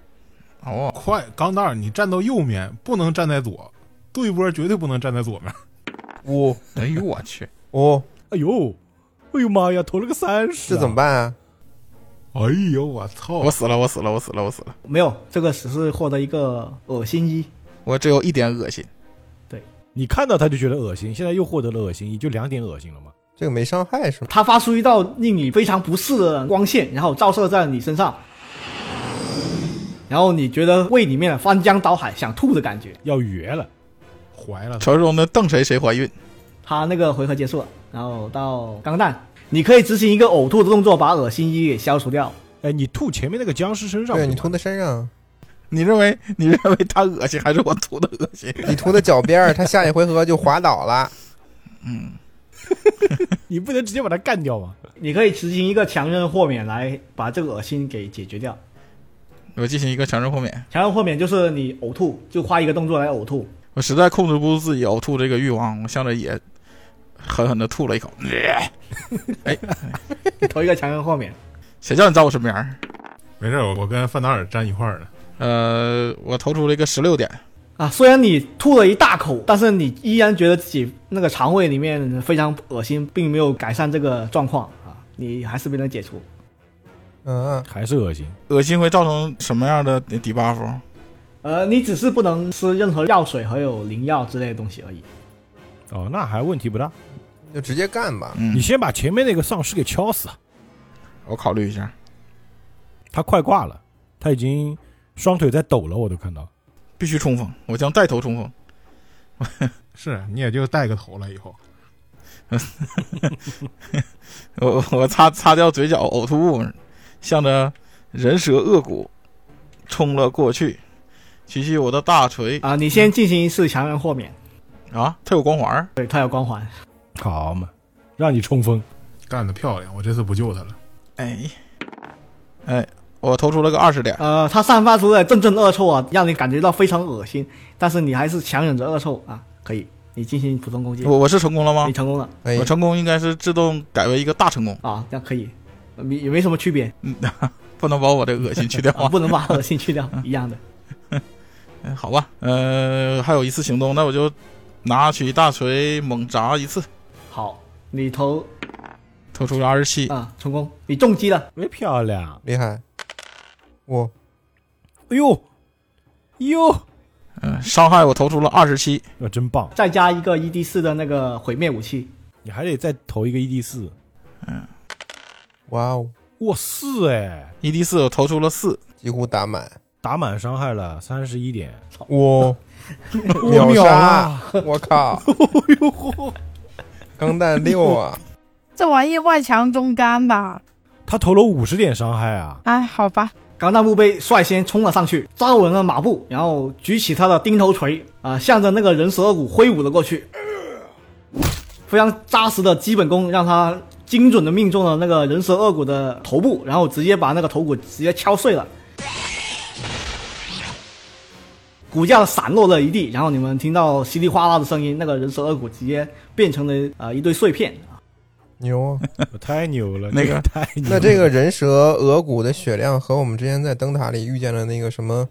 S3: 哦，
S4: 快，钢蛋儿，你站到右面，不能站在左，对波绝对不能站在左面。
S3: 哦，哎呦我去，
S6: 哦，
S2: 哎呦，哎呦妈呀，投了个三十、
S6: 这怎么？办啊？
S4: 哎呦，我操！
S3: 我死了，我死了，我死了，我死了，
S1: 没有，这个只是获得一个恶心一。
S3: 我只有一点恶心。
S2: 你看到他就觉得恶心，现在又获得了恶心，也就两点恶心了嘛。
S6: 这个没伤害是吗？
S1: 它发出一道令你非常不适的光线，然后照射在你身上，然后你觉得胃里面翻江倒海，想吐的感觉。
S2: 要哕了，
S4: 怀了他，
S3: 传说中的瞪谁谁怀孕。
S1: 他那个回合结束了，然后到钢蛋，你可以执行一个呕吐的动作，把恶心一给消除掉。
S2: 哎，你吐前面那个僵尸身上，
S6: 对你涂在身上，
S3: 你认为 你认为他恶心，还是我涂的恶心？
S6: 你涂在脚边儿，他下一回合就滑倒了。
S3: 嗯，
S2: 你不能直接把它干掉嘛？
S1: 你可以执行一个强韧豁免来把这个恶心给解决掉。
S3: 我进行一个强制豁免，
S1: 强韧豁免就是你呕吐，就花一个动作来呕吐。
S3: 我实在控制不住自己呕吐这个欲望，我向着野狠狠的吐了一口。
S1: 你投一个强韧豁免，
S3: 谁叫你在我身边儿？
S4: 没事，我我跟范达尔站一块儿呢。
S3: 呃，我投出了一个十六点，
S1: 啊，虽然你吐了一大口，但是你依然觉得自己那个肠胃里面非常恶心，并没有改善这个状况啊，你还是没能解除。
S6: 嗯、啊，
S2: 还是恶心？
S3: 恶心会造成什么样的 debuff？
S1: 呃，你只是不能吃任何药水还有灵药之类的东西而已。
S2: 哦，那还问题不大。
S6: 就直接干吧。
S3: 嗯
S2: 你，先把前面那个丧尸给敲死，啊
S3: 我考虑一下，
S2: 他快挂了，他已经双腿在抖了，我都看到。
S3: 必须冲锋，我将带头冲锋。
S4: 是你也就带个头了，以后
S3: 我我擦擦掉嘴角呕吐物，向着人蛇恶骨冲了过去，举起我的大锤
S1: 啊，你先进行一次强韧豁免，
S3: 啊！它有光环儿，
S1: 对，它有光环。
S2: 好嘛，让你冲锋，
S4: 干得漂亮！我这次不救他了。
S3: 哎哎，我投出了个二十点，
S1: 呃，它散发出的阵阵恶臭啊，让你感觉到非常恶心，但是你还是强忍着恶臭啊，可以，你进行普通攻击，
S3: 我我是成功了吗
S1: 你？成功了
S6: 哎
S3: 我，成功应该是自动改为一个大成功，
S1: 啊，那可以，没也没什么区别
S3: 嗯，不能把我这恶心去掉
S1: 啊，
S3: 啊。
S1: 不能把恶心去掉，一样的。
S3: 哎好吧，呃，还有一次行动，那我就拿起大锤猛砸一次，
S1: 好，你投
S3: 投出了二十七，
S1: 啊，成功，你中击了。
S2: 哎，漂亮！
S6: 厉害。哦我
S2: 哎呦，哟，
S3: 嗯，伤害我投出了二十七，
S2: 那真棒！
S1: 再加一个 ED 四的那个毁灭武器，
S2: 你还得再投一个 ED 四，
S6: 哇哦，
S2: 哇四哎，
S3: 一 d 四我投出了四，
S6: 几乎打满。
S2: 打满伤害了三十一点，
S6: 我、
S2: 我
S6: 秒
S2: 秒
S6: 杀
S2: 了！
S6: 我靠！钢弹六啊，
S5: 这玩意外强中干吧？
S2: 他投了五十点伤害 啊！
S5: 哎，好吧，
S1: 钢弹墓碑率先冲了上去，扎稳了马步，然后举起他的钉头锤啊、向着那个人蛇恶骨挥舞了过去。非常扎实的基本功，让他精准的命中了那个人蛇恶骨的头部，然后直接把那个头骨直接敲碎了，骨架散落了一地。然后你们听到稀里哗啦的声音，那个人蛇恶骨直接变成了呃一堆碎片。
S6: 牛啊！
S2: 我太牛了，
S3: 那
S2: 这
S3: 个
S2: 太牛了
S6: 那这个人蛇额骨的血量和我们之前在灯塔里遇见的那个什么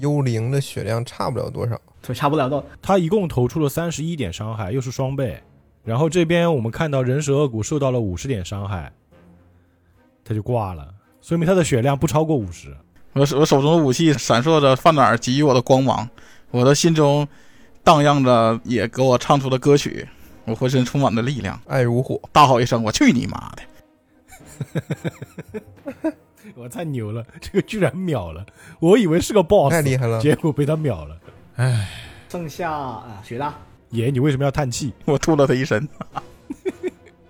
S6: 幽灵的血量差不了多少。
S1: 对，差不了多少。
S2: 他一共投出了三十一点伤害，又是双倍。然后这边我们看到人蛇恶骨受到了五十点伤害，他就挂了，说明他的血量不超过五十。
S3: 我手我手中的武器闪烁着范哪儿给予我的光芒，我的心中荡漾着也给我唱出了歌曲，我浑身充满了力量，
S6: 爱如火，
S3: 大吼一声：“我去你妈的
S2: 我太牛了， 这个居然秒了，我以为是个 boss，
S6: 太厉害了！
S2: 结果被他秒了。
S1: 剩下啊，雪拉，
S2: 爷，你为什么要叹气？！”
S3: 我吐了他一身。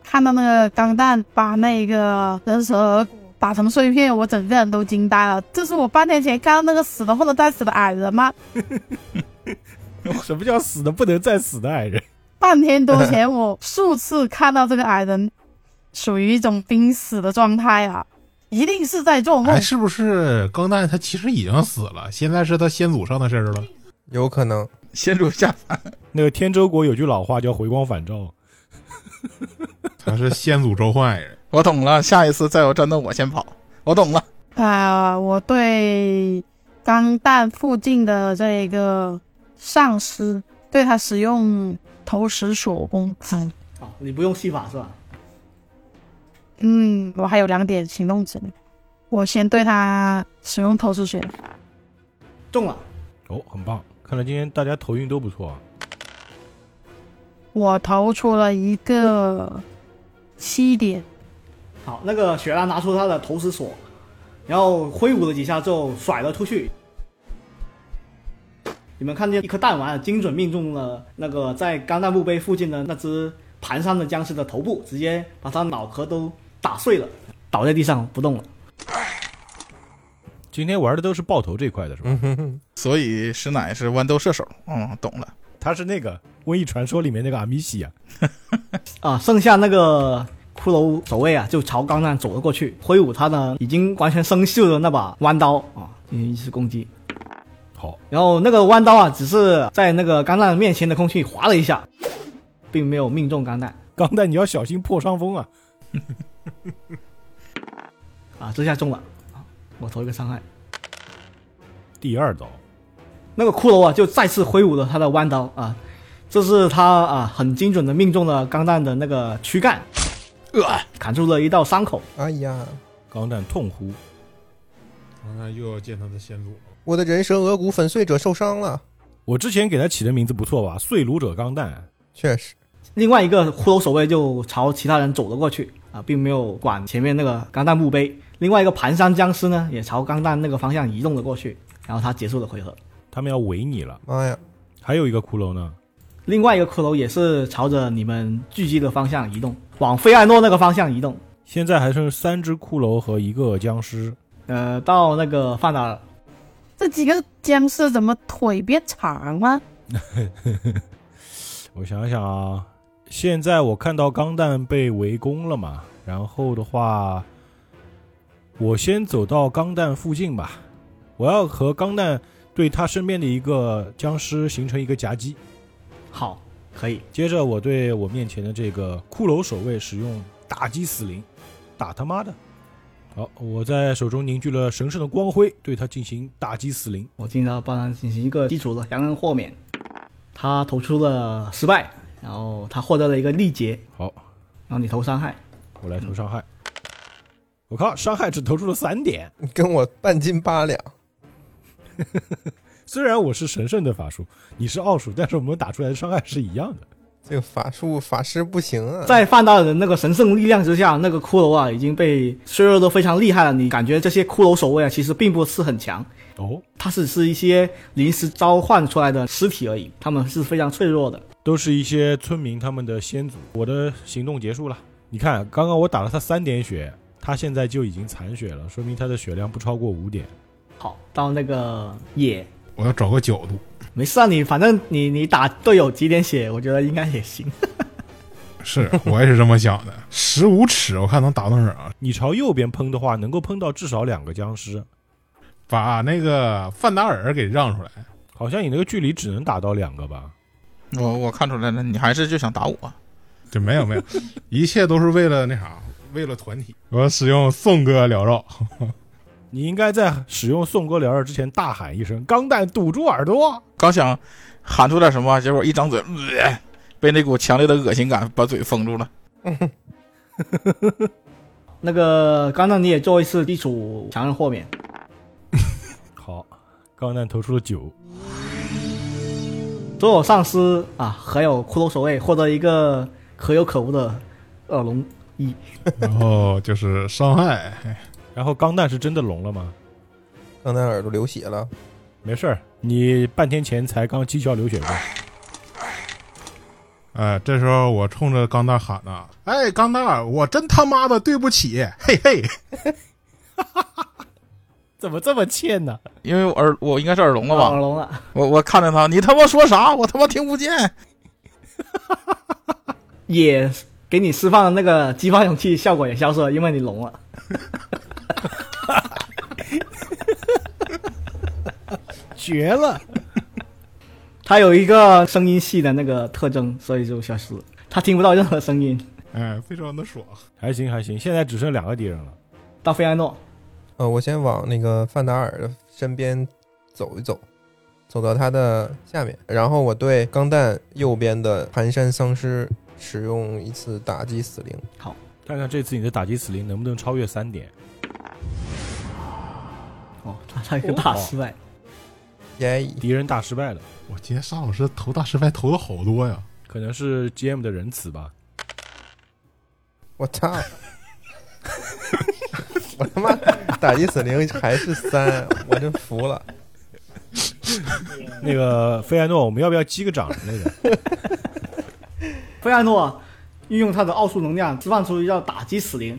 S5: 看到那个钢弹把那个人蛇打成碎片，我整个人都惊呆了。这是我半年前看到那个死的或者再死的矮人吗？
S2: 什么叫死的不能再死的矮人？
S5: 半天多前，我数次看到这个矮人处于一种濒死的状态啊，一定是在做梦
S4: 哎，。是不是钢蛋他其实已经死了，现在是他先祖上的事儿了？
S6: 有可能
S3: 先主下凡，
S2: 那个天州国有句老话叫回光返照，
S4: 他是先祖召唤人，
S3: 我懂了。下一次再有战斗，我先跑。我懂了，
S5: 啊、我对钢弹附近的这个丧尸对他使用投石锁攻击。
S1: 哦，你不用戏法是吧？
S5: 嗯，我还有两点行动指令，我先对他使用投石血。
S1: 中了，
S2: 哦，很棒。看来今天大家头运都不错啊。
S5: 我投出了一个七点，
S1: 好，那个雪兰拿出她的投石锁，然后挥舞了几下之后甩了出去。你们看见一颗弹丸精准命中了那个在钢弹墓碑附近的那只蹒跚的僵尸的头部，直接把它脑壳都打碎了，倒在地上不动了。
S2: 今天玩的都是爆头这块的是吧？
S6: 嗯哼哼，
S3: 所以石乃是豌豆射手。嗯，懂了。
S2: 他是那个《瘟疫传说》里面那个阿米西啊，
S1: 啊，剩下那个骷髅守卫啊，就朝钢弹走了过去，挥舞他的已经完全生锈的那把弯刀啊，进行一次攻击。
S2: 好，
S1: 然后那个弯刀啊，只是在那个钢弹面前的空气划了一下，并没有命中钢弹
S2: 钢蛋你要小心破伤风啊！
S1: 啊，这下中了啊我投一个伤害。
S2: 第二刀，
S1: 那个骷髅啊，就再次挥舞了他的弯刀啊，这是他啊很精准的命中了钢弹的那个躯干，
S3: 呃，
S1: 砍出了一道伤口。
S6: 哎呀，
S2: 钢蛋痛呼，
S4: 刚才又要见他的先祖了。
S6: 我的人蛇额骨粉碎者受伤了，
S2: 我之前给他起的名字不错吧？碎炉者钢蛋，
S6: 确实，
S1: 另外一个骷髅守卫就朝其他人走了过去啊，并没有管前面那个钢弹墓碑。另外一个蹒跚僵尸呢，也朝钢弹那个方向移动了过去，然后他结束了回合。
S2: 他们要围你了。
S6: 妈呀，
S2: 还有一个骷髅呢，
S1: 另外一个骷髅也是朝着你们聚集的方向移动，往菲艾诺那个方向移动。
S2: 现在还剩三只骷髅和一个僵尸。
S1: 呃，到那个范达尔，
S5: 这几个僵尸怎么腿变长啊了？
S2: 我想想啊，现在我看到钢蛋被围攻了嘛，然后的话，我先走到钢蛋附近吧，我要和钢蛋对他身边的一个僵尸形成一个夹击，
S1: 好，可以。
S2: 接着我对我面前的这个骷髅守卫使用打击死灵，打他妈的！好，我在手中凝聚了神圣的光辉，对他进行打击死灵。
S1: 我进到帮他进行一个基础的强人豁免，他投出了失败，然后他获得了一个力竭，
S2: 好，
S1: 然后你投伤害。
S2: 我来投伤害。我靠，伤害只投出了三点，
S6: 跟我半斤八两，
S2: 虽然我是神圣的法术，你是奥数，但是我们打出来的伤害是一样的。
S6: 这个法术法师不行啊，
S1: 在范大人的那个神圣力量之下，那个骷髅啊已经被削弱的非常厉害了。你感觉这些骷髅守卫啊，其实并不是很强，
S2: 哦，
S1: 它只是一些临时召唤出来的尸体而已，他们是非常脆弱的。
S2: 都是一些村民他们的先祖。我的行动结束了，你看，刚刚我打了他三点血，他现在就已经残血了，说明他的血量不超过五点。
S1: 好，到那个野，
S4: 我要找个角度，
S1: 没事啊，你反正你你打队友几点血，我觉得应该也行。
S4: 是我也是这么想的。 十五尺，我看能打动人啊！
S2: 你朝右边喷的话，能够喷到至少两个僵尸，
S4: 把那个范达尔给让出来，
S2: 好像你那个距离只能打到两个吧？
S3: 我我看出来了，你还是就想打我。
S4: 这没有没有，一切都是为了那啥，为了团体。我要使用宋哥缭绕，
S2: 你应该在使用宋哥疗二之前大喊一声“钢弹堵住耳朵
S3: 刚想喊出点什么，结果一张嘴，呃被那股强烈的恶心感把嘴封住了。
S1: 那个刚刚你也做一次基础强韧豁免，”。
S2: 好，钢弹投出了九，
S1: 所有丧尸啊，还有骷髅守卫获得一个可有可无的恶龙一。
S4: 然后就是伤害，
S2: 然后钢弹是真的聋了吗？
S6: 刚才耳朵流血了，
S2: 没事儿，你半天前才刚七窍流血过。
S4: 哎，这时候我冲着钢蛋喊呐、哎，钢蛋，我真他妈的对不起，嘿嘿，
S2: 怎么这么欠呢？
S3: 因为我耳我应该是耳聋了
S1: 呃耳
S3: 吧？
S1: 聋了，
S3: 我我看着他，你他妈说啥？我他妈听不见。
S1: 也给你释放的那个激发勇气效果也消失了，因为你聋了。
S2: 绝了！
S1: 它有一个声音系的那个特征，所以就消失了，它听不到任何声音。
S4: 哎，非常的爽。
S2: 还行还行，现在只剩两个敌人了。
S1: 到菲安诺，
S6: 呃，我先往那个范达尔的身边走一走，走到他的下面，然后我对钢弹右边的盘山丧尸使用一次打击死灵。
S2: 看看这次你的打击死灵能不能超越三点。
S1: 哦，它哦它一个大失败，
S6: 耶！
S2: 敌人大失败了，
S4: 我今天沙老师投大失败投的好多呀，
S2: 可能是 GM 的仁慈吧。
S6: 我操！ 我他妈打击死灵还是三，我真服了。
S2: 那个费艾诺，我们要不要击个掌？那个
S1: 菲安诺运用他的奥数能量释放出一道打击死灵，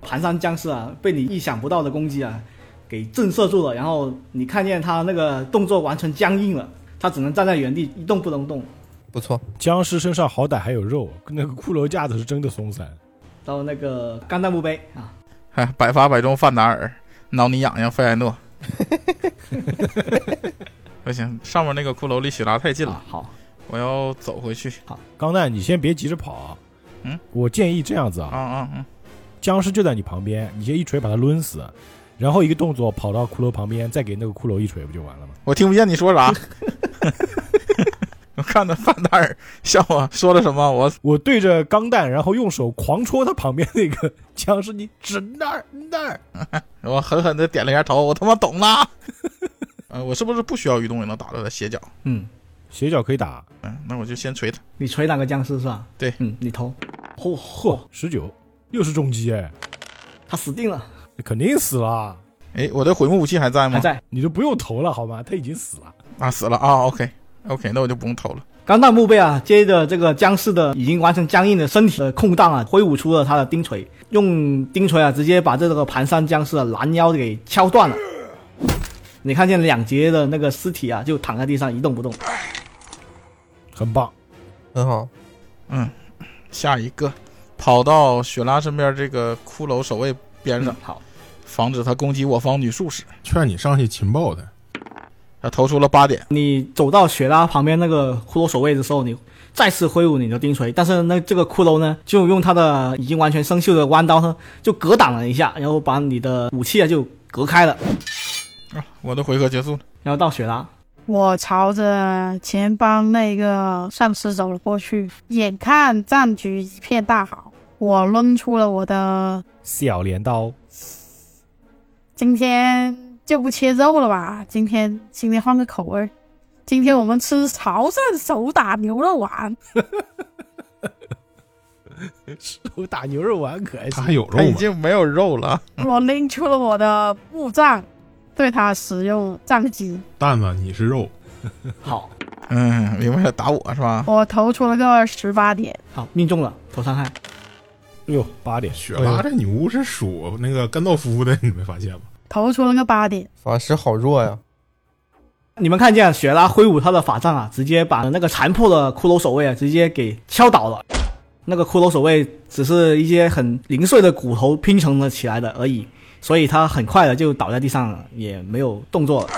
S1: 盘山僵尸啊被你意想不到的攻击啊给震慑住了，然后你看见他那个动作完全僵硬了，他只能站在原地一动不能动。
S6: 不错，
S2: 僵尸身上好歹还有肉，那个骷髅架子是真的松散。
S1: 到那个钢弹墓碑啊，
S3: 哎，百发百中范达尔，挠你痒痒费艾诺。 不行，上面那个骷髅离许拉太近了，
S1: 啊好，
S3: 我要走回去。
S2: 钢蛋，你先别急着跑。啊
S3: 嗯，
S2: 我建议这样子啊，
S3: 啊啊啊！
S2: 僵尸就在你旁边，你先一锤把他抡死，然后一个动作跑到骷髅旁边，再给那个骷髅一锤，不就完了吗？
S3: 我听不见你说啥。 我看着范达尔向我说了什么，我
S2: 我对着钢蛋，然后用手狂戳他旁边那个僵尸，你指那儿那儿。
S3: 我狠狠的点了一下头，我他妈懂了。呃，我是不是不需要移动也能打到他斜角？
S1: 嗯，
S2: 斜角可以打，
S3: 嗯，那我就先锤他。
S1: 你锤哪个僵尸是吧？
S3: 对
S1: 嗯，你投，嚯嚯，
S2: 嚯，十九，又是重击哎，
S1: 他死定了，
S2: 肯定死了，
S3: 哎，我的回目武器还在
S1: 还
S3: 吗？
S1: 在。
S2: 你都不用投了好吗？他已经死了。
S3: 啊，死了啊。OK OK，那我就不用投了。
S1: 钢弹墓碑啊，接着这个僵尸的已经完成僵硬的身体的空档啊，挥舞出了他的钉锤，用钉锤啊直接把这个盘山僵尸的拦腰给敲断了。你看见两截的那个尸体啊，就躺在地上一动不动。
S2: 很棒，
S6: 很好。
S3: 嗯，下一个，跑到雪拉身边这个骷髅守卫边上，
S1: 嗯好，
S3: 防止他攻击我方女术士。
S4: 劝你上去情报的。
S2: 哎
S3: 他投出了八点，
S1: 你走到雪拉旁边那个骷髅守卫的时候，你再次挥舞你的钉锤，但是那这个骷髅呢，就用他的已经完全生锈的弯刀呢，就格挡了一下，然后把你的武器啊就隔开了。
S3: 啊，我的回合结束了。
S1: 然后到雪拉，
S5: 我朝着前方那个丧尸走了过去，眼看战局一片大好，我抡出了我的
S2: 小镰刀，
S5: 今天就不切肉了吧？今天今天换个口味儿，今天我们吃潮汕手打牛肉丸。
S2: 手 打牛肉丸可还
S4: 他
S2: 行
S4: 还有
S3: 他
S4: 肉
S3: 已
S4: 吗？
S3: 经没有肉了。
S5: 我拎出了我的木杖，对它使用杖击。
S4: 蛋子，你是肉，
S1: 好
S3: 嗯，明白了，打我是吧？
S5: 我投出了个十八点，
S1: 好命中了，投伤害。
S2: 哎呦，八点，
S4: 雪拉这女巫是属那个甘道夫的，你没发 现吗？
S5: 投出了个八点。
S6: 法师好弱呀！
S1: 你们看见雪拉挥舞她的法杖啊，直接把那个残破的骷髅守卫啊，直接给敲倒了。那个骷髅守卫只是一些很零碎的骨头拼成了起来的而已，所以他很快的就倒在地上了，也没有动作了。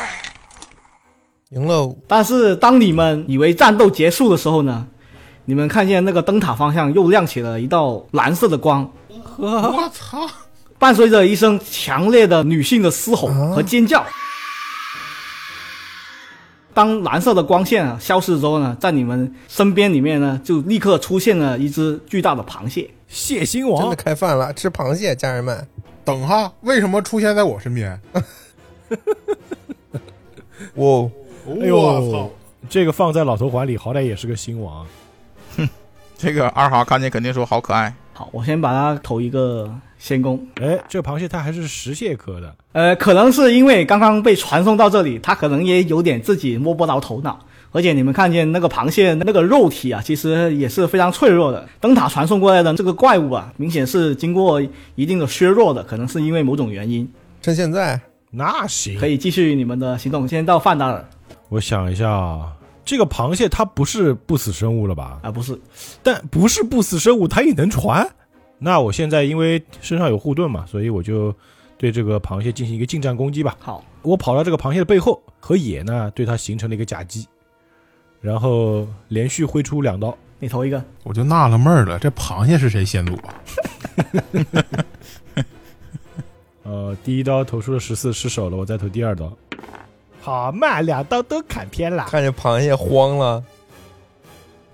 S6: 赢了，
S1: 但是当你们以为战斗结束的时候呢，你们看见那个灯塔方向又亮起了一道蓝色的光，
S4: 我操！
S1: 伴随着一声强烈的女性的嘶吼和尖叫。当蓝色的光线啊消失之后呢，在你们身边里面呢，就立刻出现了一只巨大的螃蟹。
S2: 蟹心
S6: 真
S2: 王
S6: 的，开饭了，吃螃蟹，家人们。
S4: 等哈，为什么出现在我身边？
S6: 哇，
S2: 哎呦
S4: 我操！
S2: 这个放在老头怀里，好歹也是个新王。
S3: 这个二哈看见肯定说好可爱。
S1: 好，我先把它投一个仙宫。
S2: 哎，这螃蟹它还是石蟹科的，
S1: 呃，可能是因为刚刚被传送到这里，他可能也有点自己摸不着头脑。而且你们看见那个螃蟹那个肉体啊，其实也是非常脆弱的。灯塔传送过来的这个怪物啊，明显是经过一定的削弱的，可能是因为某种原因。
S6: 趁现在
S2: 那行
S1: 可。以继续你们的行动，先到范达尔。
S2: 我想一下啊，这个螃蟹它不是不死生物了吧？
S1: 啊，不是，
S2: 但不是不死生物，它也能传。那我现在因为身上有护盾嘛，所以我就对这个螃蟹进行一个近战攻击吧。
S1: 好，
S2: 我跑到这个螃蟹的背后，和野呢对它形成了一个夹击，然后连续挥出两刀。
S1: 你投一个，
S4: 我就纳了闷儿了，这螃蟹是谁先祖啊？
S2: 呃，第一刀投出了十四，失手了，我再投第二刀。好嘛，两刀都砍偏了。
S6: 看着螃蟹慌了，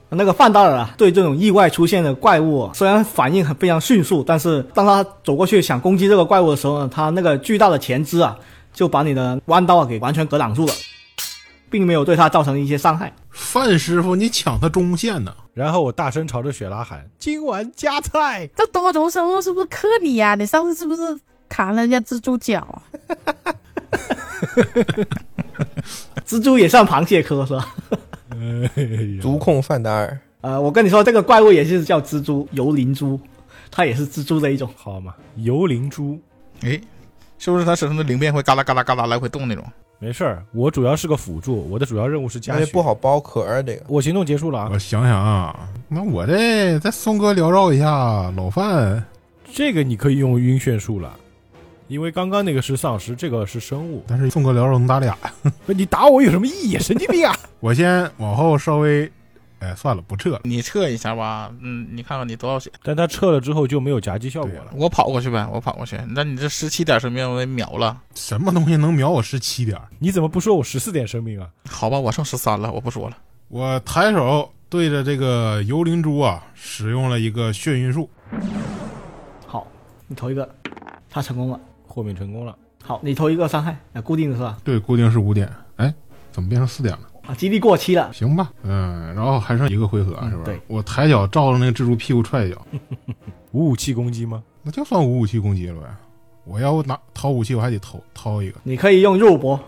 S1: 那个范达尔啊，对这种意外出现的怪物啊，虽然反应很非常迅速，但是当他走过去想攻击这个怪物的时候呢，他那个巨大的前肢啊，就把你的弯刀啊给完全格挡住了，并没有对他造成一些伤害。
S4: 范师傅，你抢他中线呢？
S2: 然后我大声朝着雪拉喊：“今晚加 菜
S5: 这多头生物是不是克你呀、你上次是不是砍了人家蜘蛛脚啊？
S1: 蜘蛛也算螃蟹科是吧？！”
S2: 哎
S6: 足控范达尔，
S1: 呃，我跟你说，这个怪物也是叫蜘蛛幽灵蛛，它也是蜘蛛的一种。
S2: 好嘛，幽灵猪，
S3: 哎，是不是他身上的鳞片会嘎啦嘎啦嘎啦来回动那种？
S2: 没事儿，我主要是个辅助，我的主要任务是加
S6: 那
S2: 血。
S6: 就不，好剥壳啊，这个
S2: 我行动结束了啊
S4: 我。想想啊，那我这在松哥缭绕一下，老范，
S2: 这个你可以用晕眩术了，因为刚刚那个是丧尸，这个是生物。
S4: 但是松哥缭绕能打俩。
S2: 不是你打我有什么意义？神经病啊！
S4: 我先往后稍微，哎，算了，不撤了。
S3: 你撤一下吧，嗯，你看看你多少血？
S2: 但他撤了之后就没有夹击效果了。
S3: 我跑过去呗，我跑过去。那你这十七点生命我得秒了，
S4: 什么东西能秒我十七点儿？
S2: 你怎么不说我十四点生命啊？
S3: 好吧，我剩十三了，我不说了。
S4: 我抬手对着这个幽灵猪啊，使用了一个眩晕术。
S1: 好，你投一个，它成功了。
S2: 豁免成功了，
S1: 好，你投一个伤害，啊，固定的是吧？
S4: 对，固定是五点。哎，怎么变成四点了？
S1: 啊，激励过期了，
S4: 行吧，嗯，然后还剩一个回合，
S1: 嗯
S4: 是吧？
S1: 对
S4: 我抬脚照着那个蜘蛛屁股踹一脚，
S2: 无武器攻击吗？
S4: 那就算无武器攻击了呗。我要拿掏武器，我还得投掏一个。
S1: 你可以用肉搏。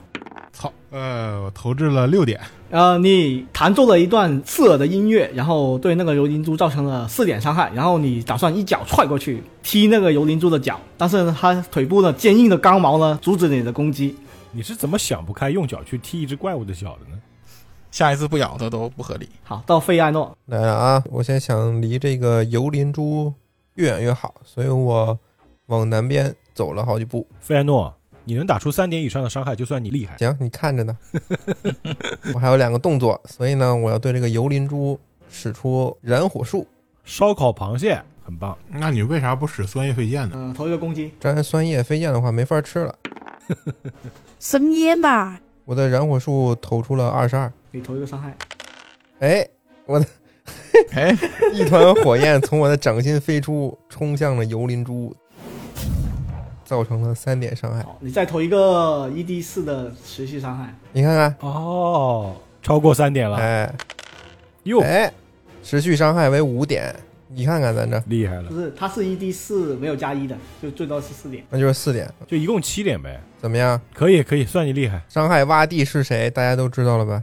S4: 操，呃，我投掷了六点。
S1: 呃，你弹奏了一段刺耳的音乐，然后对那个幽灵珠造成了四点伤害，然后你打算一脚踹过去踢那个幽灵珠的脚，但是呢，它腿部的坚硬的钢毛呢阻止你的攻击。
S2: 你是怎么想不开用脚去踢一只怪物的脚的呢？
S3: 下一次不咬它都不合理。
S1: 好，到费艾诺，
S6: 来了啊！我现在想离这个油林猪越远越好，所以我往南边走了好几步。
S2: 费安诺，你能打出三点以上的伤害，就算你厉害。
S6: 行，你看着呢。 我还有两个动作，所以呢，我要对这个油林猪使出燃火术，
S2: 烧烤螃蟹很棒，
S4: 那你为啥不使酸液飞剑呢？
S1: 嗯、投一个攻击，
S6: 沾酸液飞溅的话没法吃了。
S5: 生腌吧，
S6: 我的燃火术投出了二十二，
S1: 你投一个伤害。
S6: 哎，
S3: 哎，
S6: 一团火焰从我的掌心飞出，冲向了油林猪，造成了三点伤害。
S1: 好，你再投一个一 d 四的持续伤害。
S6: 你看看，
S2: 哦，超过三点了，
S6: 哎
S2: 哟，
S6: 哎，持续伤害为五点。你看看咱这，
S2: 厉害了
S1: 不，是，它是一 d 四没有加一的，就最多是四点。
S6: 那就是四点，
S2: 就一共七点呗，
S6: 怎么样？
S2: 可以可以，算你厉害。
S6: 伤害洼地是谁？大家都知道了吧？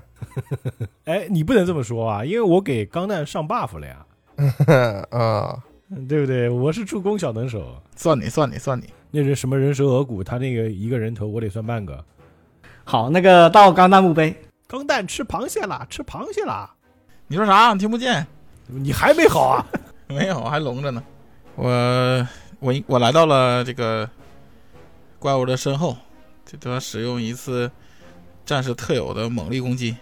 S2: 哎，你不能这么说啊，因为我给钢蛋上 buff 了呀，
S6: 啊，
S2: 对不对？我是助攻小能手，
S3: 算你算你算你，
S2: 那人什么人蛇额骨，他那个一个人头我得算半个。
S1: 好，那个到钢弹墓碑，
S2: 钢蛋吃螃蟹啦，吃螃蟹啦，
S3: 你说啥？你听不见？
S2: 你还没好啊？
S3: 没有，还聋着呢。我我我来到了这个怪物的身后，这都要使用一次战士特有的猛力攻击。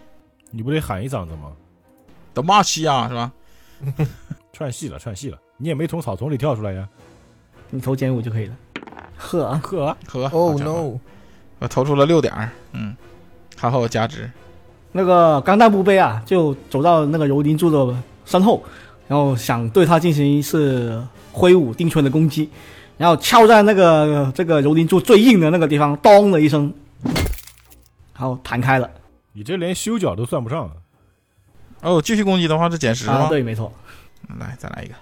S2: 你不得喊一嗓子吗？
S3: 德玛西亚啊是吧？
S2: 串戏了，串戏了，你也没从草丛里跳出来呀？
S1: 你投减五就可以了。呵啊，
S2: 呵、
S3: 呵好
S6: 哦
S3: 家伙
S6: no！
S3: 我投出了六点儿，嗯，还好我加值。
S1: 那个钢弹墓碑啊，就走到那个柔灵柱的身后，然后想对他进行一次挥舞定寸的攻击，然后敲在那个这个柔灵柱最硬的那个地方，咚的一声，然后弹开了。
S2: 你这连修脚都算不上啊，
S3: 哦，继续攻击的话是减十吗？
S1: 啊，对，没错，
S3: 嗯来再来一个，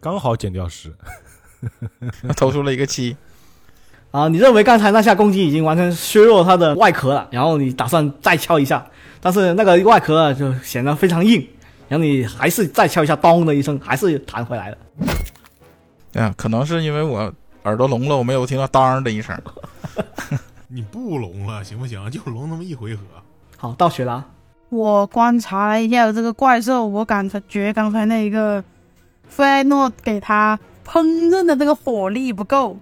S2: 刚好减掉十。
S3: 我投出了一个七。
S1: 啊，你认为刚才那下攻击已经完全削弱它的外壳了，然后你打算再敲一下，但是那个外壳啊就显得非常硬，然后你还是再敲一下，咚的一声，还是弹回来了。
S3: 嗯，可能是因为我耳朵聋了，我没有听到当的一声。
S4: 你不聋了行不行？就聋那么一回合。
S1: 好，到雪拉，
S5: 我观察了一下这个怪兽，我感觉刚才那一个费埃诺给他烹饪的那个火力不够，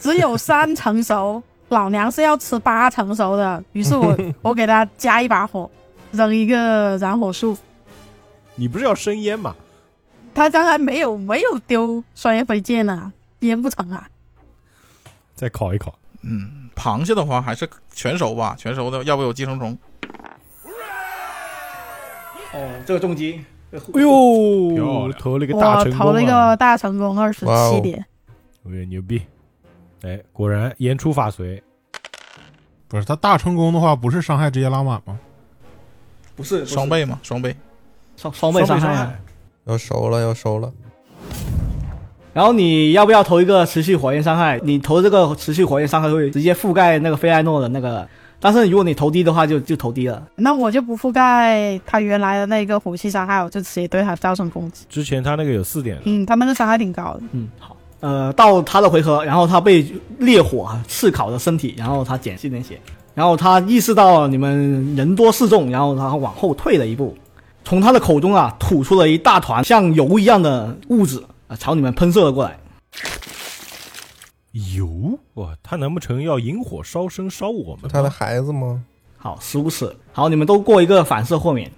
S5: 只有三成熟，老娘是要吃八成熟的。于是 我我给他加一把火，扔一个燃火术。
S2: 你不是要生烟吗？
S5: 他刚才没有没有丢双叶飞剑啊，烟不成啊。
S2: 再烤一烤，
S3: 嗯，螃蟹的话还是全熟吧，全熟的，要不有寄生虫。
S1: 哦，这个重击，
S2: 哎
S4: 漂
S2: 呦，
S4: 亮
S2: 投了一个大
S5: 我
S2: 成功、啊，
S5: 投了一个大成功，二十
S6: 哇哦
S5: 七点。
S2: OK，牛逼！哎，果然言出法随，
S4: 不是他大成功的话，不是伤害直接拉满吗？
S1: 不是
S3: 双倍嘛，双倍。
S1: 双双倍伤
S2: 双
S1: 害
S2: 害
S1: 啊。
S6: 要熟了，要熟了。
S1: 然后你要不要投一个持续火焰伤害？你投这个持续火焰伤害会直接覆盖那个菲艾诺的那个，但是如果你投低的话就，就投低了。
S5: 那我就不覆盖他原来的那个火系伤害，我就直接对他造成攻击。
S2: 之前他那个有四点的，
S5: 嗯，他那个伤害挺高的。
S1: 嗯，好。呃，到他的回合，然后他被烈火刺烤的身体，然后他减七点血，然后他意识到你们人多势众，然后他往后退了一步，从他的口中啊吐出了一大团像油一样的物质啊，朝你们喷射了过来。
S2: 油哇，他难不成要引火烧身烧我们
S6: 他的
S2: 吗？
S6: 孩子吗？
S1: 好，十五尺。好，你们都过一个反射豁免。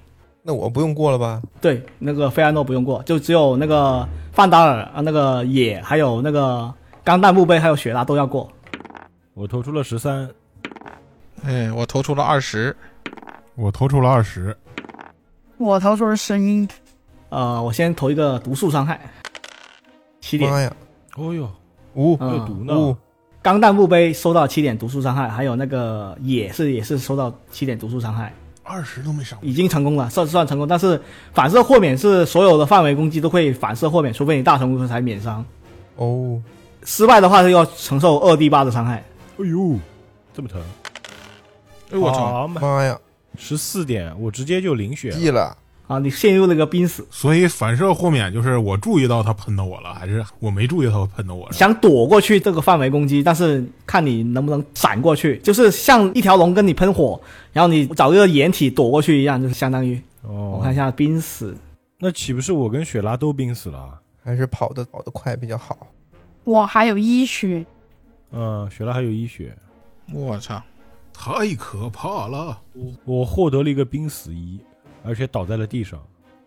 S6: 那我不用过了吧？
S1: 对，那个费安诺不用过，就只有那个范达尔啊，那个野，还有那个钢弹墓碑，还有雪拉都要过。
S2: 我投出了十三，
S3: 哎，我投出了二十，
S4: 我投出了二十，
S5: 我投出了声音，
S1: 呃，我先投一个毒素伤害，七点。
S6: 妈呀！
S2: 哦呦，
S6: 呜
S1: 嗯
S2: 有毒呢！
S6: 呜，
S1: 钢弹墓碑收到七点毒素伤害，还有那个野是也是收到七点毒素伤害，
S4: 二十都没伤。
S1: 已经成功了，算算成功。但是反射豁免是所有的范围攻击都会反射豁免，除非你大成功才免伤。
S6: 哦，
S1: 失败的话是要承受二 d 八的伤害。
S2: 哎呦，这么疼！
S3: 哎我操！
S2: 好嘛，
S6: 妈呀！
S2: 十四点，我直接就零血了。
S6: 记了，
S1: 啊，你陷入了一个濒死。
S4: 所以反射豁免就是我注意到他喷到我了，还是我没注意到他喷到我了？
S1: 想躲过去这个范围攻击，但是看你能不能闪过去，就是像一条龙跟你喷火，然后你找一个掩体躲过去一样，就是相当于
S2: 哦，
S1: 我看一下濒死。
S2: 那岂不是我跟雪拉都濒死了啊？
S6: 还是跑得跑得快比较好。
S5: 我还有医学，
S2: 嗯，雪拉还有一血，
S3: 我操！
S4: 太可怕了！
S2: 我获得了一个濒死一，而且倒在了地上，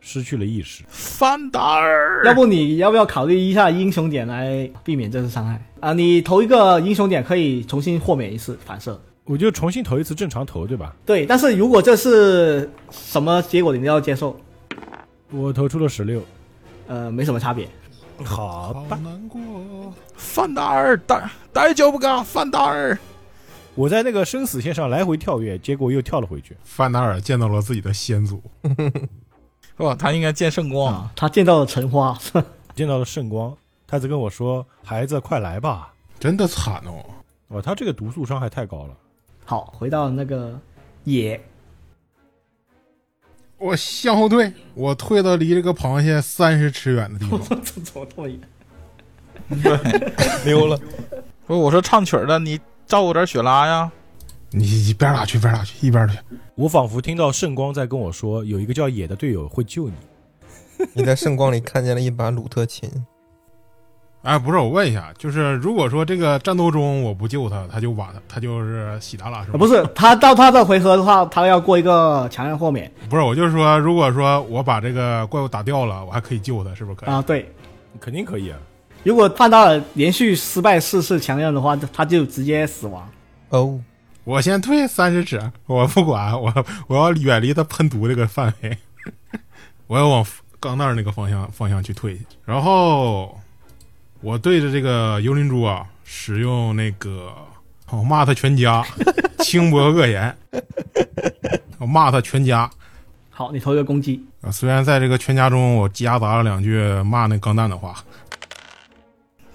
S2: 失去了意识。
S3: 范达尔，
S1: 要不你要不要考虑一下英雄点来避免这次伤害啊？你投一个英雄点可以重新豁免一次反射。
S2: 我就重新投一次正常投，对吧？
S1: 对，但是如果这是什么结果，你都要接受，
S2: 我投出了十六。
S1: 呃，没什么差别。
S2: 好
S4: 好
S2: 吧，
S4: 难过。
S3: 范达尔，大大脚不嘎，范达尔。
S2: 我在那个生死线上来回跳跃，结果又跳了回去。
S4: 范达尔见到了自己的先祖，
S3: 是吧？他应该见圣光。
S1: 啊，他见到了橙花，
S2: 见到了圣光，他在跟我说：“孩子，快来吧
S4: 真的惨哦！！”
S2: 哦，他这个毒素伤害太高了。
S1: 好，回到那个野，
S4: 我向后退，我退到离这个螃蟹三十尺远的地 方。
S1: 这怎么这么野？
S3: 溜了。不是，我说唱曲儿的，你照顾点雪拉呀。
S4: 你一边打去一边打去一边去，
S2: 我仿佛听到圣光在跟我说：“有一个叫野的队友会救你。
S6: 你在圣光里看见了一把鲁特琴，
S4: 哎，不是，我问一下，就是如果说这个战斗中我不救他，他就把他，他就是喜达拉是
S1: 啊
S4: 吧？
S1: 不是，他到他的回合的话，他要过一个强韧豁免。
S4: 不是，我就是说，如果说我把这个怪物打掉了，我还可以救他，是不是可以？
S1: 啊，对，”
S2: 肯定可以啊！
S1: 如果范达尔连续失败四次强韧的话，他就直接死亡。
S6: 哦，
S4: 我先退三十尺，我不管，我我要远离他喷毒这个范围， 我要往钢蛋儿那个方向方向去退去。然后我对着这个幽灵珠啊，使用那个我骂他全家，轻薄恶言，我骂他全家。
S1: 好，你投一个攻击，
S4: 啊，虽然在这个全家中我夹杂了两句骂那钢蛋的话，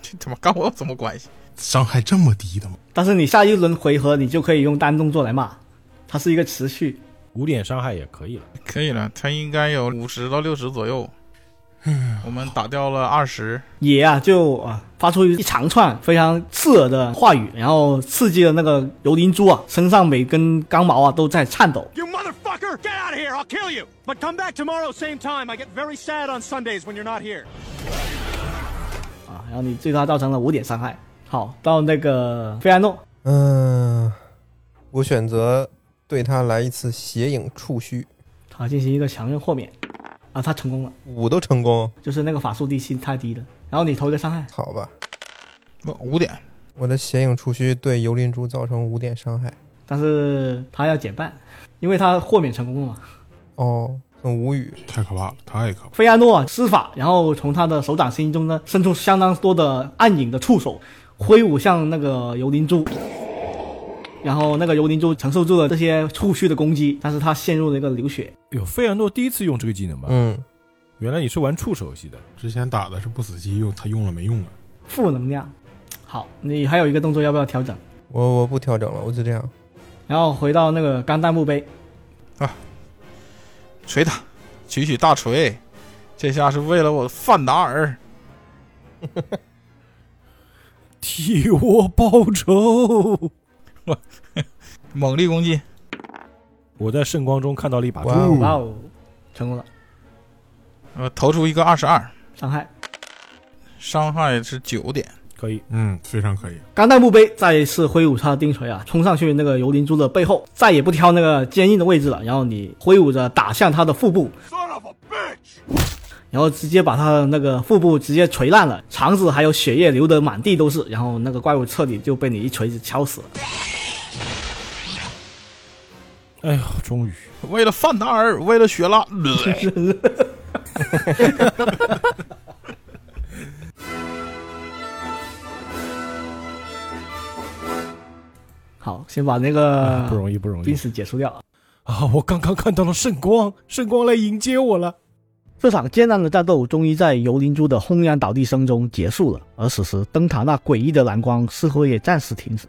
S3: 这他妈跟我有什么关系？
S4: 伤害这么低的吗？
S1: 但是你下一轮回合你就可以用单动作来骂，它是一个持续。
S2: 五点伤害也可以了。
S3: 可以了，他应该有五十到六十左右。我们打掉了二十，
S1: 野啊，就啊发出一长串非常刺耳的话语，然后刺激了那个幽灵珠啊，身上每根钢毛啊都在颤抖。
S7: motherfucker! Get out of here! I'll kill you! But come back tomorrow, same time. I get very sad on Sundays when you're not here.
S1: 啊，然后你对他造成了五点伤害。好，到那个费安诺，
S6: 嗯、我选择对他来一次斜影触须，
S1: 他进行一个强韧豁免，啊，他成功了，
S6: 五都成功，
S1: 就是那个法术地心太低了。然后你投一个伤害，
S6: 好吧。
S3: 五点，
S6: 我的斜影触须对幽灵珠造成五点伤害。
S1: 但是他要减半，因为他豁免成功了嘛。
S6: 哦，很无语。
S4: 太可怕了，太可怕了。
S1: 费亚诺施法，然后从他的手掌心中呢伸出相当多的暗影的触手，挥舞向那个幽灵珠。然后那个幽灵珠承受住了这些触须的攻击，但是他陷入了一个流血。
S2: 有费尔诺第一次用这个技能吧？
S6: 嗯，
S2: 原来你是玩触手系的，
S4: 之前打的是不死机，用他用了没用啊？
S1: 负能量。好，你还有一个动作要不要调整？
S6: 我我不调整了，我就这样。
S1: 然后回到那个钢弹墓碑，
S3: 锤他，举起大锤，这下是为了我范达尔。
S2: 替我报仇。
S3: 猛力攻击，
S2: 我在圣光中看到了一把
S6: 哇哦
S2: 猪，
S1: 哇哦，成功了，
S3: 呃，投出一个二十二，
S1: 伤害。
S3: 伤害是九点。
S2: 可以。
S4: 嗯，非常可以。
S1: 钢弹墓碑再一次挥舞他的钉锤啊，冲上去那个幽灵珠的背后，再也不挑那个坚硬的位置了。然后你挥舞着打向他的腹部，
S7: Son of a bitch!
S1: 然后直接把他的那个腹部直接锤烂了，肠子还有血液流得满地都是，然后那个怪物彻底就被你一锤子敲死了。
S2: 哎呀，终于
S3: 为了范达尔，为了雪拉，
S1: 好，先把那
S6: 呃
S1: 个
S2: 啊不容易，不容易
S1: 濒死结束掉啊。
S2: 啊！我刚刚看到了圣光，圣光来迎接我了。
S1: 这场艰难的战斗终于在幽灵珠的轰然倒地声中结束了，而此时灯塔那诡异的蓝光似乎也暂时停止。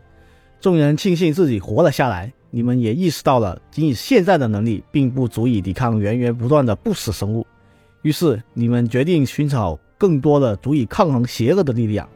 S1: 众人庆幸自己活了下来，你们也意识到了，仅以现在的能力并不足以抵抗源源不断的不死生物，于是你们决定寻找更多的足以抗衡邪恶的力量，